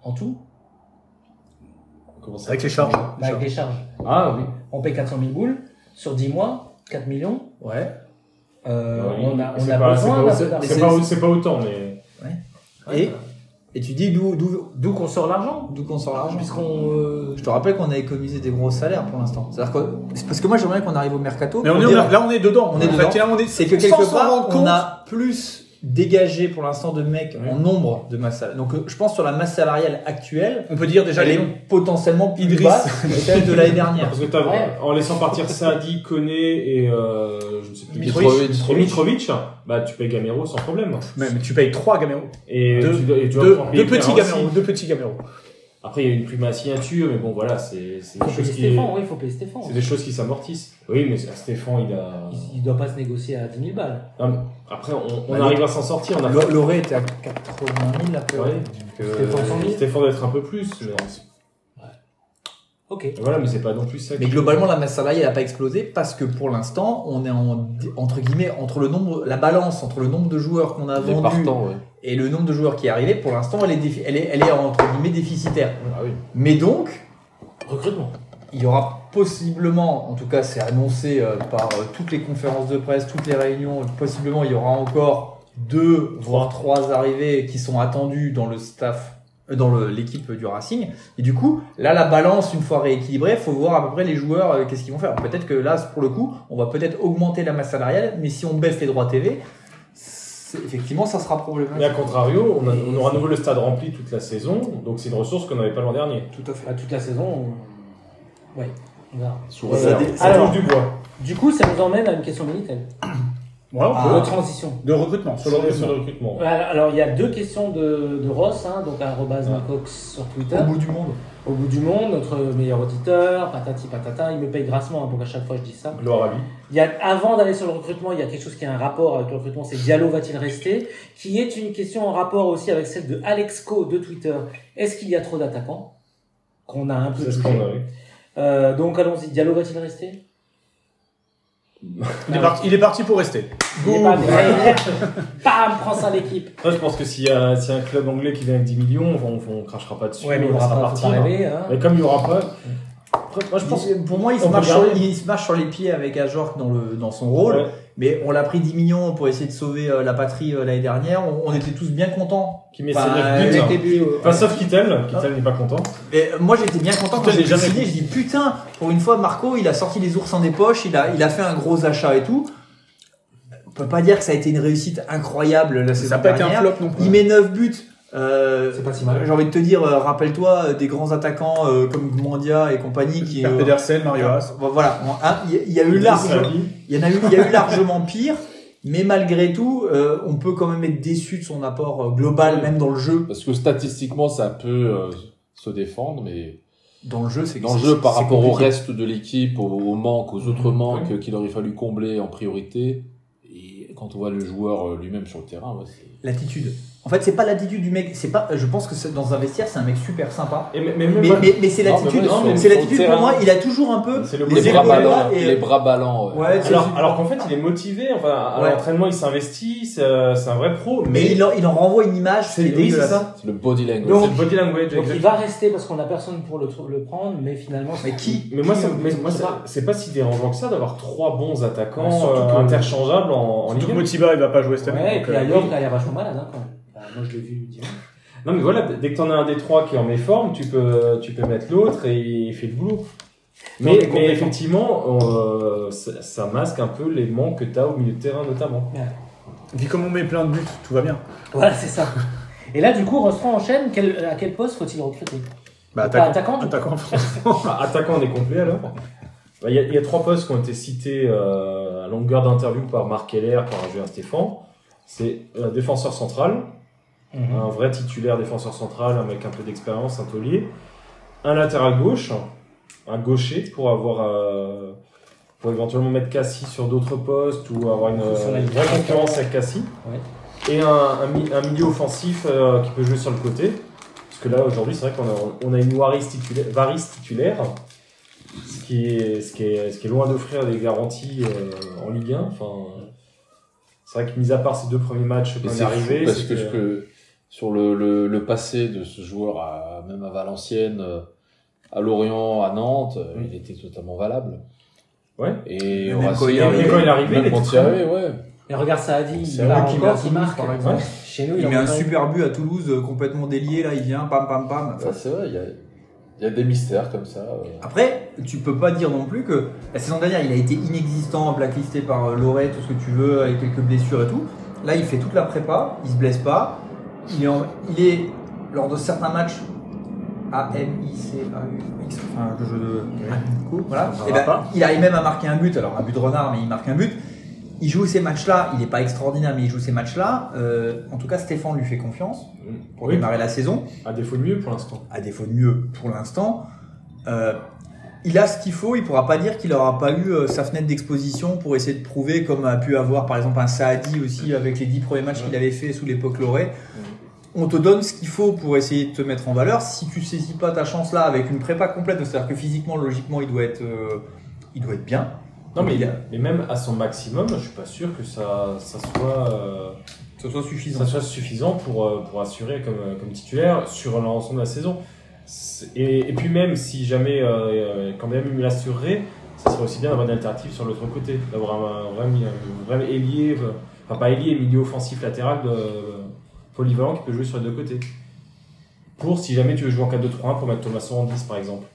Speaker 8: en tout,
Speaker 10: Comment ça
Speaker 5: Avec les charges.
Speaker 8: bah, avec les charges.
Speaker 10: Ah oui.
Speaker 8: On paye 400 000 boules sur 10 mois, 4 millions.
Speaker 6: Ouais.
Speaker 8: Euh,
Speaker 10: Ah Oui.
Speaker 8: on a, on
Speaker 10: C'est
Speaker 8: a
Speaker 10: pas-
Speaker 8: besoin
Speaker 10: c'est
Speaker 8: d'un
Speaker 10: pas-
Speaker 8: peu
Speaker 10: c'est-
Speaker 8: d'argent.
Speaker 10: C'est pas, c'est pas autant, mais.
Speaker 6: Et, et tu dis d'où d'où
Speaker 8: D'où qu'on sort l'argent
Speaker 6: d'où qu'on sort l'argent
Speaker 8: Puisqu'on. euh,
Speaker 6: Je te rappelle qu'on a économisé des gros salaires pour l'instant. C'est-à-dire que c'est parce que moi j'aimerais qu'on arrive au mercato.
Speaker 5: Mais on
Speaker 6: qu'on
Speaker 5: est-
Speaker 6: dira-
Speaker 5: là, on est dedans.
Speaker 6: On est
Speaker 5: En fait,
Speaker 6: dedans.
Speaker 5: là, on est-
Speaker 6: c'est que
Speaker 5: sans
Speaker 6: quelque
Speaker 5: s'en rendre
Speaker 6: part on
Speaker 5: compte.
Speaker 6: a plus dégagé pour l'instant de mecs en nombre de masse salariale. Donc euh, je pense sur la masse salariale actuelle,
Speaker 5: On peut dire déjà
Speaker 6: elle
Speaker 5: les
Speaker 6: est
Speaker 5: noms.
Speaker 6: potentiellement plus
Speaker 5: Idriss.
Speaker 6: basse que celle de l'année dernière.
Speaker 10: Parce que t'as-
Speaker 8: Ouais.
Speaker 10: en laissant partir Sadi, Koné et euh, je ne sais plus
Speaker 11: Mitrovic.
Speaker 10: Et Mitrovic, bah tu payes Gamero sans problème.
Speaker 5: Mais tu payes 3 Gamero.
Speaker 10: Et
Speaker 5: Deux-
Speaker 10: tu dois, et tu dois
Speaker 5: Deux,
Speaker 10: pouvoir payer
Speaker 5: deux petits
Speaker 10: Perrin aussi.
Speaker 5: Gamero. Deux petits Gamero.
Speaker 10: Après, il y a une plume à signature, mais bon, voilà, c'est c'est
Speaker 8: Faut
Speaker 10: des,
Speaker 8: payer
Speaker 10: choses qui-
Speaker 8: Stéphane, oui, faut payer Stéphane.
Speaker 10: c'est des choses qui s'amortissent. Oui, mais Stéphane, il a.
Speaker 8: Il, il doit pas se négocier à 10 000 balles.
Speaker 10: Non, mais après, on, on
Speaker 6: Bah,
Speaker 10: arrive à s'en sortir. On a
Speaker 6: Lo- Loré était à 80 000 là.
Speaker 10: Ouais.
Speaker 5: euh,
Speaker 6: Stéphane, cent mille.
Speaker 10: Euh, Stéphane doit être un peu plus. Mais...
Speaker 8: Ok.
Speaker 10: Voilà, mais c'est pas non plus ça.
Speaker 6: Mais
Speaker 10: qui-
Speaker 6: globalement, la masse salariale n'a pas explosé parce que pour l'instant, on est en, entre guillemets entre le nombre, la balance entre le nombre de joueurs qu'on a
Speaker 11: Les
Speaker 6: vendus
Speaker 11: partants, ouais.
Speaker 6: et le nombre de joueurs qui est arrivé. Pour l'instant, elle est, défi- elle est, elle est entre guillemets déficitaire.
Speaker 11: Ah oui.
Speaker 6: Mais donc,
Speaker 8: Recrutement.
Speaker 6: il y aura possiblement, en tout cas, c'est annoncé euh, par euh, toutes les conférences de presse, toutes les réunions. Possiblement, il y aura encore deux voire trois arrivées qui sont attendues dans le staff euh, dans le- l'équipe du Racing. Et du coup, là, la balance, une fois rééquilibrée, faut voir à peu près les joueurs, euh, qu'est-ce qu'ils vont faire. Peut-être que là, pour le coup, on va peut-être augmenter la masse salariale, mais si on baisse les droits TV, c'est- effectivement, ça sera
Speaker 10: Mais à
Speaker 6: problématique.
Speaker 10: contrario, on, a- on aura à nouveau le stade rempli toute la saison, donc c'est une ressource qu'on n'avait pas l'an dernier.
Speaker 6: Tout à fait.
Speaker 8: Bah, toute la saison, on... ouais, on verra.
Speaker 10: Sous
Speaker 8: Euh,
Speaker 10: réserve. Ça
Speaker 8: alors,
Speaker 10: touche du bois.
Speaker 8: du coup, ça nous emmène à une question Minitel.
Speaker 5: Voilà, on peut-
Speaker 8: Ah.
Speaker 6: Ah.
Speaker 8: De transition.
Speaker 5: De recrutement, sur le
Speaker 10: Sur le- sur
Speaker 5: recrutement.
Speaker 10: le recrutement.
Speaker 8: Alors, alors, il y a deux questions de, de Ross, hein, donc arrobase Nicox sur Twitter.
Speaker 6: Au bout du monde.
Speaker 8: Au bout du monde, notre meilleur auditeur, patati patata, il me paye grassement hein, pour qu'à chaque fois je dise ça.
Speaker 10: Gloire à lui.
Speaker 8: Il y a, avant d'aller sur le recrutement, il y a quelque chose qui a un rapport avec le recrutement, c'est Diallo va-t-il rester Qui est une question en rapport aussi avec celle de Alexco de Twitter. Est-ce qu'il y a trop d'attaquants Qu'on a un peu
Speaker 10: C'est ce
Speaker 8: touché.
Speaker 10: qu'on a eu.
Speaker 8: Euh, donc allons-y, Diallo va-t-il rester
Speaker 5: Il est, parti, il est parti pour rester.
Speaker 8: Il est pas derrière. Bam, prends ça l'équipe.
Speaker 10: Moi, je pense que s'il y, a s'il y a un club anglais qui vient avec 10 millions, on, on crachera pas dessus. on laissera
Speaker 8: faut
Speaker 10: partir.
Speaker 8: rêver, hein.
Speaker 10: Mais comme il y aura pas. Après, moi, je pense.
Speaker 6: pour moi, il se,
Speaker 10: on
Speaker 6: marche
Speaker 10: peut
Speaker 6: sur,
Speaker 10: garder.
Speaker 6: il se marche sur les pieds avec Ajorc dans, le, dans son rôle.
Speaker 10: Ouais.
Speaker 6: Mais on l'a pris 10 millions pour essayer de sauver euh, la patrie euh, l'année dernière. On, on était tous bien contents.
Speaker 10: Qui met ses
Speaker 6: Enfin,
Speaker 10: 9 buts.
Speaker 6: avec les buts, euh,
Speaker 10: hein. Enfin, sauf Kittel. Kittel n'est pas content.
Speaker 6: Mais euh, moi j'étais bien content quand
Speaker 10: Putain,
Speaker 6: j'ai
Speaker 10: j'ai jamais
Speaker 6: signé. Je dis putain, pour une fois Marco, il a sorti les ours en des poches, il a, il a fait un gros achat et tout. On peut pas dire que ça a été une réussite incroyable la saison
Speaker 5: Ça n'a pas été un
Speaker 6: dernière.
Speaker 5: flop non plus.
Speaker 6: Il met 9 buts. Euh,
Speaker 8: C'est pas si mal.
Speaker 6: J'ai envie de te dire, euh, rappelle-toi euh, des grands attaquants euh, comme Mandia et compagnie qui.
Speaker 5: Père
Speaker 6: euh,
Speaker 5: Pedersen, Mario Haas.
Speaker 6: Bon, voilà, on- hein, il y a- il y, a eu large,
Speaker 10: Inzaghi.
Speaker 6: il y en a eu, il y a eu largement pire, mais malgré tout, euh, on peut quand même être déçu de son apport euh, global, même dans le jeu.
Speaker 11: Parce que statistiquement, ça peut euh, se défendre, mais
Speaker 6: Dans le jeu, c'est
Speaker 11: dans le jeu, par
Speaker 6: c'est
Speaker 11: rapport au
Speaker 6: compliqué.
Speaker 11: reste de l'équipe, au, au manque, aux autres manques qu'il aurait fallu combler en priorité, et quand on voit le joueur euh, lui-même sur le terrain, ouais, c'est-
Speaker 6: L'attitude. En fait, c'est pas l'attitude du mec. C'est pas. Je pense que c'est- dans un vestiaire, c'est un mec super sympa.
Speaker 10: Et mais, mais, même
Speaker 6: Mais,
Speaker 10: moi-
Speaker 6: mais, mais c'est
Speaker 11: Non,
Speaker 6: l'attitude.
Speaker 11: mais moi,
Speaker 6: C'est
Speaker 11: sur-
Speaker 6: l'attitude
Speaker 11: sur le
Speaker 6: pour moi.
Speaker 11: terrain,
Speaker 6: Il a toujours un peu
Speaker 10: C'est le
Speaker 11: les,
Speaker 6: les
Speaker 11: bras
Speaker 6: épaules à
Speaker 11: ballants,
Speaker 6: bas et-
Speaker 11: les bras ballants. ouais.
Speaker 6: Ouais. tu sais,
Speaker 10: Alors,
Speaker 6: je-
Speaker 10: alors qu'en fait, il est motivé. Enfin, à
Speaker 6: Ouais.
Speaker 10: l'entraînement, il s'investit. C'est euh, c'est un vrai pro.
Speaker 6: Mais il en, il en renvoie une image. C'est
Speaker 10: c'est oui, c'est
Speaker 6: dégueulasse.
Speaker 10: ça.
Speaker 11: C'est le body language.
Speaker 10: C'est le body language.
Speaker 8: Donc il
Speaker 10: exactement.
Speaker 8: va rester parce qu'on a personne pour le, tr- le prendre, mais finalement.
Speaker 6: Mais qui
Speaker 10: Mais moi,
Speaker 8: Qui-
Speaker 10: ça- mais moi,
Speaker 8: je sais
Speaker 10: ça-
Speaker 8: pas.
Speaker 10: c'est pas si dérangeant que ça d'avoir trois bons attaquants
Speaker 8: Ouais, surtout
Speaker 10: euh,
Speaker 8: que-
Speaker 10: interchangeables en, en
Speaker 5: Surtout
Speaker 10: Ligue
Speaker 5: que
Speaker 10: 1.
Speaker 5: Motiba, il va pas jouer cette année.
Speaker 8: Ouais, et
Speaker 5: donc,
Speaker 8: puis à
Speaker 5: euh,
Speaker 8: York, là, il y a vachement malade hein, quand même. Bah, moi je l'ai vu dimanche.
Speaker 10: Non, mais voilà, dès que t'en as un des trois qui est en méforme, tu peux, tu peux mettre l'autre et il fait le boulot. Mais,
Speaker 8: Non, mais
Speaker 10: mais
Speaker 8: complètement.
Speaker 10: effectivement, on, euh, ça, ça masque un peu les manques que t'as au milieu de terrain, notamment.
Speaker 5: Vu comme on met plein de buts, tout va bien.
Speaker 8: Voilà, c'est ça. Et là, du coup, Rostron enchaîne. Quel- à quel poste faut-il recruter
Speaker 5: Bah,
Speaker 8: Pas
Speaker 5: attaquant.
Speaker 8: attaquant, tout
Speaker 5: Attaquant.
Speaker 10: Bah, attaquant, on est complet alors Bah, Il y, a- il y a trois postes qui ont été cités euh, à longueur d'interview par Marc Keller, par Julien Stéphane. C'est un défenseur central,
Speaker 8: Mhm.
Speaker 10: un vrai titulaire défenseur central, un mec un peu d'expérience, un taulier, un latéral gauche, un gaucher pour avoir euh, pour éventuellement mettre Cassie sur d'autres postes ou avoir une,
Speaker 8: Sur la
Speaker 10: une
Speaker 8: ligne.
Speaker 10: vraie concurrence avec Cassie.
Speaker 8: Ouais.
Speaker 10: Et un, un mi- un milieu offensif euh, qui peut jouer sur le côté. Parce que là aujourd'hui c'est vrai qu'on a, on a une Waris titulaire, Varis titulaire, ce qui est, ce qui est, ce qui est loin d'offrir des garanties euh, en Ligue 1. Enfin, c'est vrai que mis à part ces deux premiers matchs
Speaker 11: Et
Speaker 10: quand il est
Speaker 11: c'est
Speaker 10: arrivé,
Speaker 11: fou parce que,
Speaker 10: c'était-
Speaker 11: je peux- sur le, le, le passé de ce joueur, à, même à Valenciennes, euh, à Lorient, à Nantes, euh,
Speaker 10: Mm.
Speaker 11: il était totalement valable.
Speaker 10: Ouais.
Speaker 11: Et
Speaker 6: Même
Speaker 11: au
Speaker 6: quand il est
Speaker 11: Racing, euh,
Speaker 6: arrivé.
Speaker 10: Et quand il est arrivé,
Speaker 11: même
Speaker 10: il était
Speaker 11: quand il
Speaker 10: très
Speaker 11: est arrivé, ouais.
Speaker 8: Mais regarde, ça a dit.
Speaker 6: C'est
Speaker 8: Il part
Speaker 6: vrai qu'il
Speaker 8: encore,
Speaker 6: met un
Speaker 8: il marque.
Speaker 6: par exemple.
Speaker 8: Chez nous,
Speaker 6: Il
Speaker 8: en
Speaker 6: met un
Speaker 8: pas eu.
Speaker 6: super but à Toulouse euh, complètement délié là. Il vient pam pam pam. Enfin,
Speaker 11: Enfin, Bah, c'est vrai, il y a, il y a des mystères comme ça. euh.
Speaker 6: Après, tu peux pas dire non plus que la saison dernière, il a été inexistant, blacklisté par euh, Loret, tout ce que tu veux, avec quelques blessures et tout. Là, il fait toute la prépa, il se blesse pas. Il est, en- il est lors de certains matchs A M I C A U X, enfin le jeu de Nico, voilà.
Speaker 5: Ça
Speaker 6: Et
Speaker 5: va
Speaker 6: ben,
Speaker 5: pas.
Speaker 6: il arrive même à marquer un but, alors un but de renard, mais il marque un but. Il joue ces matchs-là, il n'est pas extraordinaire, mais il joue ces matchs-là. Euh, en tout cas, Stéphane lui fait confiance pour
Speaker 10: Oui,
Speaker 6: démarrer la saison
Speaker 10: à défaut de mieux pour l'instant.
Speaker 6: à défaut de mieux pour l'instant, euh, il a ce qu'il faut. Il pourra pas dire qu'il n'aura pas eu euh, sa fenêtre d'exposition pour essayer de prouver, comme a pu avoir par exemple un Saadi aussi avec les dix premiers matchs qu'il avait fait sous l'époque Loré. On te donne ce qu'il faut pour essayer de te mettre en valeur. Si tu saisis pas ta chance là avec une prépa complète, donc c'est-à-dire que physiquement, logiquement, il doit être, euh, il doit être bien.
Speaker 10: Non, mais,
Speaker 6: Il a-
Speaker 10: mais même à son maximum, je suis pas sûr que ça, ça soit, euh,
Speaker 6: Que ce soit
Speaker 10: ça
Speaker 6: suffisant.
Speaker 10: soit suffisant pour, euh, pour assurer comme, euh, comme titulaire sur l'ensemble de la saison. C'est- Et, et puis même si jamais, euh, euh, quand même il l'assurerait, ça serait aussi bien d'avoir une alternative sur l'autre côté, d'avoir un, un vrai, mi- un vrai ailier, euh, enfin pas ailier, milieu offensif latéral de, polyvalent qui peut jouer sur les deux côtés. pour si jamais tu veux jouer en 4-2-3-1 pour mettre Thomasson en 10 par exemple.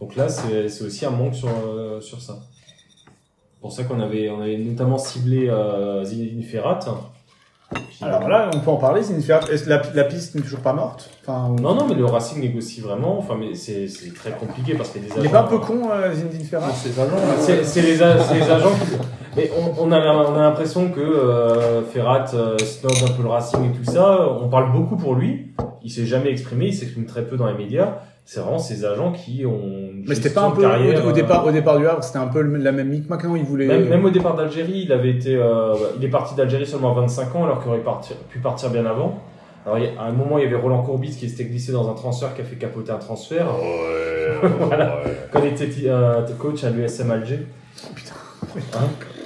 Speaker 10: Donc là, c'est c'est aussi un manque sur, euh, sur ça. C'est pour ça qu'on avait, on avait notamment ciblé euh, Zinedine Ferrat.
Speaker 5: Alors là, on peut en parler, c'est une ferrate. Est-ce que la, la piste n'est toujours pas morte enfin, on-
Speaker 10: Non, non, mais le Racing négocie vraiment. Enfin, mais c'est c'est très compliqué parce qu'il y a des
Speaker 5: Il n'est
Speaker 10: agents-
Speaker 5: pas un peu con, euh, Zinedine Ferrat
Speaker 11: Ces agents,
Speaker 10: C'est c'est les, a- c'est les agents qui. Mais on, on a, on a l'impression que euh, Ferrat euh, snob un peu le Racing et tout ça. On parle beaucoup pour lui. Il s'est jamais exprimé. Il s'exprime très peu dans les médias. C'est vraiment ces agents qui ont. une
Speaker 5: Mais c'était
Speaker 10: gestion
Speaker 5: pas un
Speaker 10: de
Speaker 5: peu
Speaker 10: carrière,
Speaker 5: au, au
Speaker 10: euh,
Speaker 5: départ, au départ du Havre, c'était un peu le- la même micmac. Non, il voulait.
Speaker 10: Même, même au départ d'Algérie, il avait été, euh, il est parti d'Algérie seulement à 25 ans, alors qu'il aurait parti- pu partir bien avant. Alors, il y a- à un moment, il y avait Roland Courbis qui s'était glissé dans un transfert, qui a fait capoter un transfert. voilà. Quand il était euh, coach à l'USM Alger. Hein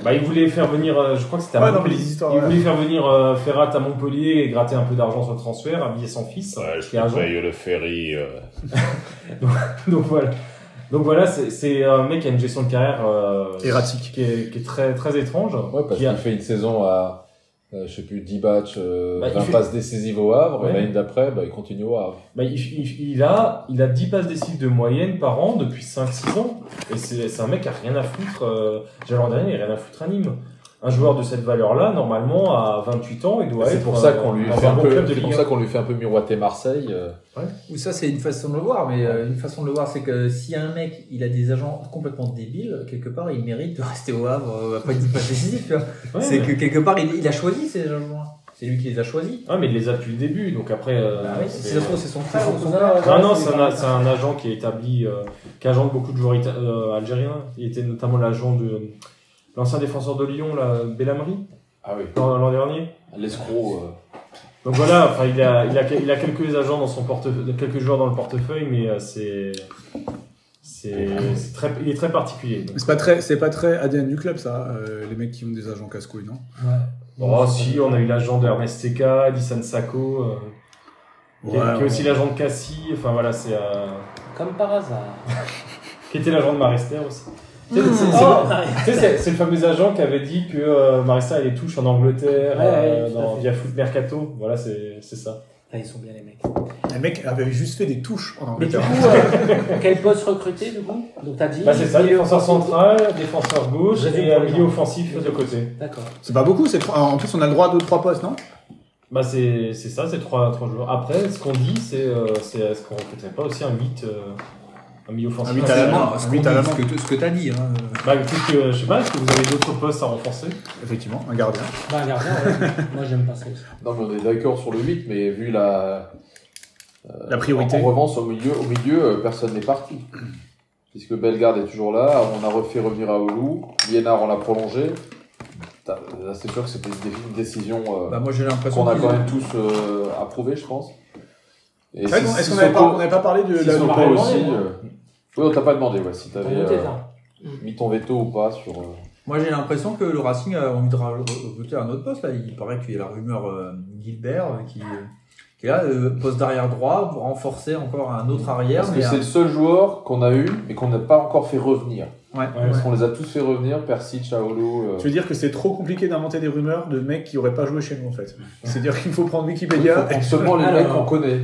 Speaker 10: bah, il voulait faire venir, euh, je crois que c'était à
Speaker 5: Ouais, non, mais
Speaker 10: Montpellier.
Speaker 5: les histoires,
Speaker 10: il
Speaker 5: ouais.
Speaker 10: voulait faire venir euh, Ferrat à Montpellier et gratter un peu d'argent sur le transfert, habiller son fils. qui est agent.
Speaker 11: le ferry.
Speaker 10: Donc voilà. Donc voilà, c'est- c'est un mec qui a une gestion de carrière euh,
Speaker 5: Erratique.
Speaker 10: qui est, qui est très très étrange.
Speaker 11: Ouais, parce
Speaker 10: Qui a-
Speaker 11: qu'il fait une saison à, euh, je sais plus, 10 matchs, euh,
Speaker 10: Bah, il
Speaker 11: 20
Speaker 10: fait-
Speaker 11: passes décisives au Havre,
Speaker 10: Ouais.
Speaker 11: et l'année d'après, bah, il continue au Havre.
Speaker 10: Bah, il, il- il a, il a 10 passes décisives de moyenne par an depuis 5-6 ans. Et c'est c'est un mec qui a rien à foutre. Euh, déjà l'an dernier, il a rien à foutre à Nîmes. Un joueur de cette valeur-là, normalement, à 28 ans, il doit
Speaker 11: c'est
Speaker 10: être
Speaker 11: pour ça
Speaker 10: euh,
Speaker 11: qu'on lui
Speaker 10: dans
Speaker 11: fait
Speaker 10: un
Speaker 11: un
Speaker 10: bon
Speaker 11: peu,
Speaker 10: club de
Speaker 11: c'est pour
Speaker 10: Ligue
Speaker 11: ça qu'on lui fait un peu miroiter Marseille. euh.
Speaker 6: Ou ça, c'est une façon de le voir, mais euh, une façon de le voir, c'est que si un mec, il a des agents complètement débiles, quelque part, il mérite de rester au Havre euh, après une passe décisive. tu vois.
Speaker 10: 1. Ouais,
Speaker 6: c'est
Speaker 10: mais-
Speaker 6: que quelque part, il, il a choisi ces agents. C'est lui qui les a choisis.
Speaker 10: ouais, ah, mais il les a depuis le début. Donc après. euh,
Speaker 6: Bah oui, si
Speaker 10: c'est-
Speaker 6: ça se trouve, c'est son frère.
Speaker 8: son
Speaker 6: ou son
Speaker 8: frère,
Speaker 6: père.
Speaker 8: ouais.
Speaker 10: Ah, non, non, c'est un, c'est un agent qui est établi, euh, qui agente beaucoup de joueurs ita- euh, algériens. Il était notamment l'agent de euh, l'ancien défenseur de Lyon, la Bellamri,
Speaker 11: Ah oui,
Speaker 10: l'an l'an dernier.
Speaker 11: l'escroc. euh.
Speaker 10: Donc voilà, enfin, il, a, il, a, il a quelques agents dans son portefeuille, quelques joueurs dans le portefeuille, mais euh, c'est. C'est c'est très, il est très particulier. donc.
Speaker 5: C'est pas très, c'est pas très ADN du club, ça. euh, les mecs qui ont des agents casse-couilles, non
Speaker 10: Oh, si, on a eu l'agent de Ernest Seca, d'Issan Sako, euh, qui, est- qui est aussi l'agent de Cassie, enfin voilà, c'est. euh,
Speaker 8: Comme par hasard.
Speaker 10: qui était l'agent de Marister aussi. Tu sais, c'est- c'est-
Speaker 8: Oh Ah.
Speaker 10: tu sais, c'est- C'est le fameux agent qui avait dit que euh, Marister allait touche en Angleterre,
Speaker 8: Ouais,
Speaker 10: euh,
Speaker 8: ouais, tout à
Speaker 10: dans-
Speaker 8: fait.
Speaker 10: via Foot Mercato, voilà, c'est c'est ça.
Speaker 8: Là, ils sont bien les mecs.
Speaker 5: Les mecs avaient juste fait des touches en
Speaker 8: Mais du
Speaker 5: Angleterre.
Speaker 8: coup, euh, quel poste recruter du coup Donc t'as dit.
Speaker 10: Bah, c'est ça, défenseur central, défenseur gauche
Speaker 8: Résume
Speaker 10: et
Speaker 8: pour
Speaker 10: un
Speaker 8: les
Speaker 10: milieu
Speaker 8: gens.
Speaker 10: offensif de côté.
Speaker 8: D'accord.
Speaker 5: C'est pas beaucoup, c'est trois- En plus, on a le droit à deux, trois postes, non
Speaker 10: Bah c'est c'est ça, c'est trois trois joueurs. Après, ce qu'on dit, c'est euh, c'est est-ce qu'on recruterait pas aussi un 8, euh, un milieu offensif
Speaker 5: Un huit à la main.
Speaker 6: ce
Speaker 5: Un
Speaker 6: qu'on
Speaker 5: but à la
Speaker 6: dit,
Speaker 5: main.
Speaker 6: Ah, ce que, ce que t'as dit. Hein.
Speaker 10: Bah peut-être que, je sais pas, est-ce que vous avez d'autres postes à renforcer
Speaker 5: Effectivement, un gardien.
Speaker 8: Bah, regarde, ouais. moi j'aime pas ça.
Speaker 11: Non, mais on est d'accord sur le 8, mais vu la.
Speaker 5: La priorité.
Speaker 11: En, en revanche, au milieu, au milieu euh, personne n'est parti. Puisque Bellegarde est toujours là, on a refait revenir à Oulu, Liénard, on l'a prolongé. Putain, Là, c'est sûr que c'était une, dé- une décision euh,
Speaker 6: Bah, moi, j'ai l'impression
Speaker 11: qu'on a
Speaker 6: qu'ils-
Speaker 11: quand même tous euh, approuvée, je pense. Et
Speaker 5: C'est vrai
Speaker 11: si-
Speaker 5: qu'on- Est-ce
Speaker 11: si
Speaker 5: qu'on avait pas,
Speaker 11: Soko-
Speaker 5: on avait pas parlé de
Speaker 11: si
Speaker 5: Euh, la-
Speaker 11: Soko
Speaker 8: on l'aurait
Speaker 11: aussi.
Speaker 8: demandé,
Speaker 5: hein.
Speaker 11: euh, Oui, on t'a pas demandé ouais, si
Speaker 8: T'as
Speaker 11: t'avais
Speaker 8: noté
Speaker 11: euh,
Speaker 8: ça
Speaker 11: mis ton veto ou pas sur. euh,
Speaker 6: Moi, j'ai l'impression que le Racing a envie de ra- recruter un autre poste. Là. Il paraît qu'il y a la rumeur euh, Gilbert euh, qui, euh, qui est là, euh, poste d'arrière droit, pour renforcer encore un autre arrière.
Speaker 11: Parce que
Speaker 6: mais
Speaker 11: c'est
Speaker 6: un-
Speaker 11: le seul joueur qu'on a eu mais qu'on n'a pas encore fait revenir.
Speaker 6: Ouais.
Speaker 11: Parce qu'on les a tous fait revenir, Percy, Chaolo. euh,
Speaker 5: Tu veux dire que c'est trop compliqué d'inventer des rumeurs de mecs qui auraient pas joué chez nous, en fait C'est-à-dire qu'il faut prendre
Speaker 11: Il faut
Speaker 5: Wikipédia.
Speaker 11: prendre seulement les
Speaker 8: Alors.
Speaker 11: mecs qu'on connaît.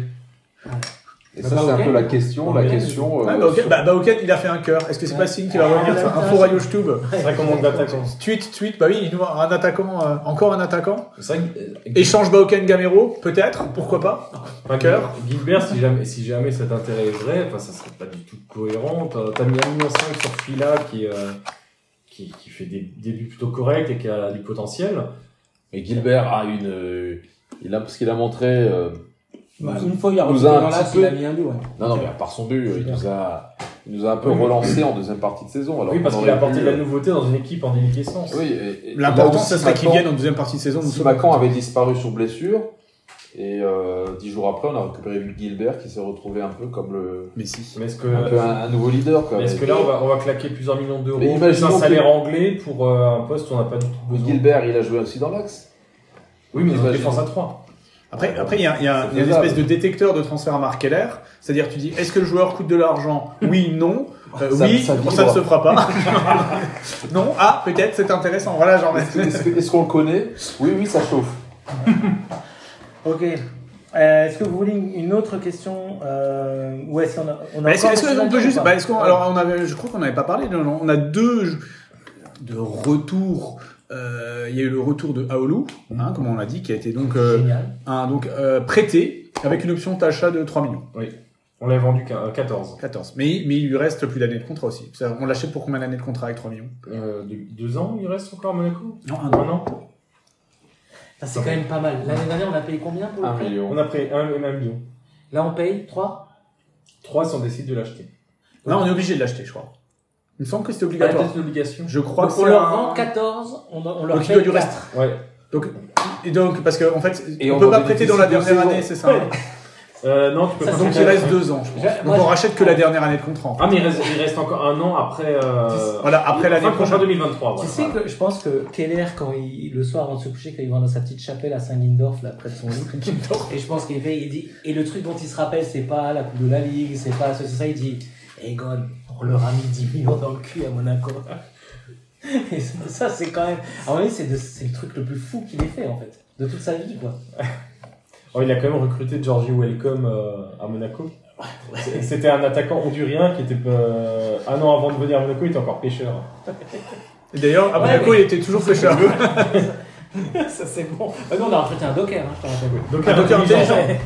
Speaker 11: Et ça,
Speaker 8: Bah,
Speaker 11: c'est un
Speaker 8: ok.
Speaker 11: peu la question. La
Speaker 8: Ok.
Speaker 11: question. euh,
Speaker 5: Ah, bah, ok,
Speaker 11: sur-
Speaker 5: bah, bah, ok, il a fait un cœur. Est-ce que c'est
Speaker 8: Ouais.
Speaker 5: pas signe qu'il va
Speaker 11: Ah,
Speaker 5: revenir ça Info Radio Stube.
Speaker 10: C'est vrai qu'on manque d'attaquants.
Speaker 5: Tweet, tweet, bah oui, il nous manque un attaquant, euh, encore un attaquant.
Speaker 10: C'est vrai que euh,
Speaker 5: Échange Bauken Gamero, peut-être, pourquoi pas
Speaker 10: enfin,
Speaker 5: cœur.
Speaker 10: Gilbert, si jamais, si jamais cet intérêt est vrai, enfin, ça serait pas du tout cohérent. T'as t'as mis 1,5 million sur Fila qui, euh, qui, qui fait des débuts plutôt corrects et qui a du potentiel.
Speaker 11: Mais Gilbert a une. euh, Il a parce qu'il a montré. euh,
Speaker 8: Bah,
Speaker 11: nous-
Speaker 8: Une fois il a
Speaker 11: nous
Speaker 8: recruté
Speaker 11: a un
Speaker 8: dans
Speaker 11: petit
Speaker 8: l'axe,
Speaker 11: peu-
Speaker 8: il a mis un but, ouais.
Speaker 11: Non, non, mais à part son but, euh, il nous a, il nous a un peu relancé en deuxième partie de saison. Alors
Speaker 10: oui, parce
Speaker 11: qu'on
Speaker 10: qu'il a
Speaker 11: aurait
Speaker 10: apporté
Speaker 11: pu,
Speaker 10: de la
Speaker 11: euh,
Speaker 10: nouveauté dans une équipe en déliquescence.
Speaker 11: Oui. et- et- là
Speaker 5: L'important,
Speaker 11: aussi,
Speaker 5: ça serait qu'il
Speaker 11: Macan-
Speaker 5: vienne en deuxième partie de saison. nous
Speaker 11: Si
Speaker 5: sommes-
Speaker 11: Macan avait disparu sur blessure. Et euh, dix jours après, on a récupéré Gilbert qui s'est retrouvé un peu comme le,
Speaker 5: Mais si.
Speaker 10: Mais est-ce que,
Speaker 11: un, peu un, un nouveau leader. Quoi.
Speaker 10: Euh, mais est-ce que là, on va, on va claquer plusieurs millions d'euros
Speaker 11: Mais
Speaker 10: plus un
Speaker 11: imaginons
Speaker 10: salaire
Speaker 11: que-
Speaker 10: anglais pour euh, un poste où on n'a pas du tout
Speaker 11: Mais
Speaker 10: besoin
Speaker 11: Gilbert, il a joué aussi dans l'axe.
Speaker 10: Oui, mais
Speaker 11: Imaginons.
Speaker 10: une défense à 3.
Speaker 5: Après, après, il y a, il y a-
Speaker 11: C'est
Speaker 5: il y a une
Speaker 11: faisable.
Speaker 5: espèce de détecteur de transfert à Marc Keller. C'est-à-dire, tu dis, est-ce que le joueur coûte de l'argent Oui, non. Euh,
Speaker 11: Ça-
Speaker 5: oui,
Speaker 11: ça
Speaker 5: ça, ne
Speaker 11: vibre.
Speaker 5: se fera pas. non, ah, peut-être, c'est intéressant. Voilà, genre,
Speaker 11: Est-ce que- est-ce que- est-ce qu'on le connaît Oui, oui, ça chauffe.
Speaker 8: Ok. Euh, est-ce que vous voulez une une autre question euh, Ou est-ce qu'on a, on a
Speaker 5: Mais Est-ce
Speaker 8: encore
Speaker 5: est-ce
Speaker 8: un
Speaker 5: qu'on
Speaker 8: petit
Speaker 5: peut
Speaker 8: peu
Speaker 5: juste.
Speaker 8: ou pas
Speaker 5: bah, est-ce qu'on- alors, on avait, je crois qu'on n'avait pas parlé. non, non, on a deux jeux de retour. Euh, Il y a eu le retour de Aolu, hein, comme on l'a dit, qui a été donc, euh,
Speaker 8: Génial.
Speaker 5: un, donc euh, prêté avec une option d'achat de 3 millions.
Speaker 10: On l'a vendu euh, qu'à- à 14.
Speaker 5: 14. Mais, mais il lui reste plus d'années de contrat aussi. Ça, On l'achète pour combien d'années de contrat avec 3 millions
Speaker 10: Euh, deux, deux ans, il reste encore à Monaco
Speaker 5: Non,
Speaker 10: Un
Speaker 5: un an.
Speaker 10: an
Speaker 8: Ça, c'est quand même pas mal. L'année dernière, on a payé combien pour le
Speaker 11: Un
Speaker 8: prix
Speaker 10: On
Speaker 11: million.
Speaker 10: a pris un, un million.
Speaker 8: Là, on paye 3
Speaker 10: Trois si on décide de l'acheter.
Speaker 5: Non, on est obligé de l'acheter, je crois. Il me semble que c'est
Speaker 10: Il y a
Speaker 5: obligatoire.
Speaker 10: peut-être l'obligation.
Speaker 5: Je crois
Speaker 8: Donc,
Speaker 5: que
Speaker 8: on
Speaker 5: c'est
Speaker 8: leur
Speaker 5: un-
Speaker 8: vend 14, on, on leur
Speaker 5: Donc, il
Speaker 8: paye
Speaker 5: doit du
Speaker 8: 4.
Speaker 5: reste.
Speaker 10: Ouais.
Speaker 5: Donc, et donc, parce qu'en en fait,
Speaker 11: Et
Speaker 5: on
Speaker 11: on
Speaker 5: peut
Speaker 11: va
Speaker 5: pas prêter dans la
Speaker 11: bénéficier
Speaker 5: dernière
Speaker 11: de
Speaker 5: année, c'est ça. hein
Speaker 10: Euh, non, tu peux
Speaker 8: Ça,
Speaker 10: pas
Speaker 8: c'est
Speaker 5: Donc
Speaker 10: faire
Speaker 5: il
Speaker 10: ça.
Speaker 5: reste deux ans, je pense.
Speaker 8: J'ai-
Speaker 5: Donc
Speaker 8: moi,
Speaker 5: on
Speaker 8: j'ai-
Speaker 5: rachète que la dernière année de contrat. en fait.
Speaker 10: Ah, mais il reste, il reste encore un an après. euh,
Speaker 5: Voilà, après l'année
Speaker 10: fin
Speaker 5: prochaine.
Speaker 10: 2023.
Speaker 8: Tu
Speaker 10: voilà.
Speaker 8: sais que je pense que Keller, quand il, le soir avant de se coucher, quand il va dans sa petite chapelle à Saint-Lindorf, là, près de son lit, et je pense qu'il fait, il dit, et le truc dont il se rappelle, c'est pas la Coupe de la Ligue, c'est pas ce, c'est ça, il dit, Egon, on leur a mis 10 millions dans le cul à Monaco. Et ça, ça, c'est quand même, à mon avis, c'est de- c'est le truc le plus fou qu'il ait fait, en fait, de toute sa vie, quoi.
Speaker 10: Oh, il a quand même recruté Georgie Welcome euh, à Monaco. C'est- C'était un attaquant hondurien qui était euh, un an avant de venir à Monaco, il était encore pêcheur.
Speaker 5: Et D'ailleurs, à
Speaker 8: Ouais,
Speaker 5: Monaco,
Speaker 8: mais-
Speaker 5: il était toujours pêcheur.
Speaker 8: ça, c'est bon. Ah non, on a recruté un docker, hein, je te rappelle.
Speaker 10: Donc,
Speaker 5: Ah, donc,
Speaker 10: intelligent.
Speaker 5: intelligent.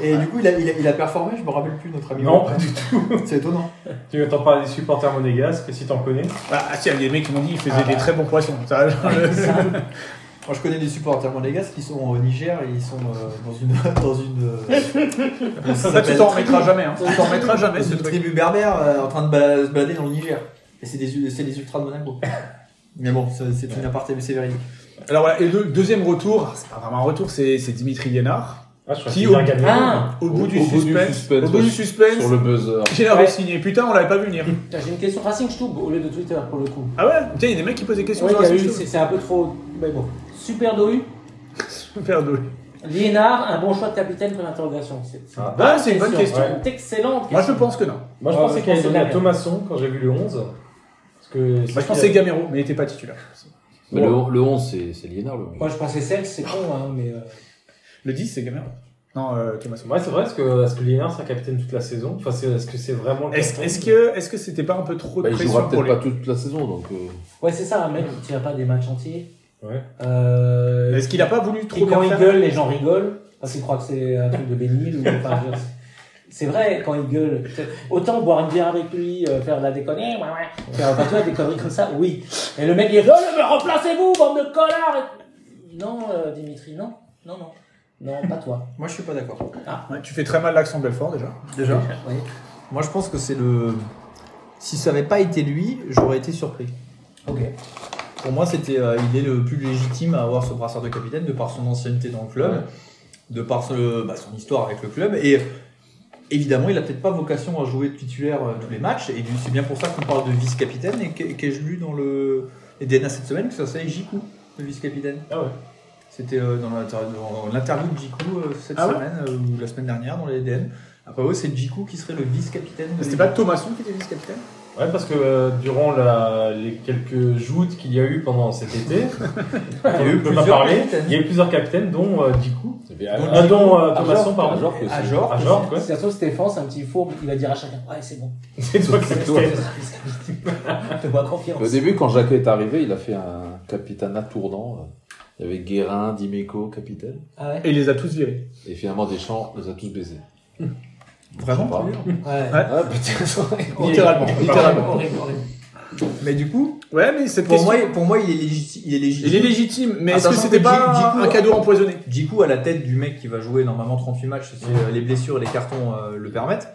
Speaker 6: Et du coup, il a, il a, il a performé, je me rappelle plus, notre ami.
Speaker 10: Non, pas du
Speaker 6: C'est étonnant.
Speaker 10: Tu entends parler des supporters monégasques, si t'en connais.
Speaker 5: Ah ah, si, il y a des mecs qui m'ont dit qu'il faisait
Speaker 6: Ah,
Speaker 5: des
Speaker 6: bah.
Speaker 5: très bons poissons. Ça, genre, le-
Speaker 6: Moi, je connais des supporters monégasques qui sont au Niger et ils sont euh, dans une. Dans une euh, comment ça
Speaker 5: ça, tu
Speaker 6: s'appelle
Speaker 5: t'en remettras jamais. Hein. Tu t'en remettras
Speaker 6: Dans
Speaker 5: jamais. ce
Speaker 6: une
Speaker 5: truc.
Speaker 6: tribu berbère euh, en train de bala- se balader dans le Niger. Et c'est des, c'est des ultras de Monaco. Mais bon, c'est c'est une aparté, mais c'est véridique.
Speaker 5: Alors voilà, et le deuxième retour, c'est pas vraiment un retour, c'est c'est Dimitri Guénard.
Speaker 10: Ah, je crois
Speaker 5: Qui,
Speaker 10: qu'il
Speaker 5: au-
Speaker 10: a gagné.
Speaker 8: Ah,
Speaker 5: Au bout du
Speaker 11: au bout du
Speaker 5: suspense.
Speaker 11: suspense,
Speaker 5: Au bout du
Speaker 11: ouais.
Speaker 5: suspense.
Speaker 11: Sur le buzzer.
Speaker 5: Guénard
Speaker 8: Ouais.
Speaker 5: est signé. Putain, on l'avait pas vu venir.
Speaker 8: Putain, J'ai une question Racing Stub au lieu de Twitter pour le coup.
Speaker 5: Ah ouais Tiens, il y a des mecs qui posent des questions
Speaker 8: Ouais,
Speaker 5: sur
Speaker 8: il y a
Speaker 5: la
Speaker 8: eu-
Speaker 5: société.
Speaker 8: c'est c'est un peu trop. Mais bon. Super Dohu,
Speaker 5: Super doué.
Speaker 8: Liénard, un bon choix de capitaine pour l'interrogation. C'est Bah, c'est
Speaker 10: Ah,
Speaker 5: Ah, c'est une bonne question.
Speaker 10: question.
Speaker 8: C'est excellente
Speaker 5: Moi,
Speaker 8: question.
Speaker 5: je pense que non.
Speaker 10: Moi, je
Speaker 8: Ah,
Speaker 10: pensais
Speaker 8: je
Speaker 10: qu'il allait
Speaker 8: pensais
Speaker 10: donner à
Speaker 8: bien.
Speaker 10: Thomasson quand j'ai vu le 11. Parce que
Speaker 5: Moi, je pensais Gamero, mais il était pas titulaire.
Speaker 11: Bah, le, on- le 11, c'est- c'est Liénard, le 11.
Speaker 8: Moi, je pensais celle, c'est con, hein, mais. euh,
Speaker 5: Le 10, c'est Gamero. Non, euh, Thomas.
Speaker 10: Ouais, c'est vrai, est-ce que, est-ce que Lienard sera capitaine toute la saison Enfin, c'est- est-ce que c'est vraiment. le
Speaker 5: Est-ce
Speaker 10: capitaine
Speaker 5: est-ce que est-ce que c'était pas un peu trop de
Speaker 11: Bah, il
Speaker 5: pression
Speaker 11: jouera
Speaker 5: pour
Speaker 11: peut-être
Speaker 5: lui
Speaker 11: pas toute la saison, donc. euh,
Speaker 8: Ouais, c'est ça, un mec qui tient pas des matchs entiers.
Speaker 10: Ouais.
Speaker 8: Euh,
Speaker 5: Est-ce qu'il a pas voulu
Speaker 8: qui,
Speaker 5: trop
Speaker 8: quand
Speaker 5: bien
Speaker 8: il
Speaker 5: faire
Speaker 8: gueule, les gens rigolent parce qu'ils croient que c'est un truc de bénil ou enfin, je veux dire, C'est vrai, quand il gueule, peut-être- autant boire une bière avec lui, euh, faire de la déconne, eh, ouais, ouais, faire enfin, tu vois, des conneries comme ça, oui. Et le mec, il dit, oh, mais remplacez-vous, bande de connards Et- Non, euh, Dimitri, non, non, non, non, pas toi.
Speaker 6: Moi, je suis pas d'accord.
Speaker 5: Ouais, Tu fais très mal l'accent Belfort déjà.
Speaker 6: Déjà
Speaker 8: Oui.
Speaker 6: Moi, je pense que c'est le. Si ça n'avait pas été lui, j'aurais été surpris.
Speaker 8: Ok.
Speaker 6: Pour moi, c'était, euh, il est le plus légitime à avoir ce brassard de capitaine de par son ancienneté dans le club, de par ce- bah, son histoire avec le club. Et évidemment, il n'a peut-être pas vocation à jouer titulaire euh, tous les matchs. Et c'est bien pour ça qu'on parle de vice-capitaine. Et qu'ai- qu'ai-je lu dans le les DNA cette semaine que ça s'appelle Jiku, le vice-capitaine
Speaker 10: Ah ouais.
Speaker 6: C'était euh, dans l'inter- dans l'interview de Jiku euh, cette
Speaker 5: Ah ouais
Speaker 6: semaine euh, ou la semaine dernière dans les DNA. Après, ouais, c'est Jiku qui serait le vice-capitaine. de
Speaker 5: C'était
Speaker 6: l'équipe.
Speaker 5: pas Thomasson qui était vice-capitaine
Speaker 10: Ouais, parce que euh, durant la, les quelques joutes qu'il y a eu pendant cet été,
Speaker 6: Il y a eu
Speaker 10: on peut pas
Speaker 6: plusieurs
Speaker 10: parler,
Speaker 6: capitaines.
Speaker 10: il y a eu plusieurs capitaines, dont euh, Dicou.
Speaker 11: c'est bien.
Speaker 10: Ah, dont euh, Thomasson,
Speaker 11: Ajorque,
Speaker 10: pardon.
Speaker 11: Ajorque aussi.
Speaker 6: à genre.
Speaker 10: Ah, genre, quoi.
Speaker 8: Si ça se trouve, Stéphane, c'est un petit fourbe, il va dire à chacun, ouais, c'est bon.
Speaker 10: C'est toi qui
Speaker 8: C'est
Speaker 10: toi.
Speaker 8: toi. Fais-moi confiance.
Speaker 11: Au début, quand Jacquet est arrivé, il a fait un capitana tournant. euh, Il y avait Guérin, Dimeco, capitaine.
Speaker 8: Ah ouais.
Speaker 5: Et il les a tous virés.
Speaker 11: Et finalement, Deschamps les a tous baisés.
Speaker 6: Vraiment
Speaker 11: Pas.
Speaker 8: Ouais.
Speaker 11: Ah, putain, c'est vrai.
Speaker 5: Littéralement. littéralement.
Speaker 8: Horrible, horrible.
Speaker 6: Mais du coup,
Speaker 5: Ouais, mais cette
Speaker 6: pour
Speaker 5: question.
Speaker 6: moi, pour moi, il est légitime. Il est légitime.
Speaker 5: Il est légitime, mais est-ce que
Speaker 6: Attention
Speaker 5: c'était
Speaker 6: que
Speaker 5: pas
Speaker 6: Dji- Djikou-
Speaker 5: un cadeau empoisonné
Speaker 6: Jiku à la tête du mec qui va jouer normalement 38 matchs si euh, les blessures et les cartons euh, le permettent.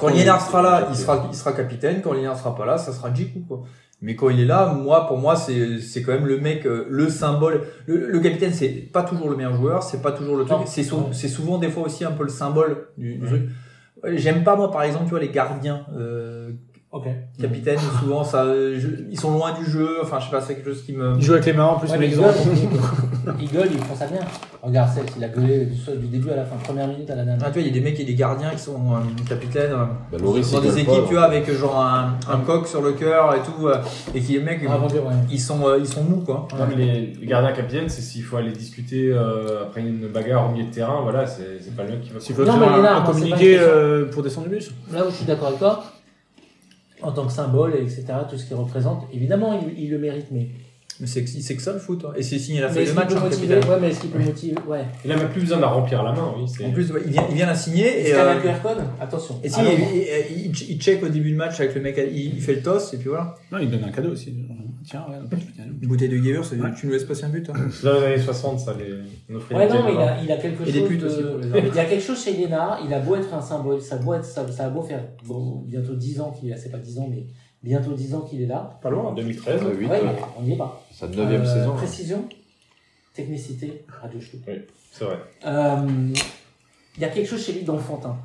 Speaker 6: Quand Lienard sera là, il sera, il sera capitaine. Quand Lienard sera pas là, ça sera Jiku. Quoi. Mais quand il est là, moi, pour moi, c'est c'est quand même le mec, euh, le symbole. Le, le capitaine, c'est pas toujours le meilleur joueur, c'est pas toujours le truc.
Speaker 8: Non.
Speaker 6: C'est sou- c'est souvent des fois aussi un peu le symbole du, du truc. Ouais, J'aime pas moi, par exemple, tu vois, les gardiens. euh,
Speaker 8: Ok.
Speaker 6: Capitaine,
Speaker 8: Mm.
Speaker 6: souvent, ça, euh, je- ils sont loin du jeu. Enfin, je sais pas, c'est quelque chose qui me.
Speaker 8: Mm.
Speaker 5: Il joue avec les mains en plus,
Speaker 8: Ouais,
Speaker 5: mais
Speaker 8: mais
Speaker 5: ils
Speaker 8: il
Speaker 5: ont-
Speaker 8: gueule, il gueule, il prend ça bien. Regarde, Seth, il a gueulé du, du début à la fin, première minute à la dernière.
Speaker 6: Ah, tu vois, il y a des mecs et des gardiens qui sont euh, capitaines euh,
Speaker 11: Bah, Loris,
Speaker 6: dans
Speaker 11: il
Speaker 6: des
Speaker 11: gueule
Speaker 6: équipes,
Speaker 11: pas, hein.
Speaker 6: tu vois, avec euh, genre un, un coq sur le cœur et tout, euh, et qui les mecs,
Speaker 8: Ah, bon, ouais.
Speaker 6: ils sont euh, ils sont mous quoi.
Speaker 10: Non, mais les, les gardiens capitaines, c'est s'il faut aller discuter euh, après une bagarre au milieu de terrain, voilà, c'est c'est pas le mec qui va.
Speaker 5: S'il veut
Speaker 8: Non,
Speaker 5: faire
Speaker 8: mais
Speaker 5: un,
Speaker 8: Lénard,
Speaker 5: un
Speaker 8: moi, c'est pas une
Speaker 5: communiqué
Speaker 8: question.
Speaker 5: euh, pour descendre du bus.
Speaker 8: Là où je suis d'accord avec toi, en tant que symbole, etc., tout ce qu'il représente, évidemment, il, il le mérite, mais.
Speaker 6: Mais c'est que c'est que ça le foot. hein. Et c'est signé la
Speaker 8: mais
Speaker 6: feuille
Speaker 8: est-ce
Speaker 6: de
Speaker 8: qu'il
Speaker 6: match
Speaker 8: peut
Speaker 6: hein,
Speaker 8: motiver
Speaker 6: capitaine.
Speaker 8: Ouais, mais est-ce qu'il peut motiver Ouais.
Speaker 10: Il a même plus besoin de la remplir la main, oui. c'est-
Speaker 6: En plus, ouais, il vient il vient la signer et.
Speaker 8: Est-ce qu'il y a
Speaker 6: euh,
Speaker 8: un QR code Attention.
Speaker 6: et si,
Speaker 8: Ah, non.
Speaker 6: il, euh, il- il- il check au début de match avec le mec, il, il fait le toss, et puis voilà.
Speaker 3: Non, il donne un cadeau aussi. Tiens, ouais,
Speaker 6: Une bouteille de Gever, c'est tu nous laisses passer un but. hein.
Speaker 10: C'est dans les années 60, ça, les. nos
Speaker 8: Ouais,
Speaker 10: fidélités,
Speaker 8: non, mais il
Speaker 10: voilà.
Speaker 8: a, il a quelque
Speaker 6: Et des
Speaker 8: chose.
Speaker 6: putes
Speaker 8: de-
Speaker 6: aussi pour les
Speaker 8: il y a quelque chose chez Lénard, il a beau être un symbole, ça a beau, être, ça, ça a beau faire bon, bientôt 10 ans qu'il est là, c'est pas 10 ans, mais bientôt 10 ans qu'il est là.
Speaker 10: Pas loin, en 2013.
Speaker 11: Ouais, huit,
Speaker 8: ouais,
Speaker 11: euh,
Speaker 8: mais on n'y est pas.
Speaker 11: Sa neuvième
Speaker 8: Euh,
Speaker 11: saison. hein.
Speaker 8: Précision, technicité, radio show.
Speaker 10: C'est vrai.
Speaker 8: Euh, Il y a quelque chose chez lui d'enfantin.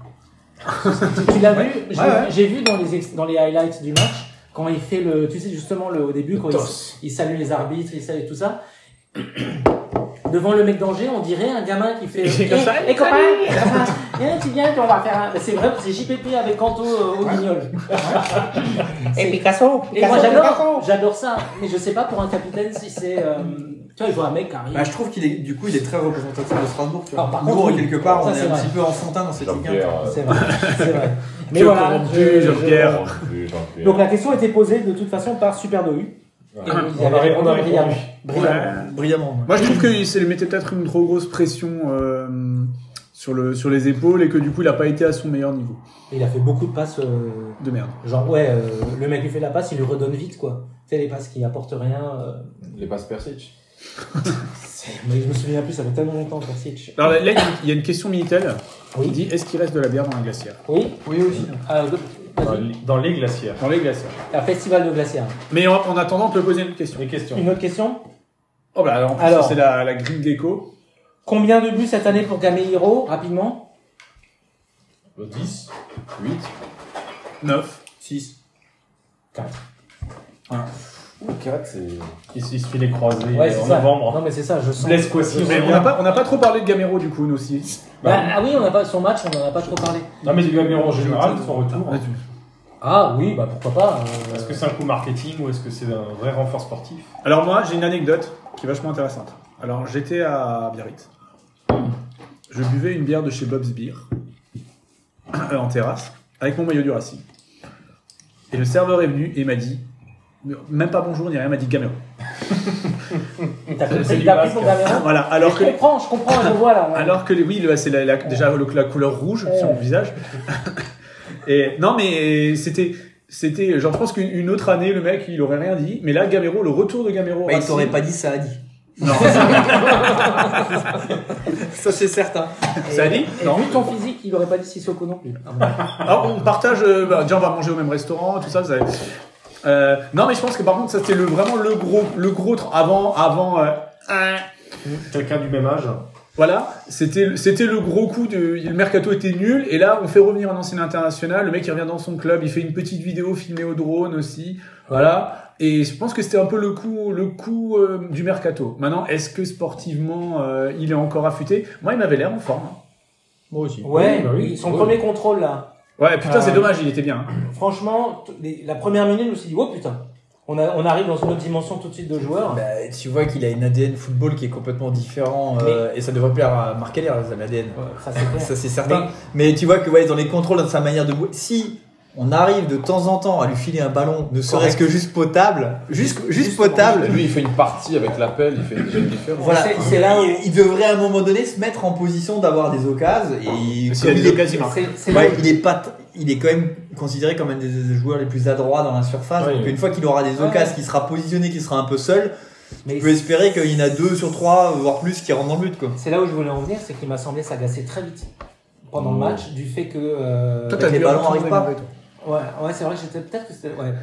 Speaker 8: tu tu l'as vu je
Speaker 6: ouais,
Speaker 8: l'ai-
Speaker 6: ouais.
Speaker 8: J'ai vu dans les, ex- dans les highlights du match, quand il fait le. Tu sais, justement, le, au début, quand il, s- il salue les arbitres, il salue tout ça. Devant le mec d'Angers, on dirait un gamin qui fait.
Speaker 5: Il est comme
Speaker 8: Eh,
Speaker 5: ça,
Speaker 8: eh, copain, copain, viens, tu viens, puis on va faire un. C'est vrai, c'est JPP avec Canto euh, au guignol. C'est-
Speaker 12: Picasso,
Speaker 8: Et moi, j'adore, j'adore ça. Mais je sais pas pour un capitaine si c'est. euh, Tu vois, je vois un mec qui arrive.
Speaker 6: Bah, je trouve qu'il est, du coup, il est très représentatif de Strasbourg, tu vois.
Speaker 8: Alors, par
Speaker 6: Nous,
Speaker 8: contre, oui.
Speaker 6: quelque part,
Speaker 8: Ça,
Speaker 6: on est,
Speaker 8: c'est
Speaker 6: un
Speaker 8: vrai.
Speaker 6: petit peu enfantin dans cette ligue.
Speaker 11: Jean-Pierre.
Speaker 8: C'est vrai, c'est vrai. Mais
Speaker 5: Dieu
Speaker 8: voilà.
Speaker 5: corrompu,
Speaker 8: je- je-
Speaker 5: Jean-Pierre.
Speaker 11: euh, Jean-Pierre.
Speaker 8: Donc la question était posée de toute façon par Super Nohu.
Speaker 10: Ouais.
Speaker 8: Et vous
Speaker 10: On a
Speaker 8: avez
Speaker 10: répondu.
Speaker 8: brillamment. Brillamment.
Speaker 6: Brillamment.
Speaker 5: Moi, je trouve qu'il s'est mettait peut-être une trop grosse pression euh, sur, le, sur les épaules et que du coup, il n'a pas été à son meilleur niveau.
Speaker 8: Il a fait beaucoup de passes. euh,
Speaker 5: De merde.
Speaker 8: genre, ouais, euh, le mec lui fait la passe, il lui redonne vite, quoi. Tu sais, les passes qui apportent rien. euh,
Speaker 11: Les passes Persic.
Speaker 8: c'est- mais je me souviens plus, ça fait tellement longtemps pour Sitch.
Speaker 5: Alors là, il y a- il y a une question Minitel qui
Speaker 8: Oui,
Speaker 5: dit est-ce qu'il reste de la bière dans la glacière
Speaker 8: oui.
Speaker 6: Oui, aussi.
Speaker 8: Euh,
Speaker 10: Dans
Speaker 8: vas-y.
Speaker 10: les- Dans les glacières.
Speaker 5: Dans les glacières.
Speaker 8: Un festival de glaciaires.
Speaker 5: Mais en, en attendant, on peut poser une question.
Speaker 10: Les questions.
Speaker 8: Une autre question
Speaker 5: Oh, bah alors, en plus,
Speaker 8: Alors.
Speaker 5: ça, c'est la, la grille déco.
Speaker 8: Combien de buts cette année pour Gameiro Rapidement
Speaker 10: 10.
Speaker 11: 8.
Speaker 5: 9.
Speaker 6: 6.
Speaker 11: 4, c'est.
Speaker 10: Il se il se fait les croisés euh,
Speaker 8: Ouais, c'est
Speaker 10: en
Speaker 8: ça.
Speaker 10: novembre.
Speaker 8: Non, mais c'est ça, je sens.
Speaker 10: Blesse Kwasi
Speaker 5: Mais on
Speaker 10: revient.
Speaker 5: n'a pas, on n'a pas trop parlé de Gamero, du coup, nous aussi.
Speaker 8: Bah, ah oui, on n'a pas son match, on n'en a pas trop parlé.
Speaker 10: Non, mais du Gamero en général, son retour.
Speaker 8: Ah oui, bah pourquoi pas. euh,
Speaker 10: Est-ce que c'est un coup marketing ou est-ce que c'est un vrai renfort sportif
Speaker 5: Alors moi, j'ai une anecdote qui est vachement intéressante. Alors j'étais à Biarritz. Je buvais une bière de chez Bob's Beer euh, en terrasse avec mon maillot du Racing. Et le serveur est venu et m'a dit, même pas bonjour ni rien, m'a dit Gamero.
Speaker 8: T'as
Speaker 10: c'est
Speaker 8: compris,
Speaker 10: du
Speaker 8: t'as pris
Speaker 10: basque.
Speaker 8: pour Gamero
Speaker 5: Voilà. Alors
Speaker 8: je
Speaker 5: que
Speaker 8: comprends, je comprends, je vois là.
Speaker 5: alors que les- oui, le- c'est la- la- déjà le- la couleur rouge sur mon visage. Et non, mais c'était c'était genre je pense qu'une une autre année le mec il aurait rien dit, mais là Gamero, le retour de Gamero. au
Speaker 6: Bah, il
Speaker 5: Racing-
Speaker 6: t'aurait pas dit ça, a dit.
Speaker 5: Non.
Speaker 6: Ça, c'est certain.
Speaker 8: Et-
Speaker 5: ça dit
Speaker 8: et
Speaker 5: Non.
Speaker 8: Vu ton physique, il aurait pas dit Sissoko non plus.
Speaker 5: Alors, on partage, euh, bah, déjà on va manger au même restaurant, tout ça. vous savez. Euh, non, mais je pense que par contre, ça c'était le, vraiment le gros, le gros tra- avant, avant. euh, euh,
Speaker 10: Quelqu'un du même âge
Speaker 5: voilà, c'était c'était le gros coup de le mercato était nul et là on fait revenir un ancien international, le mec il revient dans son club, il fait une petite vidéo filmée au drone aussi, voilà. Et je pense que c'était un peu le coup le coup euh, du mercato. Maintenant, est-ce que sportivement euh, il est encore affûté Moi, il m'avait l'air en forme. hein.
Speaker 6: Moi aussi.
Speaker 8: Ouais,
Speaker 10: Oui, bah oui,
Speaker 8: son
Speaker 10: oui.
Speaker 8: premier contrôle là.
Speaker 5: Ouais, putain,
Speaker 6: Ah.
Speaker 8: Euh,
Speaker 5: c'est dommage, il était bien. hein.
Speaker 8: Franchement, t- les- la première minute, je me suis dit, oh putain, on, a- on arrive dans une autre dimension tout de suite de joueurs.
Speaker 6: Bah, tu vois qu'il a une ADN football qui est complètement différent euh, et ça devrait plaire à Marc Allaire, les ADN.
Speaker 8: Ça c'est clair.
Speaker 6: Ça c'est certain. Mais, tu vois que ouais, dans les contrôles, dans sa manière de jouer, si on arrive de temps en temps à lui filer un ballon, ne serait-ce que juste potable, juste, juste, potable,
Speaker 11: Lui, il fait une partie avec l'appel, il fait déjà une différence.
Speaker 6: voilà,
Speaker 8: C'est-
Speaker 6: il-
Speaker 8: c'est là où-
Speaker 6: il, il devrait à un moment donné se mettre en position d'avoir des occasions et il-
Speaker 5: S'il a
Speaker 6: comme
Speaker 5: des
Speaker 6: il est-
Speaker 5: occasions, il marque.
Speaker 8: C'est- c'est
Speaker 6: Ouais,
Speaker 8: là-
Speaker 6: il est pas, t- il est quand même considéré comme un des joueurs les plus adroits dans la surface.
Speaker 10: Ouais,
Speaker 6: donc
Speaker 10: ouais.
Speaker 6: une fois qu'il aura des
Speaker 8: Ouais.
Speaker 6: occasions, qu'il sera positionné, qu'il sera un peu seul,
Speaker 8: mais
Speaker 6: on peut espérer qu'il y en a deux sur trois, voire plus, qui rentrent dans le but quoi.
Speaker 8: c'est là où je voulais en venir, c'est qu'il m'a semblé s'agacer très vite pendant le match du fait que. euh,
Speaker 5: Toi,
Speaker 6: t'as les
Speaker 5: dû
Speaker 6: ballons
Speaker 5: entendre
Speaker 6: arrivent pas.
Speaker 5: mauvais, toi.
Speaker 8: Ouais, ouais c'est vrai que j'étais peut-être que c'était ouais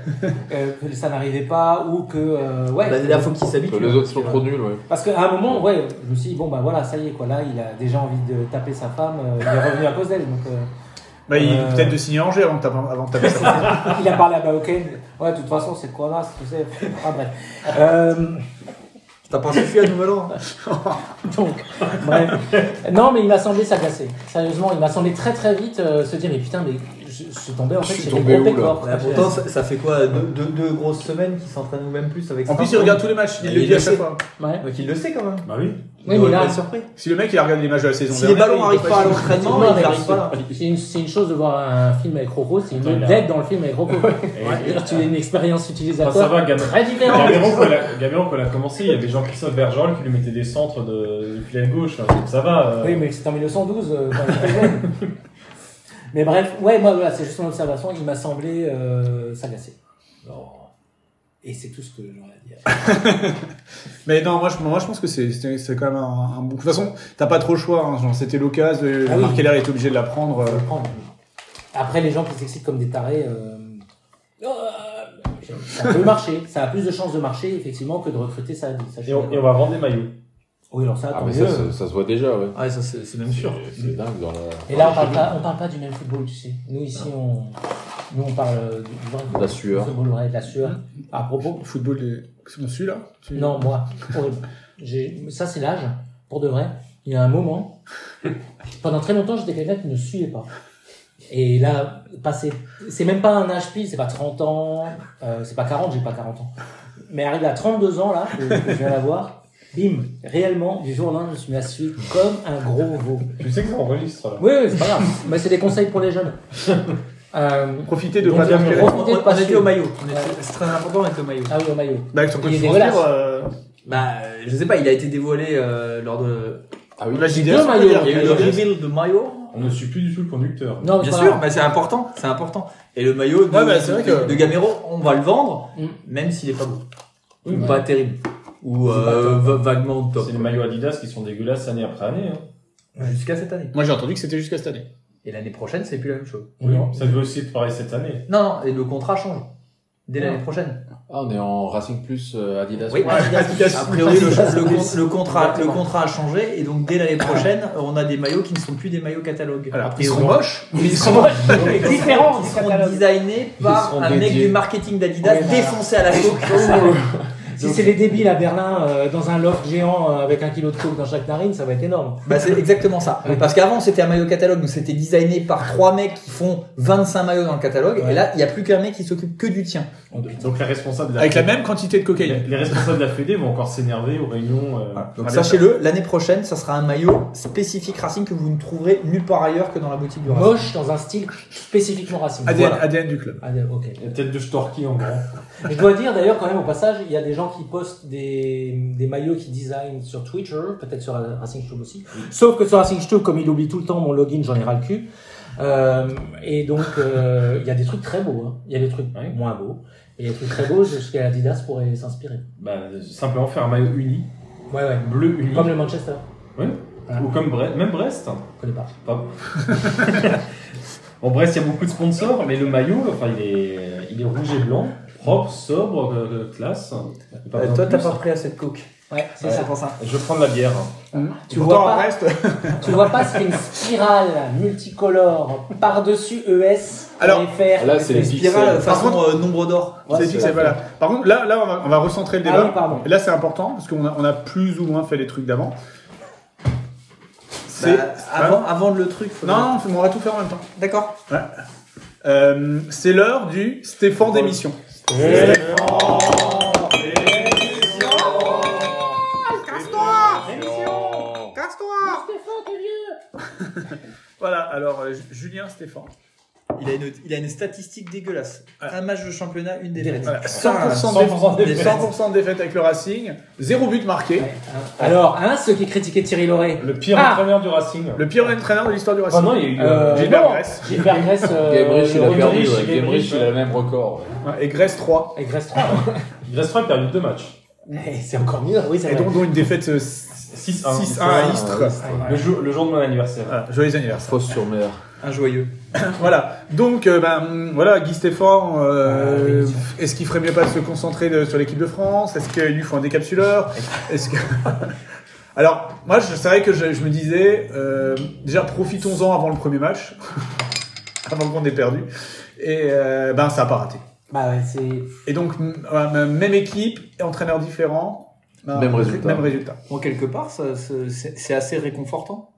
Speaker 8: Euh, que ça n'arrivait pas ou que euh, ouais
Speaker 6: Bah, là, faut qu'il s'habitue.
Speaker 11: Que Les autres sont trop nuls, ouais.
Speaker 8: parce qu'à un moment ouais je me suis dit bon bah voilà ça y est quoi là il a déjà envie de taper sa femme euh, il est revenu à cause d'elle donc euh,
Speaker 5: Bah, il
Speaker 8: Euh,
Speaker 5: peut-être de signer Angers avant que t'av- avant que t'appelles ça.
Speaker 8: Il a parlé à Baoken. Ouais, de toute façon, c'est le Corona, tu sais. Ah, bref. Euh,
Speaker 6: T'as pas suffi à Nouvel An hein
Speaker 8: donc, bref. Non, mais il m'a semblé s'agacer. Sérieusement, il m'a semblé très très vite euh, se dire Mais putain, mais je, je suis tombé en fait
Speaker 11: Je suis
Speaker 8: chez
Speaker 11: tombé
Speaker 8: les gros
Speaker 11: où, là
Speaker 8: pécores.
Speaker 6: Ouais, Bah, Pourtant, ça, ça fait quoi deux, deux- deux grosses semaines qu'il s'entraîne même plus avec
Speaker 5: En plus, il
Speaker 6: Strasbourg.
Speaker 5: regarde tous les matchs, il
Speaker 6: Et
Speaker 5: le
Speaker 6: Ah, il
Speaker 5: dit à
Speaker 6: le
Speaker 5: chaque
Speaker 6: sait.
Speaker 5: fois.
Speaker 8: Ouais.
Speaker 6: Donc il le sait quand même.
Speaker 10: Bah oui.
Speaker 8: Oui,
Speaker 6: Il
Speaker 8: mais
Speaker 6: devrait pas
Speaker 8: là,
Speaker 6: être surpris.
Speaker 5: Si le mec il a regardé les matchs de la saison
Speaker 6: Si les ballons
Speaker 5: il
Speaker 6: n'arrivent
Speaker 5: peut
Speaker 6: pas à
Speaker 5: être-
Speaker 6: l'entraînement,
Speaker 8: Non,
Speaker 6: ils
Speaker 8: mais
Speaker 6: n'arrivent pas là.
Speaker 8: c'est une, c'est une chose de voir un film avec Rocco, c'est une
Speaker 10: Putain,
Speaker 8: autre
Speaker 10: il a-
Speaker 8: d'être dans le film avec Rocco.
Speaker 10: Et-
Speaker 8: C'est-à-dire, tu as une expérience
Speaker 10: Enfin, ça
Speaker 8: utilisateur
Speaker 10: va, Gabriel.
Speaker 8: très différente.
Speaker 10: Gabiron, quand elle a- Gabiron, quand elle a commencé, il y avait Jean-Christophe Bergeron qui lui mettait des centres de, depuis la gauche. là. Donc Ça va. euh,
Speaker 8: Oui, mais c'était en 1912 euh, quand j'étais jeune. Mais bref, ouais, moi, voilà, c'est juste mon observation. Il m'a semblé euh, s'agacer. Et c'est tout ce que j'aurais à dire.
Speaker 5: Mais non, moi je, moi, je pense que c'est- c'est c'est quand même un, un bon. De toute façon, t'as pas trop le choix. hein, genre, C'était l'occasion. euh,
Speaker 8: Ah oui.
Speaker 5: Marc Keller était obligé de la prendre. euh.
Speaker 8: Faut le prendre. Après, les gens qui s'excitent comme des tarés, euh, euh, ça peut marcher. Ça a plus de chances de marcher, effectivement, que de recruter ça. ça, je suis
Speaker 10: Et on, et on
Speaker 8: d'accord.
Speaker 10: va vendre des maillots.
Speaker 8: Oui, alors ça,
Speaker 11: Ah,
Speaker 8: tant
Speaker 11: mais
Speaker 8: mieux.
Speaker 11: ça, se- ça se voit déjà, ouais.
Speaker 6: Ah, ça c'est c'est même
Speaker 11: C'est
Speaker 6: sûr.
Speaker 11: c'est dingue dans la.
Speaker 8: Et là, on parle pas, on parle pas du même football, tu sais. Nous, ici, on, nous, on parle euh, du vrai
Speaker 11: Ah. De la sueur. Mmh.
Speaker 8: football, ouais, de la sueur. À propos,
Speaker 5: Football, des- c'est bon, celui-là Celui-
Speaker 8: Non, moi, horrible. J'ai- Ça, c'est l'âge, pour de vrai. Il y a un moment, pendant très longtemps, j'étais quelqu'un qui ne suivait pas. Et là, passer, c'est même pas un âge pile, c'est pas 30 ans, euh, c'est pas 40, j'ai pas 40 ans. Mais arrivé à 32 ans, là, que, que je viens d'avoir, bim, réellement, du jour au lendemain, je me suis mis à suivre comme un gros veau.
Speaker 10: Tu sais que ça enregistre. là.
Speaker 8: Oui, oui, c'est pas grave. Mais c'est des conseils pour les jeunes. Euh,
Speaker 5: Profitez de
Speaker 8: Donc,
Speaker 5: pas
Speaker 8: on
Speaker 5: Marc Keller.
Speaker 8: refait-
Speaker 6: On,
Speaker 8: Profitez de
Speaker 6: on
Speaker 8: pas
Speaker 6: était
Speaker 8: suivre.
Speaker 6: au maillot. On
Speaker 8: Ouais.
Speaker 6: était- C'est très important, on était au maillot.
Speaker 8: ah oui, au maillot.
Speaker 5: Bah, avec son coup
Speaker 8: Il
Speaker 5: de
Speaker 8: est
Speaker 5: fourrure,
Speaker 8: dégueulasse.
Speaker 5: euh,
Speaker 6: Bah, euh, je sais pas, il a été dévoilé euh, lors de.
Speaker 11: Ah oui.
Speaker 5: la JDR,
Speaker 8: deux
Speaker 5: ça peut
Speaker 8: maillots.
Speaker 5: dire.
Speaker 6: Il y a eu le reveal de maillot.
Speaker 10: On ne suit plus du tout le conducteur.
Speaker 8: Non, mais
Speaker 6: Bien
Speaker 8: pas
Speaker 6: sûr,
Speaker 8: grave.
Speaker 6: mais c'est important, c'est important. Et le maillot de,
Speaker 5: Ouais, bah, c'est vrai que-
Speaker 6: de Gamero, on va le vendre,
Speaker 8: Mm.
Speaker 6: même s'il est pas beau.
Speaker 10: Oui,
Speaker 6: Ou
Speaker 10: bah,
Speaker 6: pas terrible. Ou
Speaker 8: C'est pas
Speaker 6: euh, va- vaguement top.
Speaker 10: C'est les maillots Adidas qui sont dégueulasses année après année. hein.
Speaker 6: Jusqu'à cette année.
Speaker 5: Moi j'ai entendu que c'était jusqu'à cette année.
Speaker 6: Et l'année prochaine, c'est plus la même chose.
Speaker 10: Oui,
Speaker 8: Non.
Speaker 10: ça devait aussi être pareil cette année.
Speaker 6: Non, non, et le contrat change. Dès l'année prochaine.
Speaker 11: Ah, on est en Racing Plus euh, Adidas.
Speaker 6: Oui,
Speaker 11: Ouais.
Speaker 6: a priori, le,
Speaker 8: Adidas
Speaker 6: le
Speaker 8: Plus.
Speaker 6: con- le contrat, le
Speaker 8: Exactement.
Speaker 6: contrat a changé, et donc dès l'année prochaine, on a des maillots qui ne sont plus des maillots catalogues.
Speaker 5: Alors,
Speaker 6: A
Speaker 5: ils
Speaker 6: priori.
Speaker 5: seront moches, mais ils seront.
Speaker 8: C'est différent
Speaker 6: Ils
Speaker 8: du
Speaker 6: seront
Speaker 8: catalogue.
Speaker 6: designés par
Speaker 11: seront
Speaker 6: un mec
Speaker 11: dédiés.
Speaker 6: du marketing d'Adidas
Speaker 8: Oui, voilà.
Speaker 6: défoncé à la coque.
Speaker 8: Si c'est les débiles à Berlin euh, dans un loft géant euh, avec un kilo de coke dans chaque narine, ça va être énorme.
Speaker 6: Bah, c'est exactement ça. Parce qu'avant, c'était un maillot catalogue, donc c'était designé par trois mecs qui font 25 maillots dans le catalogue.
Speaker 8: Ouais.
Speaker 6: Et là, il n'y a plus qu'un mec qui s'occupe que du tien.
Speaker 10: Donc les responsables de la,
Speaker 5: Avec la même quantité de
Speaker 10: les,
Speaker 5: cocaïne.
Speaker 10: les responsables de la Fédé vont encore s'énerver aux réunions. euh,
Speaker 6: Voilà.
Speaker 5: Ah,
Speaker 6: Donc,
Speaker 5: bien
Speaker 6: sachez-le, l'année prochaine, ça sera un maillot spécifique Racing que vous ne trouverez nulle part ailleurs que dans la boutique du Racing.
Speaker 8: Moche dans un style spécifiquement raciste.
Speaker 5: ADN,
Speaker 8: Voilà.
Speaker 5: ADN du club.
Speaker 8: Ah, d- ok.
Speaker 10: La tête de Storky en grand.
Speaker 8: Je dois dire d'ailleurs quand même au passage, il y a des gens qui postent des, des maillots qui design sur Twitter, peut-être sur euh, Racing Club aussi. Sauf que sur Racing Club, comme il oublie tout le temps mon login, j'en ai ras le cul. Euh, et donc euh, il y a des trucs très beaux, hein. il y a des trucs
Speaker 10: Ouais.
Speaker 8: moins beaux, et il y a des trucs très beaux jusqu'à Adidas pourrait s'inspirer.
Speaker 10: Bah, simplement faire un maillot uni,
Speaker 8: Ouais ouais.
Speaker 10: bleu uni.
Speaker 8: Comme le Manchester,
Speaker 10: Ouais. Ou comme Bre- même Brest. hein.
Speaker 8: je connais pas.
Speaker 10: Pas- en Brest, il y a beaucoup de sponsors, mais le maillot, enfin, il est, il est rouge et blanc, propre, sobre, euh, classe. Et pas
Speaker 6: Euh,
Speaker 10: besoin
Speaker 6: toi,
Speaker 10: de
Speaker 6: t'as
Speaker 10: plus.
Speaker 6: pas pris assez de coke.
Speaker 8: Ouais, c'est
Speaker 6: C'est
Speaker 8: ça.
Speaker 6: pour ça.
Speaker 10: Je vais prendre la bière.
Speaker 8: Tu vois pas
Speaker 5: reste.
Speaker 8: Tu vois pas, c'est une spirale multicolore par-dessus E ES.
Speaker 5: Alors,
Speaker 8: faire.
Speaker 11: Là, c'est les
Speaker 6: Spirale
Speaker 11: pixels.
Speaker 6: façon euh, nombre d'or.
Speaker 5: C'est dit, c'est- voilà. Par contre, là, là on, va, on va recentrer le
Speaker 8: Ah
Speaker 5: débat.
Speaker 8: oui, pardon.
Speaker 5: Et là, c'est important parce qu'on a, on a plus ou moins fait les trucs d'avant. C'est hein
Speaker 6: Bah, avant, avant le truc. faut-
Speaker 5: Non, non, on va tout faire en même temps.
Speaker 6: D'accord.
Speaker 5: Euh, c'est l'heure du Stéphane d'émission. Voilà, alors euh, Ju- Julien Stéphane.
Speaker 6: Il a, une, il a une statistique dégueulasse.
Speaker 5: Voilà.
Speaker 6: Un match de championnat, une défaite.
Speaker 5: Voilà,
Speaker 6: Ah,
Speaker 5: 100%, de
Speaker 6: 100%
Speaker 5: défaite,
Speaker 6: défaite.
Speaker 5: 100% de défaite avec le Racing, zéro but marqué.
Speaker 8: Alors, hein, ceux qui critiquaient Thierry Lauré.
Speaker 10: Le pire
Speaker 8: Ah
Speaker 10: entraîneur du Racing.
Speaker 5: Le pire entraîneur de l'histoire du Racing.
Speaker 10: Ah non, il y a eu.
Speaker 8: Euh,
Speaker 5: Gilbert
Speaker 8: non,
Speaker 5: Grèce.
Speaker 8: Gilbert Grèce. euh,
Speaker 11: Gamerich, il
Speaker 8: le
Speaker 11: a
Speaker 8: retour-
Speaker 11: perdu.
Speaker 10: Gamerich,
Speaker 11: ouais. Gamerich,
Speaker 10: Gamerich,
Speaker 11: il a le même record. ouais.
Speaker 5: Et Grèce 3.
Speaker 8: Et Grèce 3.
Speaker 10: Brest a perdu deux matchs.
Speaker 8: Eh, c'est encore mieux, oui,
Speaker 5: Et
Speaker 8: c'est vrai.
Speaker 5: donc, dont une défaite euh, 6-1 à Istres.
Speaker 8: Ah,
Speaker 10: Le jour, le jour de mon anniversaire.
Speaker 5: Voilà, joyeux anniversaire.
Speaker 11: Fosse sur mer.
Speaker 6: Un joyeux.
Speaker 5: voilà, donc euh, ben, voilà, Guy Stéphane, euh,
Speaker 8: Ah, oui.
Speaker 5: est-ce qu'il ferait mieux pas de se concentrer de- sur l'équipe de France Est-ce qu'il lui faut un décapsuleur Est-ce que... Alors, moi, je- c'est vrai que je, je me disais, euh, déjà profitons-en avant le premier match. avant qu'on ait perdu. Et euh, ben, ça n'a pas raté.
Speaker 8: Bah ouais, c'est.
Speaker 5: Et donc, m- ouais, même équipe, entraîneur différent. ben,
Speaker 11: Même résultat.
Speaker 5: Même résultat.
Speaker 6: Bon, quelque part, ça- ça- c'est c'est assez réconfortant.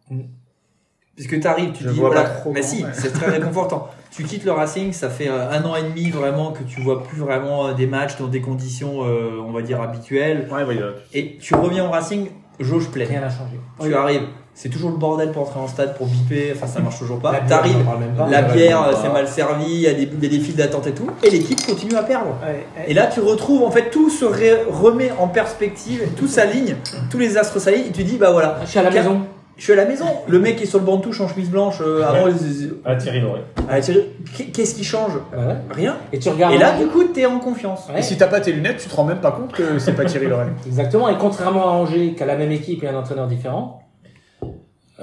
Speaker 6: Parce que tu arrives, tu
Speaker 5: Mm. Je
Speaker 6: dis,
Speaker 5: vois
Speaker 6: voilà,
Speaker 5: pas trop
Speaker 6: mais
Speaker 5: comment,
Speaker 6: si,
Speaker 5: mais-
Speaker 6: c'est très réconfortant. Tu quittes le Racing, ça fait euh, un an et demi vraiment que tu vois plus vraiment euh, des matchs dans des conditions, euh, on va dire, habituelles.
Speaker 5: Ouais, ouais,
Speaker 6: Et tu reviens au Racing, jauge pleine.
Speaker 8: Rien n'a changé.
Speaker 6: Tu arrives, c'est toujours le bordel pour entrer en stade, pour biper, enfin ça marche toujours pas.
Speaker 8: La bière, on en
Speaker 6: T'arrives,
Speaker 8: parle même pas.
Speaker 6: la bière,
Speaker 11: pas.
Speaker 6: c'est mal servi, il y, a des- il y a des files d'attente et tout, et l'équipe continue à perdre.
Speaker 8: Ouais, ouais.
Speaker 6: Et là, tu retrouves, en fait, tout se ré- remet en perspective, tout s'aligne, tous les astres s'alignent, et tu dis, bah voilà,
Speaker 8: Je suis à la
Speaker 6: Car-
Speaker 8: maison.
Speaker 6: je suis à la maison. Le mec qui est sur le banc de touche en chemise blanche, euh, avant, ils- ils-
Speaker 10: Ah, Thierry Loret.
Speaker 6: Ah, Thierry, qu'est- qu'est-ce qui change
Speaker 8: Bah ouais.
Speaker 6: Rien.
Speaker 8: Et tu regardes.
Speaker 6: Et là, du coup, t'es en confiance.
Speaker 8: Ouais.
Speaker 5: Et si t'as pas tes lunettes, tu te rends même pas compte que c'est pas Thierry Lorraine.
Speaker 8: Exactement. Et contrairement à Angers, qui a la même équipe et un entraîneur différent.
Speaker 10: Ah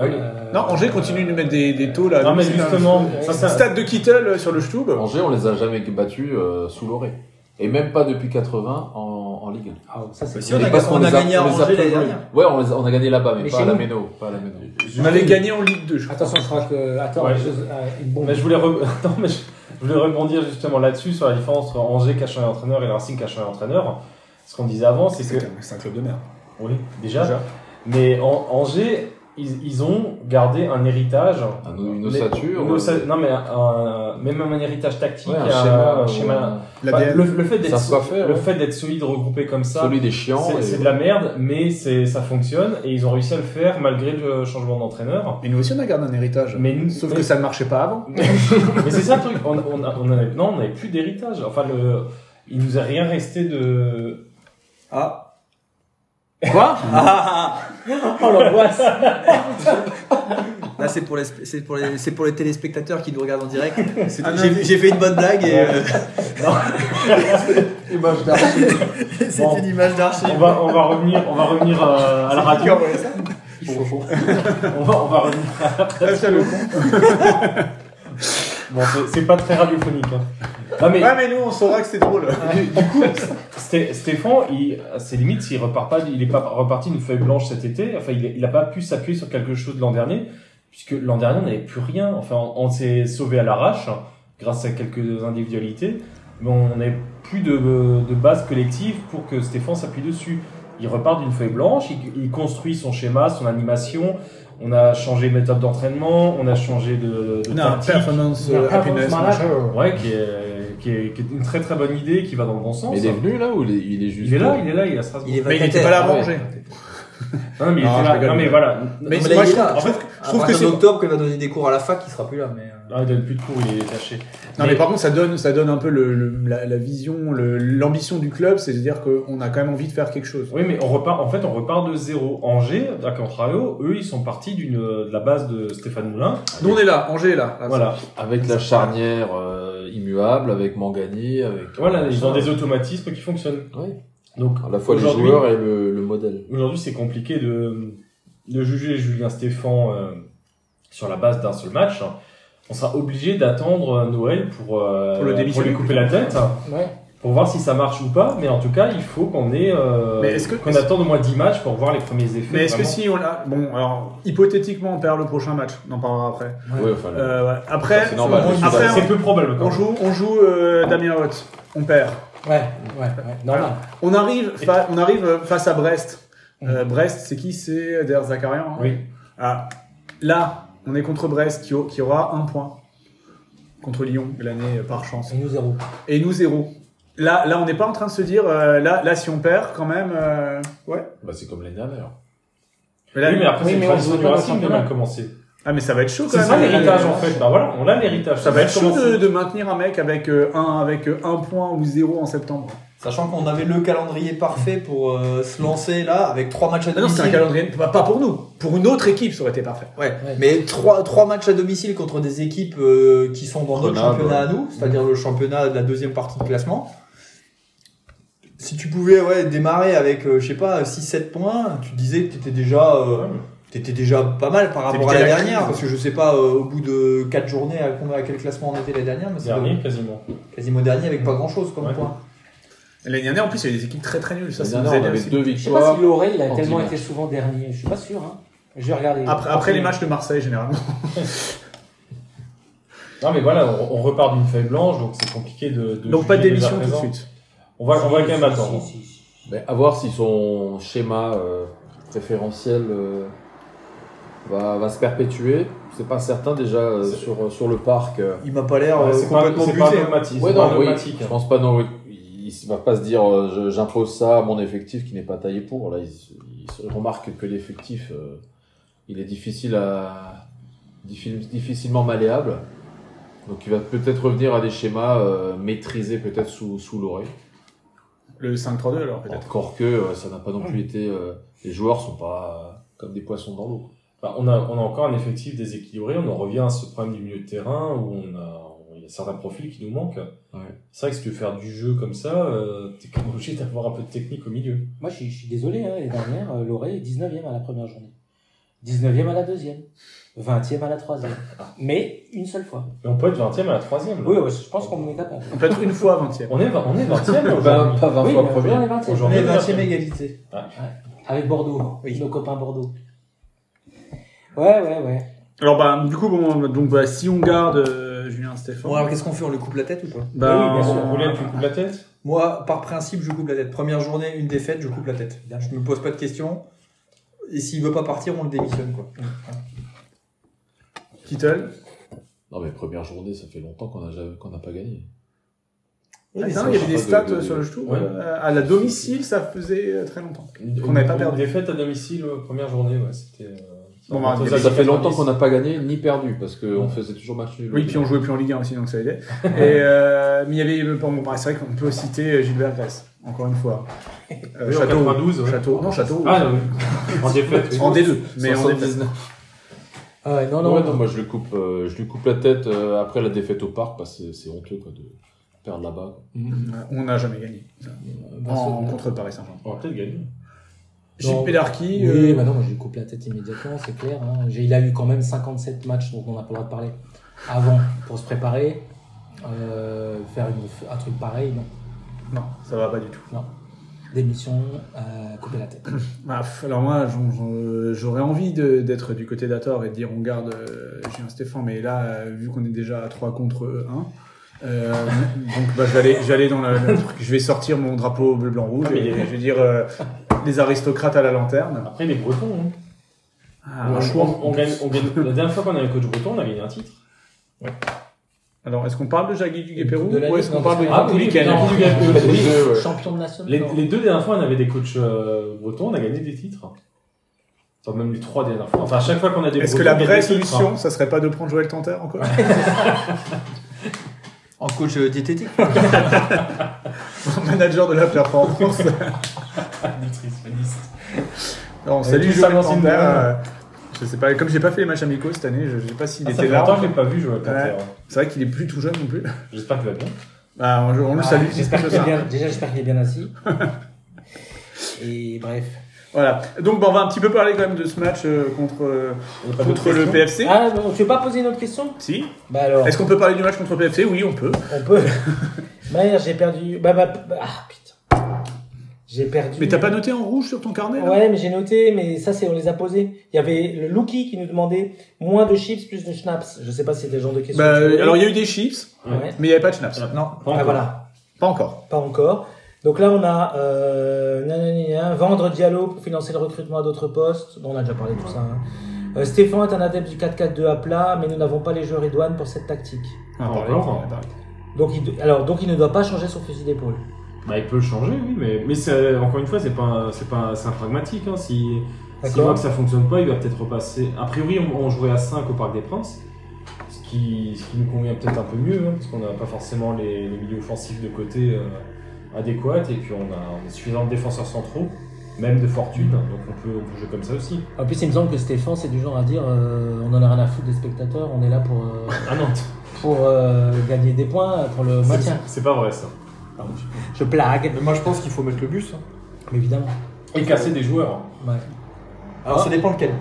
Speaker 10: oui.
Speaker 8: euh,
Speaker 5: Non, Angers continue de nous mettre des, des taux là.
Speaker 10: Non, mais
Speaker 5: Ah, C'est un-
Speaker 10: justement, ça, ça-
Speaker 5: Stade de Kittel euh, sur le Stub.
Speaker 11: Angers, on les a jamais battus euh, sous l'orée. Et même pas depuis 80 en, en Ligue 1.
Speaker 8: Ah, ça, c'est
Speaker 6: on a-
Speaker 11: Parce qu'on
Speaker 6: on a
Speaker 11: les
Speaker 6: gagné à
Speaker 11: on les
Speaker 6: Angers
Speaker 11: peu
Speaker 6: l'année
Speaker 11: joués.
Speaker 6: dernière.
Speaker 11: Ouais, on, les a- on a gagné là-bas, mais,
Speaker 8: Mais
Speaker 11: pas,
Speaker 8: chez
Speaker 11: à la
Speaker 8: nous.
Speaker 11: Méno, pas à la Méno.
Speaker 5: On avait gagné en Ligue 2, je crois.
Speaker 8: Attention, je crois que. Attends,
Speaker 10: Ouais.
Speaker 8: je- euh, une bombe.
Speaker 11: Bah,
Speaker 10: Mais je voulais, re- non, mais je... je voulais rebondir justement là-dessus, sur la différence entre Angers qui a changé d'entraîneur et le Racing qui a changé d'entraîneur. Ce qu'on disait avant, c'est que.
Speaker 5: un- un club de merde.
Speaker 10: Oui, déjà. Mais en- Angers, ils, ils ont gardé un héritage.
Speaker 11: Un- Une
Speaker 10: Mais-
Speaker 11: ossature.
Speaker 10: une ossa-
Speaker 11: euh,
Speaker 10: Non, mais un- même un héritage tactique,
Speaker 11: ouais, un
Speaker 10: il y a
Speaker 11: schéma.
Speaker 10: un
Speaker 11: euh,
Speaker 10: schéma.
Speaker 5: La
Speaker 10: Bah,
Speaker 5: DL.
Speaker 10: le, le fait d'être
Speaker 11: Ça se doit faire,
Speaker 10: le
Speaker 11: ouais.
Speaker 10: fait d'être solide, regroupé comme ça,
Speaker 11: Celui des chiants.
Speaker 10: c'est
Speaker 11: et-
Speaker 10: c'est de la merde, mais c'est ça fonctionne et ils ont réussi à le faire malgré le changement d'entraîneur.
Speaker 5: Mais nous aussi, on a gardé un héritage.
Speaker 10: Mais nous-
Speaker 5: Sauf
Speaker 10: mais-
Speaker 5: que ça ne marchait pas avant.
Speaker 10: mais c'est ça le truc. On, on, a- on avait, non, on n'avait plus d'héritage. Enfin, le, il nous a rien resté de.
Speaker 6: Ah. Quoi ah,
Speaker 8: Oh l'angoisse
Speaker 6: Là, c'est pour, les, c'est pour, les, c'est pour les téléspectateurs qui nous regardent en direct. C'est-
Speaker 5: Un
Speaker 6: J'ai
Speaker 5: indice.
Speaker 6: j'ai fait une bonne blague et euh,
Speaker 11: Image d'archive.
Speaker 6: c'est
Speaker 10: Bon.
Speaker 6: une image
Speaker 10: On
Speaker 6: d'archive.
Speaker 10: va, on va revenir, on va revenir euh, à la radio. On va, on va revenir.
Speaker 5: Ah, ça, le con.
Speaker 10: Bon, c'est- c'est pas très radiophonique. hein. Non, mais
Speaker 5: Ouais, mais nous, on saura que c'est drôle.
Speaker 10: Ah. Sté- Stéphane, il, à ses limites, il repart pas, il est pas reparti d'une feuille blanche cet été. Enfin, il, il a pas pu s'appuyer sur quelque chose de l'an dernier, puisque l'an dernier on n'avait plus rien. Enfin, on, on s'est sauvé à l'arrache hein, grâce à quelques individualités, mais on n'avait plus de, de base collective pour que Stéphane s'appuie dessus. Il repart d'une feuille blanche, il, il construit son schéma, son animation. On a changé de méthode d'entraînement, on a changé de, de
Speaker 5: On a un
Speaker 10: tactique.
Speaker 5: performance euh, happiness. machin.
Speaker 10: Ouais, qui est, qui, est, qui est une très très bonne idée, qui va dans le bon sens.
Speaker 11: Mais il est venu là ou il est, il est juste.
Speaker 10: Il est là, il est là, il est à Strasbourg.
Speaker 6: Il est
Speaker 5: Mais il n'était
Speaker 6: vacataire.
Speaker 5: pas là
Speaker 11: Ouais.
Speaker 5: avant Angers.
Speaker 10: Non, mais il
Speaker 5: Non,
Speaker 10: était
Speaker 5: je
Speaker 10: là.
Speaker 5: rigole.
Speaker 10: Non, mais voilà.
Speaker 5: Mais
Speaker 6: mais là,
Speaker 5: moi,
Speaker 6: il est
Speaker 5: je-
Speaker 6: là.
Speaker 5: en fait, je trouve que
Speaker 6: c'est
Speaker 5: c'est.
Speaker 6: octobre qu'il va donner des cours à la fac, il sera plus là. Mais euh,
Speaker 10: Ah, il donne plus de coups, il est caché.
Speaker 5: Non, mais
Speaker 10: Mais-
Speaker 5: par contre, ça donne, ça donne un peu le, le- la, la vision, le- l'ambition du club, c'est-à-dire qu'on a quand même envie de faire quelque chose.
Speaker 10: Oui, mais on repart, en fait, on repart de zéro. Angers, à contrario, eux, ils sont partis d'une, de la base de Stéphane Moulin.
Speaker 5: Nous, on est là, Angers est là. Ah, Là,
Speaker 10: Voilà.
Speaker 11: Avec la charnière euh, immuable, avec Mangani, avec.
Speaker 10: Voilà, ils ont des automatismes qui fonctionnent.
Speaker 11: Oui.
Speaker 10: Donc,
Speaker 11: À la fois les
Speaker 10: Aujourd'hui-
Speaker 11: joueurs et le, le modèle.
Speaker 10: aujourd'hui, c'est compliqué de, de juger Julien Stéphane euh, sur la base d'un seul match. hein. On sera obligé d'attendre euh, Noël pour, euh,
Speaker 5: Pour le
Speaker 10: pour lui
Speaker 5: démissionner.
Speaker 10: couper la tête. hein.
Speaker 8: Ouais.
Speaker 10: pour voir si ça marche ou pas, mais en tout cas, il faut qu'on ait euh,
Speaker 5: Mais est-ce que-
Speaker 10: qu'on attende au moins 10 matchs pour voir les premiers effets.
Speaker 5: Mais est-ce que
Speaker 10: vraiment.
Speaker 5: si on l'a. Bon, alors, hypothétiquement, on perd le prochain match. On en parlera après.
Speaker 11: Ouais, enfin,
Speaker 5: Euh, ouais. Après,
Speaker 11: C'est normal,
Speaker 5: on-
Speaker 11: je suis
Speaker 5: après,
Speaker 10: c'est peu probable
Speaker 5: on
Speaker 10: quand même.
Speaker 5: joue, on joue euh, Damien Roth. On perd.
Speaker 8: Ouais, ouais, ouais. Normal.
Speaker 5: On arrive, fa- on arrive euh, face à Brest. Euh, Brest, c'est qui C'est Der Zakarian. hein
Speaker 10: Oui.
Speaker 5: Ah, là, on est contre Brest qui, au- qui aura un point. Contre Lyon, l'année euh, par chance.
Speaker 8: Et nous zéro.
Speaker 5: Et nous, zéro. Là, là on n'est pas en train de se dire, euh, là, là, si on perd, quand même. euh, Ouais.
Speaker 11: bah, c'est comme l'année dernière.
Speaker 5: Mais là-
Speaker 10: oui, mais après,
Speaker 8: Oui,
Speaker 10: c'est
Speaker 8: mais
Speaker 10: le
Speaker 8: on
Speaker 10: transition
Speaker 8: joue
Speaker 10: du
Speaker 8: pas dans le
Speaker 10: Racing qui
Speaker 8: championnat.
Speaker 10: va commencer.
Speaker 5: Ah, mais ça va être chaud quand
Speaker 10: C'est
Speaker 5: même.
Speaker 10: ça
Speaker 5: hein,
Speaker 10: l'héritage
Speaker 5: les-
Speaker 10: en fait. Bah voilà, on a l'héritage.
Speaker 5: Ça va être chaud
Speaker 10: commencer.
Speaker 5: de, de maintenir un mec avec, euh, un, avec euh, un point ou zéro en septembre.
Speaker 6: Sachant qu'on avait le calendrier parfait pour euh, se lancer là, avec trois matchs à
Speaker 5: Ah non, c'est
Speaker 6: domicile.
Speaker 5: un calendrier, pas pas pour nous. Pour une autre équipe, ça aurait été parfait.
Speaker 6: Ouais, mais trois, trois matchs à domicile contre des équipes euh, qui sont dans notre
Speaker 11: Prenables,
Speaker 6: championnat à nous, c'est-à-dire le championnat de la deuxième partie de classement. Si tu pouvais ouais, démarrer avec, euh, je sais pas, 6-7 points, tu disais que t'étais déjà, euh, t'étais déjà pas mal par rapport à
Speaker 5: T'évitais la
Speaker 6: la dernière,
Speaker 5: crise.
Speaker 6: parce que je sais pas euh, au bout de 4 journées à, combien- à quel classement on était la dernière, mais c'est
Speaker 10: Dernier quasiment.
Speaker 6: quasiment dernier avec pas grand chose comme
Speaker 10: Ouais.
Speaker 6: point.
Speaker 5: L'année dernière, en plus, il y avait des équipes très très nulles. Ça,
Speaker 11: L'année
Speaker 5: ça nous
Speaker 11: dernière, on
Speaker 5: aidait
Speaker 11: avait
Speaker 5: aussi.
Speaker 11: deux
Speaker 8: Je sais pas
Speaker 11: victoires.
Speaker 8: si Loré, il a
Speaker 11: en
Speaker 8: tellement
Speaker 11: dix
Speaker 8: été souvent dernier. Je suis pas sûr. Hein. Je vais regarder.
Speaker 5: Après, après les matchs de Marseille, généralement.
Speaker 10: Non, mais voilà, on, on repart d'une feuille blanche, donc c'est compliqué de. de
Speaker 5: Donc, pas de
Speaker 10: juger dès
Speaker 5: démission
Speaker 10: à
Speaker 5: tout de
Speaker 10: présent.
Speaker 5: suite.
Speaker 10: On va, on va quand même
Speaker 8: Si,
Speaker 10: attendre.
Speaker 8: si, si.
Speaker 11: Mais à voir si son schéma euh, préférentiel euh, va, va se perpétuer. C'est pas certain déjà euh,
Speaker 10: C'est-
Speaker 11: sur, sur le parc. euh.
Speaker 6: Il m'a pas l'air euh,
Speaker 10: C'est pas,
Speaker 6: complètement
Speaker 10: c'est pas
Speaker 6: buté. hein.
Speaker 10: dogmatique.
Speaker 11: Ouais,
Speaker 10: c'est pas hein.
Speaker 11: non, oui,
Speaker 10: dogmatique.
Speaker 11: je pense pas non. oui. Il s- va pas se dire euh, je- j'impose ça à mon effectif qui n'est pas taillé pour. Là, il, se- il se remarque que l'effectif euh, il est difficile à diffi- difficilement malléable. Donc il va peut-être revenir à des schémas euh, maîtrisés peut-être sous, sous l'oreille.
Speaker 5: Le 5-3-2, alors, peut-être.
Speaker 11: Encore que euh, ça n'a pas non plus été. euh, les joueurs sont pas euh, comme des poissons dans l'eau.
Speaker 10: Bah, on, a, on a encore un effectif déséquilibré, on en revient à ce problème du milieu de terrain où on a, on- il y a certains profils qui nous manquent.
Speaker 11: Ouais.
Speaker 10: C'est vrai que si tu veux faire du jeu comme ça, euh, t'es quand même obligé d'avoir un peu de technique au milieu.
Speaker 8: Moi, je suis, je suis désolé, hein, les dernières, euh, Loré est 19e à la première journée. 19e à la deuxième. 20e à la troisième. Mais une seule fois.
Speaker 10: Mais on peut être 20 e à la 3 e
Speaker 8: Oui, ouais, je pense qu'on est capable.
Speaker 5: On peut être une fois 20
Speaker 10: On est, vingt- on est 20 e
Speaker 5: Bah,
Speaker 11: Pas, pas 20
Speaker 8: Oui,
Speaker 11: fois
Speaker 8: mais
Speaker 11: premier.
Speaker 8: on est 20e.
Speaker 10: Aujourd'hui.
Speaker 6: On est 20 e égalité.
Speaker 8: Avec Bordeaux,
Speaker 6: Oui.
Speaker 8: nos copains Bordeaux. Ouais, ouais, ouais.
Speaker 5: Alors, bah, du coup, bon, donc, bah, si on garde euh, Julien Stéphane.
Speaker 6: Bon, alors qu'est-ce qu'on fait On le coupe la tête ou pas
Speaker 5: bah,
Speaker 10: oui, bien sûr,
Speaker 5: on-
Speaker 10: vous voulez tu coupes la tête
Speaker 6: Moi, par principe, je coupe la tête. Première journée, une défaite, je coupe la tête. Je me pose pas de questions. Et s'il veut pas partir, on le démissionne quoi.
Speaker 5: Kittel.
Speaker 11: Non mais première journée, ça fait longtemps qu'on a jamais- qu'on n'a pas gagné.
Speaker 5: Ah,
Speaker 11: mais
Speaker 5: putain,
Speaker 11: ça,
Speaker 5: il y
Speaker 11: je
Speaker 5: avait des
Speaker 11: sais
Speaker 5: stats
Speaker 11: pas de- de-
Speaker 5: sur le Stour.
Speaker 10: Ouais.
Speaker 5: Euh, à la domicile, ça faisait euh, très longtemps. On n'avait
Speaker 10: n'avait
Speaker 5: pas perdu.
Speaker 10: Défaite à domicile, euh, première journée, ouais, c'était. euh,
Speaker 5: Bon, bah,
Speaker 10: remonte aux
Speaker 11: Ça,
Speaker 10: années
Speaker 11: fait longtemps qu'on
Speaker 10: 90.
Speaker 11: n'a pas gagné ni perdu parce qu'on faisait toujours match nul.
Speaker 5: Oui, puis on jouait plus en Ligue 1 aussi, donc ça aidait. Et, euh, mais il y avait. euh, bon, bah, c'est vrai qu'on peut citer Gilbert Grèce, encore une fois. Euh,
Speaker 10: Oui, en
Speaker 5: Château.
Speaker 10: 92, ouais.
Speaker 5: Château. Non, Château.
Speaker 10: Ah, non, oui. en défaite. oui.
Speaker 5: en D2. Mais en D2.
Speaker 11: 79.
Speaker 8: Ah ouais, non,
Speaker 11: Ouais,
Speaker 8: non.
Speaker 11: non, moi je lui coupe, euh, je lui coupe la tête euh, après la défaite au parc parce que c'est honteux quoi de perdre là-bas. quoi.
Speaker 5: On n'a jamais gagné.
Speaker 10: Ah,
Speaker 8: Bah,
Speaker 5: En
Speaker 8: c'est-
Speaker 5: contre Paris Saint-Germain.
Speaker 10: On va peut-être gagner.
Speaker 5: Gilles Pélarki.
Speaker 8: Oui,
Speaker 5: euh,
Speaker 8: bah non, moi, je lui coupe la tête immédiatement, c'est clair. hein. J'ai- Il a eu quand même 57 matchs, donc on n'a pas le droit de parler. Avant, pour se préparer, euh, faire une- un truc pareil, non.
Speaker 5: Non, ça va pas du tout.
Speaker 8: non. Démission, euh, couper la tête.
Speaker 5: Bah, pff, alors moi, j'en- j'en- j'aurais envie de- d'être du côté d'Ator et de dire on garde euh, Julien Stéphane, mais là, euh, vu qu'on est déjà à 3 contre 1, donc bah, j'allais j'allais dans la- le truc, je vais sortir mon drapeau bleu blanc rouge
Speaker 10: Ah, mais il
Speaker 5: et
Speaker 10: y a-
Speaker 5: je vais dire euh, les aristocrates à la lanterne.
Speaker 10: Après, les Bretons, hein.
Speaker 5: Ah,
Speaker 10: on,
Speaker 5: un choix.
Speaker 10: on- on gagne, on gagne- La dernière fois qu'on a un coach breton, on a gagné un titre.
Speaker 5: Alors, est-ce qu'on parle de Jagui du Guépérou
Speaker 8: De la
Speaker 5: ou
Speaker 8: Ligue,
Speaker 5: est-ce qu'on
Speaker 8: non,
Speaker 5: parle de
Speaker 8: parce
Speaker 10: que-
Speaker 5: Yvan Kouliken
Speaker 10: Ah, oui, Yvan Kouliken.
Speaker 11: Les deux, ouais.
Speaker 8: Champion de national.
Speaker 10: Les, les deux dernières fois, on avait des coachs euh, bretons, on a gagné des titres. Enfin, même les trois dernières fois. Enfin, à chaque fois qu'on a des
Speaker 5: Est-ce
Speaker 10: Bretons,
Speaker 5: que la
Speaker 10: on gagne
Speaker 5: vraie
Speaker 10: des titres,
Speaker 5: solution,
Speaker 10: hein.
Speaker 5: ça serait pas de prendre Joël Tanter encore
Speaker 6: En coach euh, diététique.
Speaker 5: Manager de la performance. Alors,
Speaker 10: Et
Speaker 5: salut
Speaker 10: tout ça
Speaker 5: Joël
Speaker 10: dans une
Speaker 5: Tanter.
Speaker 10: heure.
Speaker 5: euh, Je sais pas, comme j'ai pas fait les matchs amicaux cette année, je je sais pas s'il
Speaker 10: Ah, ça
Speaker 5: était
Speaker 10: fait
Speaker 5: là.
Speaker 10: longtemps que je l'ai pas vu jouer à Panthère.
Speaker 5: C'est vrai qu'il est plus tout jeune non plus.
Speaker 10: J'espère qu'il va bien.
Speaker 5: Bah, on, on le
Speaker 8: Ah,
Speaker 5: salue.
Speaker 8: j'espère
Speaker 5: c'est
Speaker 8: qu'il est
Speaker 5: ça.
Speaker 8: bien- Déjà, j'espère qu'il est bien assis. Et bref.
Speaker 5: Voilà. Donc, bah, on va un petit peu parler quand même de ce match euh, contre, euh,
Speaker 10: On a pas
Speaker 5: contre
Speaker 10: d'autres
Speaker 5: le
Speaker 10: questions
Speaker 5: PFC.
Speaker 8: Ah, bon, tu veux pas poser une autre question
Speaker 5: Si.
Speaker 8: Bah alors,
Speaker 5: Est-ce qu'on peut parler du match contre le PFC Oui, on peut.
Speaker 8: on peut. Merde, j'ai perdu. Bah, bah, bah, ah putain. J'ai perdu.
Speaker 5: Mais t'as pas noté en rouge sur ton carnet là
Speaker 8: Ouais, mais j'ai noté, mais ça, c'est on les a posés. Il y avait le Lucky qui nous demandait moins de chips, plus de schnapps. Je sais pas si c'était le genre de question.
Speaker 5: Bah,
Speaker 8: que tu voulais.
Speaker 5: alors, il y a eu des chips,
Speaker 8: Ouais.
Speaker 5: mais il n'y avait pas de schnapps.
Speaker 6: non.
Speaker 10: Pas
Speaker 8: Ah,
Speaker 10: encore.
Speaker 8: voilà,
Speaker 5: Pas encore.
Speaker 8: pas encore. Donc là, on a euh, nanana, vendre Diallo pour financer le recrutement à d'autres postes. Bon, on a déjà parlé de tout ça. hein. Euh, Stéphane est un adepte du 4-4-2 à plat, mais nous n'avons pas les joueurs idoines pour cette tactique.
Speaker 5: On va
Speaker 10: Pas
Speaker 5: parler,
Speaker 10: Ah, encore.
Speaker 5: on va parler.
Speaker 8: Donc il, do- alors, donc il ne doit pas changer son fusil d'épaule.
Speaker 10: Bah, il peut le changer, oui, mais, mais c'est- encore une fois, c'est pas, un- c'est pas, un- c'est un pragmatique. Hein. Si- S'il voit
Speaker 8: D'accord
Speaker 10: que ça fonctionne pas, il va peut-être repasser. A priori, on, on jouait à 5 au Parc des Princes, ce qui, ce qui nous convient peut-être un peu mieux, hein, parce qu'on n'a pas forcément les, les milieux offensifs de côté euh, adéquats, et puis on a, on est suffisamment de défenseurs centraux, même de fortune, hein, donc on peut, on peut jouer comme ça aussi.
Speaker 8: En plus, il me semble que Stéphane, c'est du genre à dire euh, on en a rien à foutre des spectateurs, on est là pour, euh,
Speaker 10: Ah non, t-
Speaker 8: pour euh, gagner des points, pour le
Speaker 10: c'est-
Speaker 8: maintien.
Speaker 10: c'est pas vrai ça.
Speaker 8: Bah, Je blague,
Speaker 6: Mais moi, je pense qu'il faut mettre le bus. hein.
Speaker 8: mais évidemment.
Speaker 10: Et casser des joueurs. hein.
Speaker 8: Ouais.
Speaker 6: Alors, ça dépend lequel.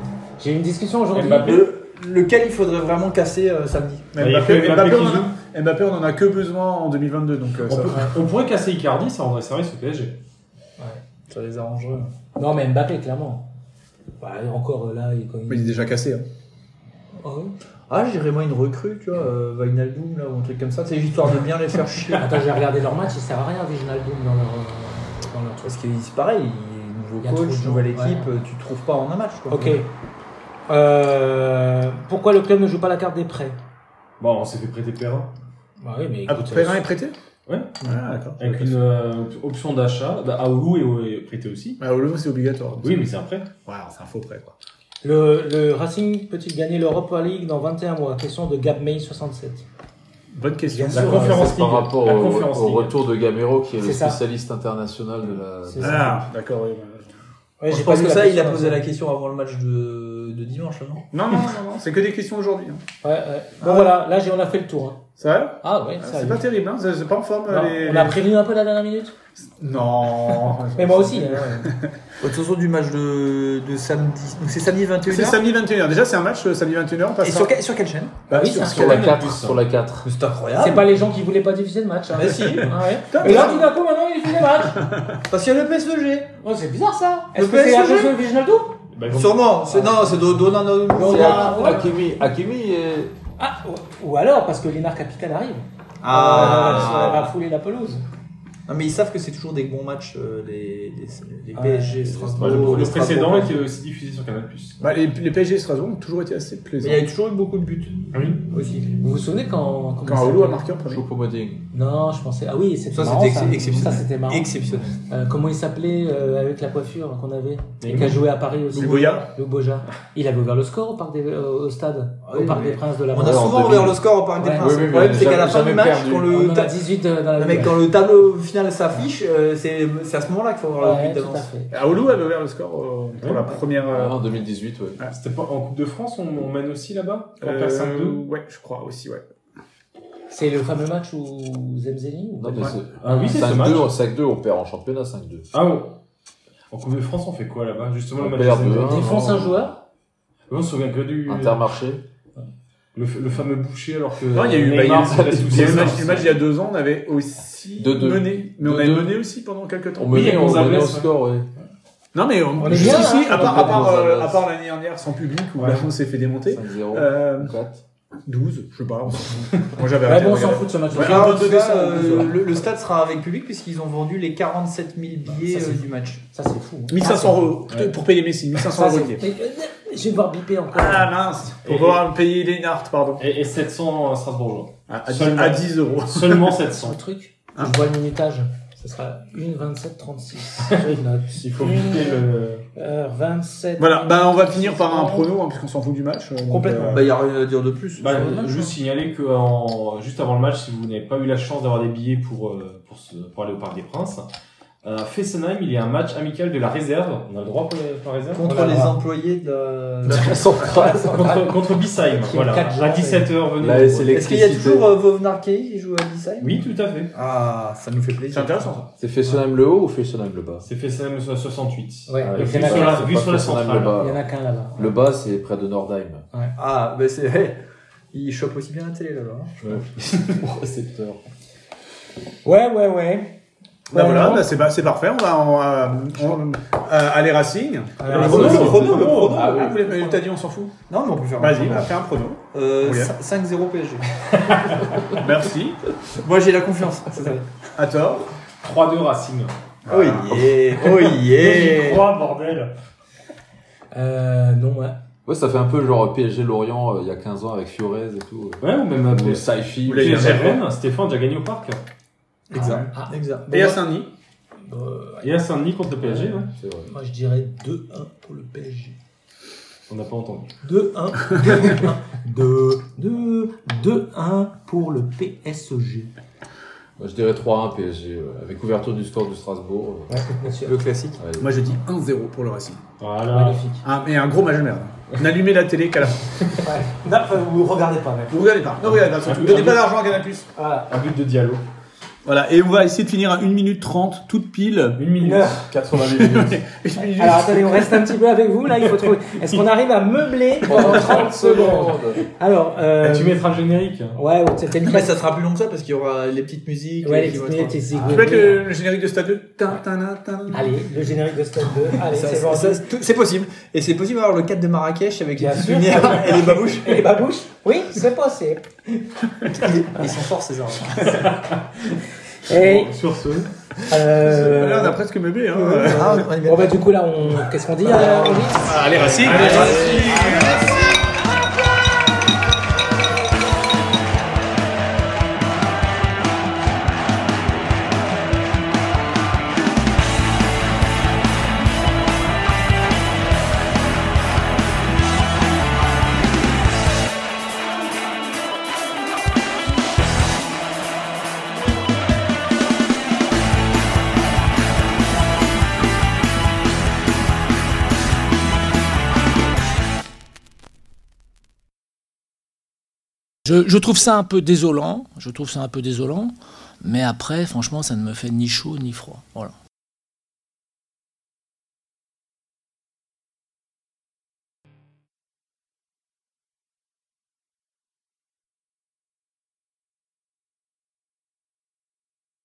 Speaker 8: J'ai eu une discussion aujourd'hui.
Speaker 10: Mbappé.
Speaker 6: Ah. Le- lequel il faudrait vraiment casser euh, samedi.
Speaker 10: Et il
Speaker 5: Mbappé,
Speaker 10: faut Mbappé
Speaker 5: Mbappé, on
Speaker 10: qui
Speaker 5: en a-
Speaker 10: joue.
Speaker 5: Mbappé, on en a que besoin en 2022, donc euh,
Speaker 10: On,
Speaker 5: ça
Speaker 10: peut-
Speaker 5: va.
Speaker 10: on pourrait casser Icardi, ça rendrait service au PSG.
Speaker 6: Ça les arrangerait.
Speaker 8: Non, mais Mbappé, clairement. Bah, encore euh, là, il, quand il-
Speaker 5: Mais il est déjà cassé. hein.
Speaker 8: Ah oui
Speaker 6: Ah, j'irais moi une recrue, tu vois, euh, Wijnaldum, là, ou un truc comme ça, c'est histoire de bien les faire chier.
Speaker 8: Attends, j'ai regardé leur match, il sert à rien, Wijnaldum, dans leur, euh, dans leur truc.
Speaker 6: Parce que c'est pareil, il-
Speaker 8: Il y a
Speaker 6: nouveau
Speaker 8: trop de
Speaker 6: coach,
Speaker 8: gens,
Speaker 6: nouvelle
Speaker 8: ouais.
Speaker 6: équipe, euh, tu trouves pas en un match, quoi.
Speaker 8: Ok. Euh, pourquoi le club ne joue pas la carte des prêts
Speaker 10: Bon, on s'est fait prêter Perrin.
Speaker 8: Bah oui, mais
Speaker 5: Ah,
Speaker 8: écoute,
Speaker 5: Perrin est prêté
Speaker 10: Ouais.
Speaker 5: Ah, d'accord.
Speaker 10: Avec une euh, option d'achat. Bah, Aoulou est, est prêté aussi.
Speaker 5: Ah, Olmo, c'est obligatoire.
Speaker 10: Oui, mais c'est un prêt.
Speaker 5: Waouh, c'est un faux prêt, quoi.
Speaker 8: le, le Racing peut-il gagner l'Europa League dans 21 mois Question de Gab May 67.
Speaker 5: Bonne question. euh,
Speaker 10: La conférence
Speaker 11: C'est par
Speaker 10: League.
Speaker 11: rapport
Speaker 10: La
Speaker 11: au,
Speaker 10: Conférence
Speaker 11: au
Speaker 10: League.
Speaker 11: retour de Gamero, qui est, le
Speaker 8: C'est ça.
Speaker 11: spécialiste international de la.
Speaker 8: C'est ça.
Speaker 5: Ah, d'accord. oui, bah,
Speaker 8: Ouais, j'ai pas
Speaker 6: Parce
Speaker 8: vu
Speaker 6: que
Speaker 8: la
Speaker 6: ça, il a
Speaker 8: question, hein.
Speaker 6: posé
Speaker 8: ça.
Speaker 6: la question hein. avant le match de, de dimanche, là, non
Speaker 5: Non, non, non, non, c'est que des questions aujourd'hui. hein.
Speaker 8: Ouais, ouais. Bon voilà, là j'ai- on a fait le tour. hein.
Speaker 5: Ça va
Speaker 8: Ah ouais,
Speaker 5: Ah,
Speaker 8: ça
Speaker 5: C'est pas terrible, hein c'est c'est pas en forme. euh, les-
Speaker 8: On a prévenu un peu la dernière minute
Speaker 5: Non.
Speaker 8: Mais moi aussi. hein.
Speaker 6: De toute façon, du match de, de samedi. Donc c'est samedi 21h.
Speaker 5: C'est samedi 21h. Déjà, c'est un match euh, samedi 21h. On passe
Speaker 6: Et
Speaker 5: ça.
Speaker 6: sur, quelle- sur quelle chaîne
Speaker 5: Bah oui,
Speaker 8: Oui, c'est
Speaker 5: sur-
Speaker 11: Sur la
Speaker 10: Ouais,
Speaker 11: 4.
Speaker 10: plus,
Speaker 11: Sur la 4.
Speaker 6: C'est incroyable.
Speaker 8: C'est pas les gens qui voulaient pas diffuser le match. Hein.
Speaker 6: Ah Mais si.
Speaker 8: Ah ouais.
Speaker 5: Putain,
Speaker 8: Et là,
Speaker 5: mais-
Speaker 8: tout d'un coup, maintenant, il diffuse le match.
Speaker 6: Parce qu'il y a le PSG.
Speaker 8: Oh, c'est bizarre ça.
Speaker 6: Le
Speaker 8: Est-ce que c'est à
Speaker 6: PSG?
Speaker 8: cause de Wijnaldum
Speaker 10: Bah, ils vont-
Speaker 6: Sûrement. C'est, non, c'est Do- Donnarumma.
Speaker 11: C'est
Speaker 8: Ah, ouais.
Speaker 11: Hakimi. Hakimi est.
Speaker 8: Ah, ou- ou alors parce que Lénard Capital arrive. Euh, elle va fouler la pelouse.
Speaker 6: Ah. Non, mais ils savent que c'est toujours des bons matchs, euh, les, les, les
Speaker 8: Ouais.
Speaker 6: PSG,
Speaker 10: Bah,
Speaker 6: Strasbourg.
Speaker 10: le, le
Speaker 6: les Strasbourg.
Speaker 10: précédent était aussi diffusé sur Canal+. Plus
Speaker 5: Bah, les, les PSG et Strasbourg ont toujours été assez
Speaker 6: Mais
Speaker 5: plaisants.
Speaker 6: il y a toujours eu beaucoup de buts
Speaker 10: oui.
Speaker 6: aussi.
Speaker 8: Vous vous souvenez quand. comment
Speaker 5: Quand
Speaker 8: ça
Speaker 5: Olo a
Speaker 8: s'appelle
Speaker 5: marqué en premier.
Speaker 11: Choupo-Moting.
Speaker 8: Non, je pensais. Ah oui, c'était
Speaker 6: Ça,
Speaker 8: marrant,
Speaker 6: c'était
Speaker 8: ça.
Speaker 6: ex- exceptionnel.
Speaker 8: Ça, c'était marrant.
Speaker 6: Exceptionnel.
Speaker 8: Euh, comment il s'appelait euh, avec la coiffure qu'on avait Et qui a
Speaker 10: Lou-
Speaker 8: joué à Paris aussi.
Speaker 5: Le Goya
Speaker 8: Le Boja. Il avait ouvert le score au, parc des- euh, au stade,
Speaker 6: Ah
Speaker 8: au
Speaker 6: oui,
Speaker 8: Parc
Speaker 6: mais-
Speaker 8: des Princes de la
Speaker 6: On a
Speaker 8: Bourse.
Speaker 11: en
Speaker 6: souvent
Speaker 11: 2000.
Speaker 6: ouvert le score au Parc des
Speaker 8: Ouais.
Speaker 6: Princes.
Speaker 11: Oui, oui,
Speaker 6: le problème,
Speaker 11: mais
Speaker 6: c'est qu'à la
Speaker 11: jamais-
Speaker 6: fin du
Speaker 11: jamais
Speaker 6: match,
Speaker 11: perdu.
Speaker 6: quand
Speaker 8: On
Speaker 6: le,
Speaker 8: en a
Speaker 6: ta-
Speaker 8: 18 dans la
Speaker 6: le mec,
Speaker 8: vie.
Speaker 6: quand le tableau final s'affiche, euh, c'est, c'est à ce moment-là qu'il faut
Speaker 8: Ouais,
Speaker 6: avoir le but
Speaker 8: tout à
Speaker 6: d'avance.
Speaker 8: fait.
Speaker 5: Ah, Olo avait ouvert le score euh, pour
Speaker 10: Ouais.
Speaker 5: la première. euh,
Speaker 11: Ah, en 2018, ouais.
Speaker 10: C'était pas en Coupe de France, on, on mène aussi là-bas On
Speaker 5: euh,
Speaker 10: perd 5-2
Speaker 5: Ouais, je crois aussi, ouais.
Speaker 8: C'est le fameux match où Zemzeli ou
Speaker 11: Non,
Speaker 8: pas
Speaker 11: mais
Speaker 5: Ouais.
Speaker 11: c'est-
Speaker 10: Ah oui, c'est ce match.
Speaker 11: 5-2, en 5-2, on perd en championnat 5-2.
Speaker 10: Ah ouais. En Coupe de France, on fait quoi là-bas Justement,
Speaker 11: On
Speaker 10: le match
Speaker 11: perd
Speaker 10: des
Speaker 11: deux,
Speaker 10: Anglais.
Speaker 11: hein.
Speaker 8: Défonce
Speaker 11: non.
Speaker 8: un joueur
Speaker 10: On se souvient que du.
Speaker 11: Intermarché.
Speaker 10: Le, f- le fameux boucher, alors que.
Speaker 5: Non, il y a eu bah, il y a
Speaker 10: Euh, Neymar,
Speaker 5: eu-
Speaker 10: ça reste
Speaker 5: il y a eu
Speaker 10: sous-
Speaker 5: le match le match il y a deux ans, on avait aussi
Speaker 11: Deux-deux.
Speaker 5: mené. Mais on
Speaker 11: Deux-deux.
Speaker 5: avait mené aussi pendant quelques temps.
Speaker 11: On
Speaker 10: Oui,
Speaker 11: menait, on
Speaker 10: Gonzalez,
Speaker 11: menait au
Speaker 10: ouais.
Speaker 11: score, ouais.
Speaker 5: Non, mais on,
Speaker 8: On est
Speaker 5: jusqu'ici,
Speaker 8: bien, hein,
Speaker 5: à part,
Speaker 11: on est
Speaker 5: à part,
Speaker 11: bien,
Speaker 5: euh,
Speaker 11: Gonzalez.
Speaker 5: à part l'année dernière sans public où
Speaker 10: Ouais.
Speaker 5: la France s'est fait démonter,
Speaker 11: 5-0.
Speaker 5: euh,
Speaker 11: 4.
Speaker 5: 12, je sais pas. on s'en fout. Moi j'avais
Speaker 8: Ouais,
Speaker 5: arrêté
Speaker 8: bon,
Speaker 5: de
Speaker 8: on s'en
Speaker 5: regarder.
Speaker 8: fout de ce match.
Speaker 5: Ouais,
Speaker 6: Alors,
Speaker 5: un peu de
Speaker 6: ça,
Speaker 5: dessin,
Speaker 6: euh,
Speaker 5: plus, ouais.
Speaker 6: le, le stade sera avec public puisqu'ils ont vendu les 47 000 billets
Speaker 8: Ça, c'est
Speaker 6: euh,
Speaker 8: fou.
Speaker 6: du match.
Speaker 8: Ça, c'est fou. hein.
Speaker 5: 1500 euros
Speaker 10: Ouais.
Speaker 5: pour payer Messi, 1500
Speaker 8: Ça,
Speaker 5: euros.
Speaker 8: c'est- Mais, euh, Je vais devoir biper encore.
Speaker 5: Ah mince, pour
Speaker 10: Et-
Speaker 5: pouvoir payer Lennart, pardon.
Speaker 10: Et, et 700 Strasbourgeois.
Speaker 5: Ah, À, à
Speaker 10: Seulement.
Speaker 5: 10 à 10 euros.
Speaker 10: Seulement
Speaker 8: Le
Speaker 10: 700.
Speaker 8: truc, je vois le minutage. Ce sera 1 27 36. Je note.
Speaker 10: Il faut éviter le.
Speaker 8: 27.
Speaker 5: Voilà, bah on va finir par un prono, hein, puisqu'on s'en fout du match. euh, donc,
Speaker 6: Complètement.
Speaker 5: euh,
Speaker 6: Bah, il n'y a rien à dire de plus. Euh,
Speaker 10: Bah,
Speaker 6: Ça,
Speaker 10: je veux juste signaler que en- juste avant le match, si vous n'avez pas eu la chance d'avoir des billets pour, euh, pour, se- pour aller au Parc des Princes, à Fessenheim, il y a un match amical de la réserve. On a le droit pour la, pour la réserve
Speaker 6: contre
Speaker 8: Voilà.
Speaker 6: les employés de euh, la...
Speaker 10: Contre, contre Bissheim,
Speaker 8: Qui est
Speaker 10: voilà.
Speaker 8: quatre gens,
Speaker 10: À 17h, venez.
Speaker 11: Là, c'est
Speaker 6: Est-ce qu'il y a
Speaker 11: l'électricité.
Speaker 6: toujours euh, Vovnarkei qui joue à Dissay
Speaker 10: Oui, tout à fait.
Speaker 6: Ah, ça nous fait plaisir.
Speaker 5: C'est intéressant ça.
Speaker 11: C'est Fessenheim le haut ou Fessenheim le bas
Speaker 10: C'est Fessenheim 68.
Speaker 8: Ouais,
Speaker 11: Ah,
Speaker 8: donc
Speaker 11: c'est
Speaker 8: il y en a
Speaker 11: pas-
Speaker 10: sur la-
Speaker 11: c'est
Speaker 10: Euh, vu
Speaker 11: pas
Speaker 10: sur la
Speaker 11: Fessenheim
Speaker 10: centrale.
Speaker 11: le
Speaker 8: qu'un-
Speaker 11: bas.
Speaker 8: il y en a qu'un là-bas.
Speaker 11: Le bas, c'est près de Nordheim.
Speaker 6: Ah, bah c'est. hey, il chope aussi bien la télé là-bas. hein.
Speaker 11: Récepteur.
Speaker 8: Ouais, ouais, ouais.
Speaker 5: Bah,
Speaker 8: Ouais,
Speaker 5: voilà,
Speaker 8: non.
Speaker 5: bah, c'est pas- c'est parfait, on va en, euh, on- euh, aller Racing.
Speaker 8: Alors,
Speaker 5: Le
Speaker 8: c'est-
Speaker 5: prono,
Speaker 11: Racing,
Speaker 5: le
Speaker 11: c'est
Speaker 5: prono,
Speaker 11: le
Speaker 5: le prono.
Speaker 11: Ah oui.
Speaker 5: Ah, vous l'avez- T'as dit on s'en fout
Speaker 6: Non, mais on peut faire. un
Speaker 5: Vas-y,
Speaker 6: prono.
Speaker 5: bah, fais un prono.
Speaker 6: Euh,
Speaker 5: Oui.
Speaker 6: cin- 5-0 PSG.
Speaker 5: Merci.
Speaker 6: Moi j'ai la confiance.
Speaker 5: À tort.
Speaker 10: 3-2 Racing.
Speaker 6: Oh yeah, oh
Speaker 10: Et j'y
Speaker 6: yeah.
Speaker 10: crois, bordel.
Speaker 8: Euh, non, ouais.
Speaker 11: Ouais, ça fait un peu genre PSG Lorient euh, il y a 15 ans avec Fiorez et tout. euh,
Speaker 10: Ouais, ou même euh,
Speaker 11: Ou
Speaker 10: après.
Speaker 11: Saifi.
Speaker 5: Ou les-
Speaker 10: Rennes, Stéphane a déjà gagné au parc.
Speaker 6: Exact.
Speaker 8: Ah,
Speaker 6: exact.
Speaker 5: Et à Saint-Denis.
Speaker 8: euh,
Speaker 10: Et à Saint-Denis contre le PSG, ouais.
Speaker 11: C'est vrai.
Speaker 8: moi, je dirais 2-1 pour le PSG.
Speaker 10: On n'a pas entendu.
Speaker 8: 2-1, 2-1, 2-2, 2-1 pour le PSG.
Speaker 11: Moi, je dirais 3-1 PSG, ouais, avec ouverture du score de Strasbourg. euh.
Speaker 8: Ouais, monsieur.
Speaker 6: Le classique.
Speaker 11: Ouais.
Speaker 5: Moi je dis 1-0 pour le Racing.
Speaker 10: Voilà.
Speaker 8: Magnifique.
Speaker 5: Ah, mais un gros match de merde. N'allumez la télé qu'à la fin.
Speaker 8: Non, enfin, vous regardez pas, même.
Speaker 5: Vous regardez pas. Non, regardez pas. Surtout, donnez pas d'argent à Canapus.
Speaker 8: Voilà.
Speaker 10: Un but de Diallo.
Speaker 5: Voilà, et on va essayer de finir à 1 minute 30, toute pile. 1 minute.
Speaker 11: 80 minutes.
Speaker 8: Alors attendez, on reste un petit peu avec vous là, il faut trouver. Est-ce qu'on arrive à meubler pendant 30 secondes Alors, euh...
Speaker 10: Tu mettras le générique.
Speaker 8: ouais, ou c'était une
Speaker 6: Ah, Mais ça sera plus long que ça parce qu'il y aura les petites musiques. euh,
Speaker 8: Ouais, les
Speaker 6: qui vont
Speaker 8: petites
Speaker 6: être-
Speaker 8: minutes, c'est
Speaker 5: Tu peux mettre le, le générique de Stade 2 Tin, tin, tin, tin.
Speaker 8: Allez, le générique de Stade 2. Allez,
Speaker 6: Ça,
Speaker 8: c'est
Speaker 6: ça,
Speaker 8: bon.
Speaker 6: ça, tout- C'est possible. Et c'est possible d'avoir le 4 de Marrakech avec les
Speaker 8: Bien
Speaker 6: petites
Speaker 8: sûr.
Speaker 6: lumières et les babouches.
Speaker 8: Et les babouches Oui, c'est possible.
Speaker 6: Ils sont forts ces enfants.
Speaker 8: Et
Speaker 10: Sur ce.
Speaker 5: Là, on a
Speaker 8: euh...
Speaker 5: presque meublé. Hein.
Speaker 6: Ah, on est bien.
Speaker 8: Bon bah du coup là, on... qu'est-ce qu'on dit euh, on dit
Speaker 5: Allez, Racing
Speaker 12: Je, je trouve ça un peu désolant, je trouve ça un peu désolant, mais après, franchement, ça ne me fait ni chaud ni froid. Voilà.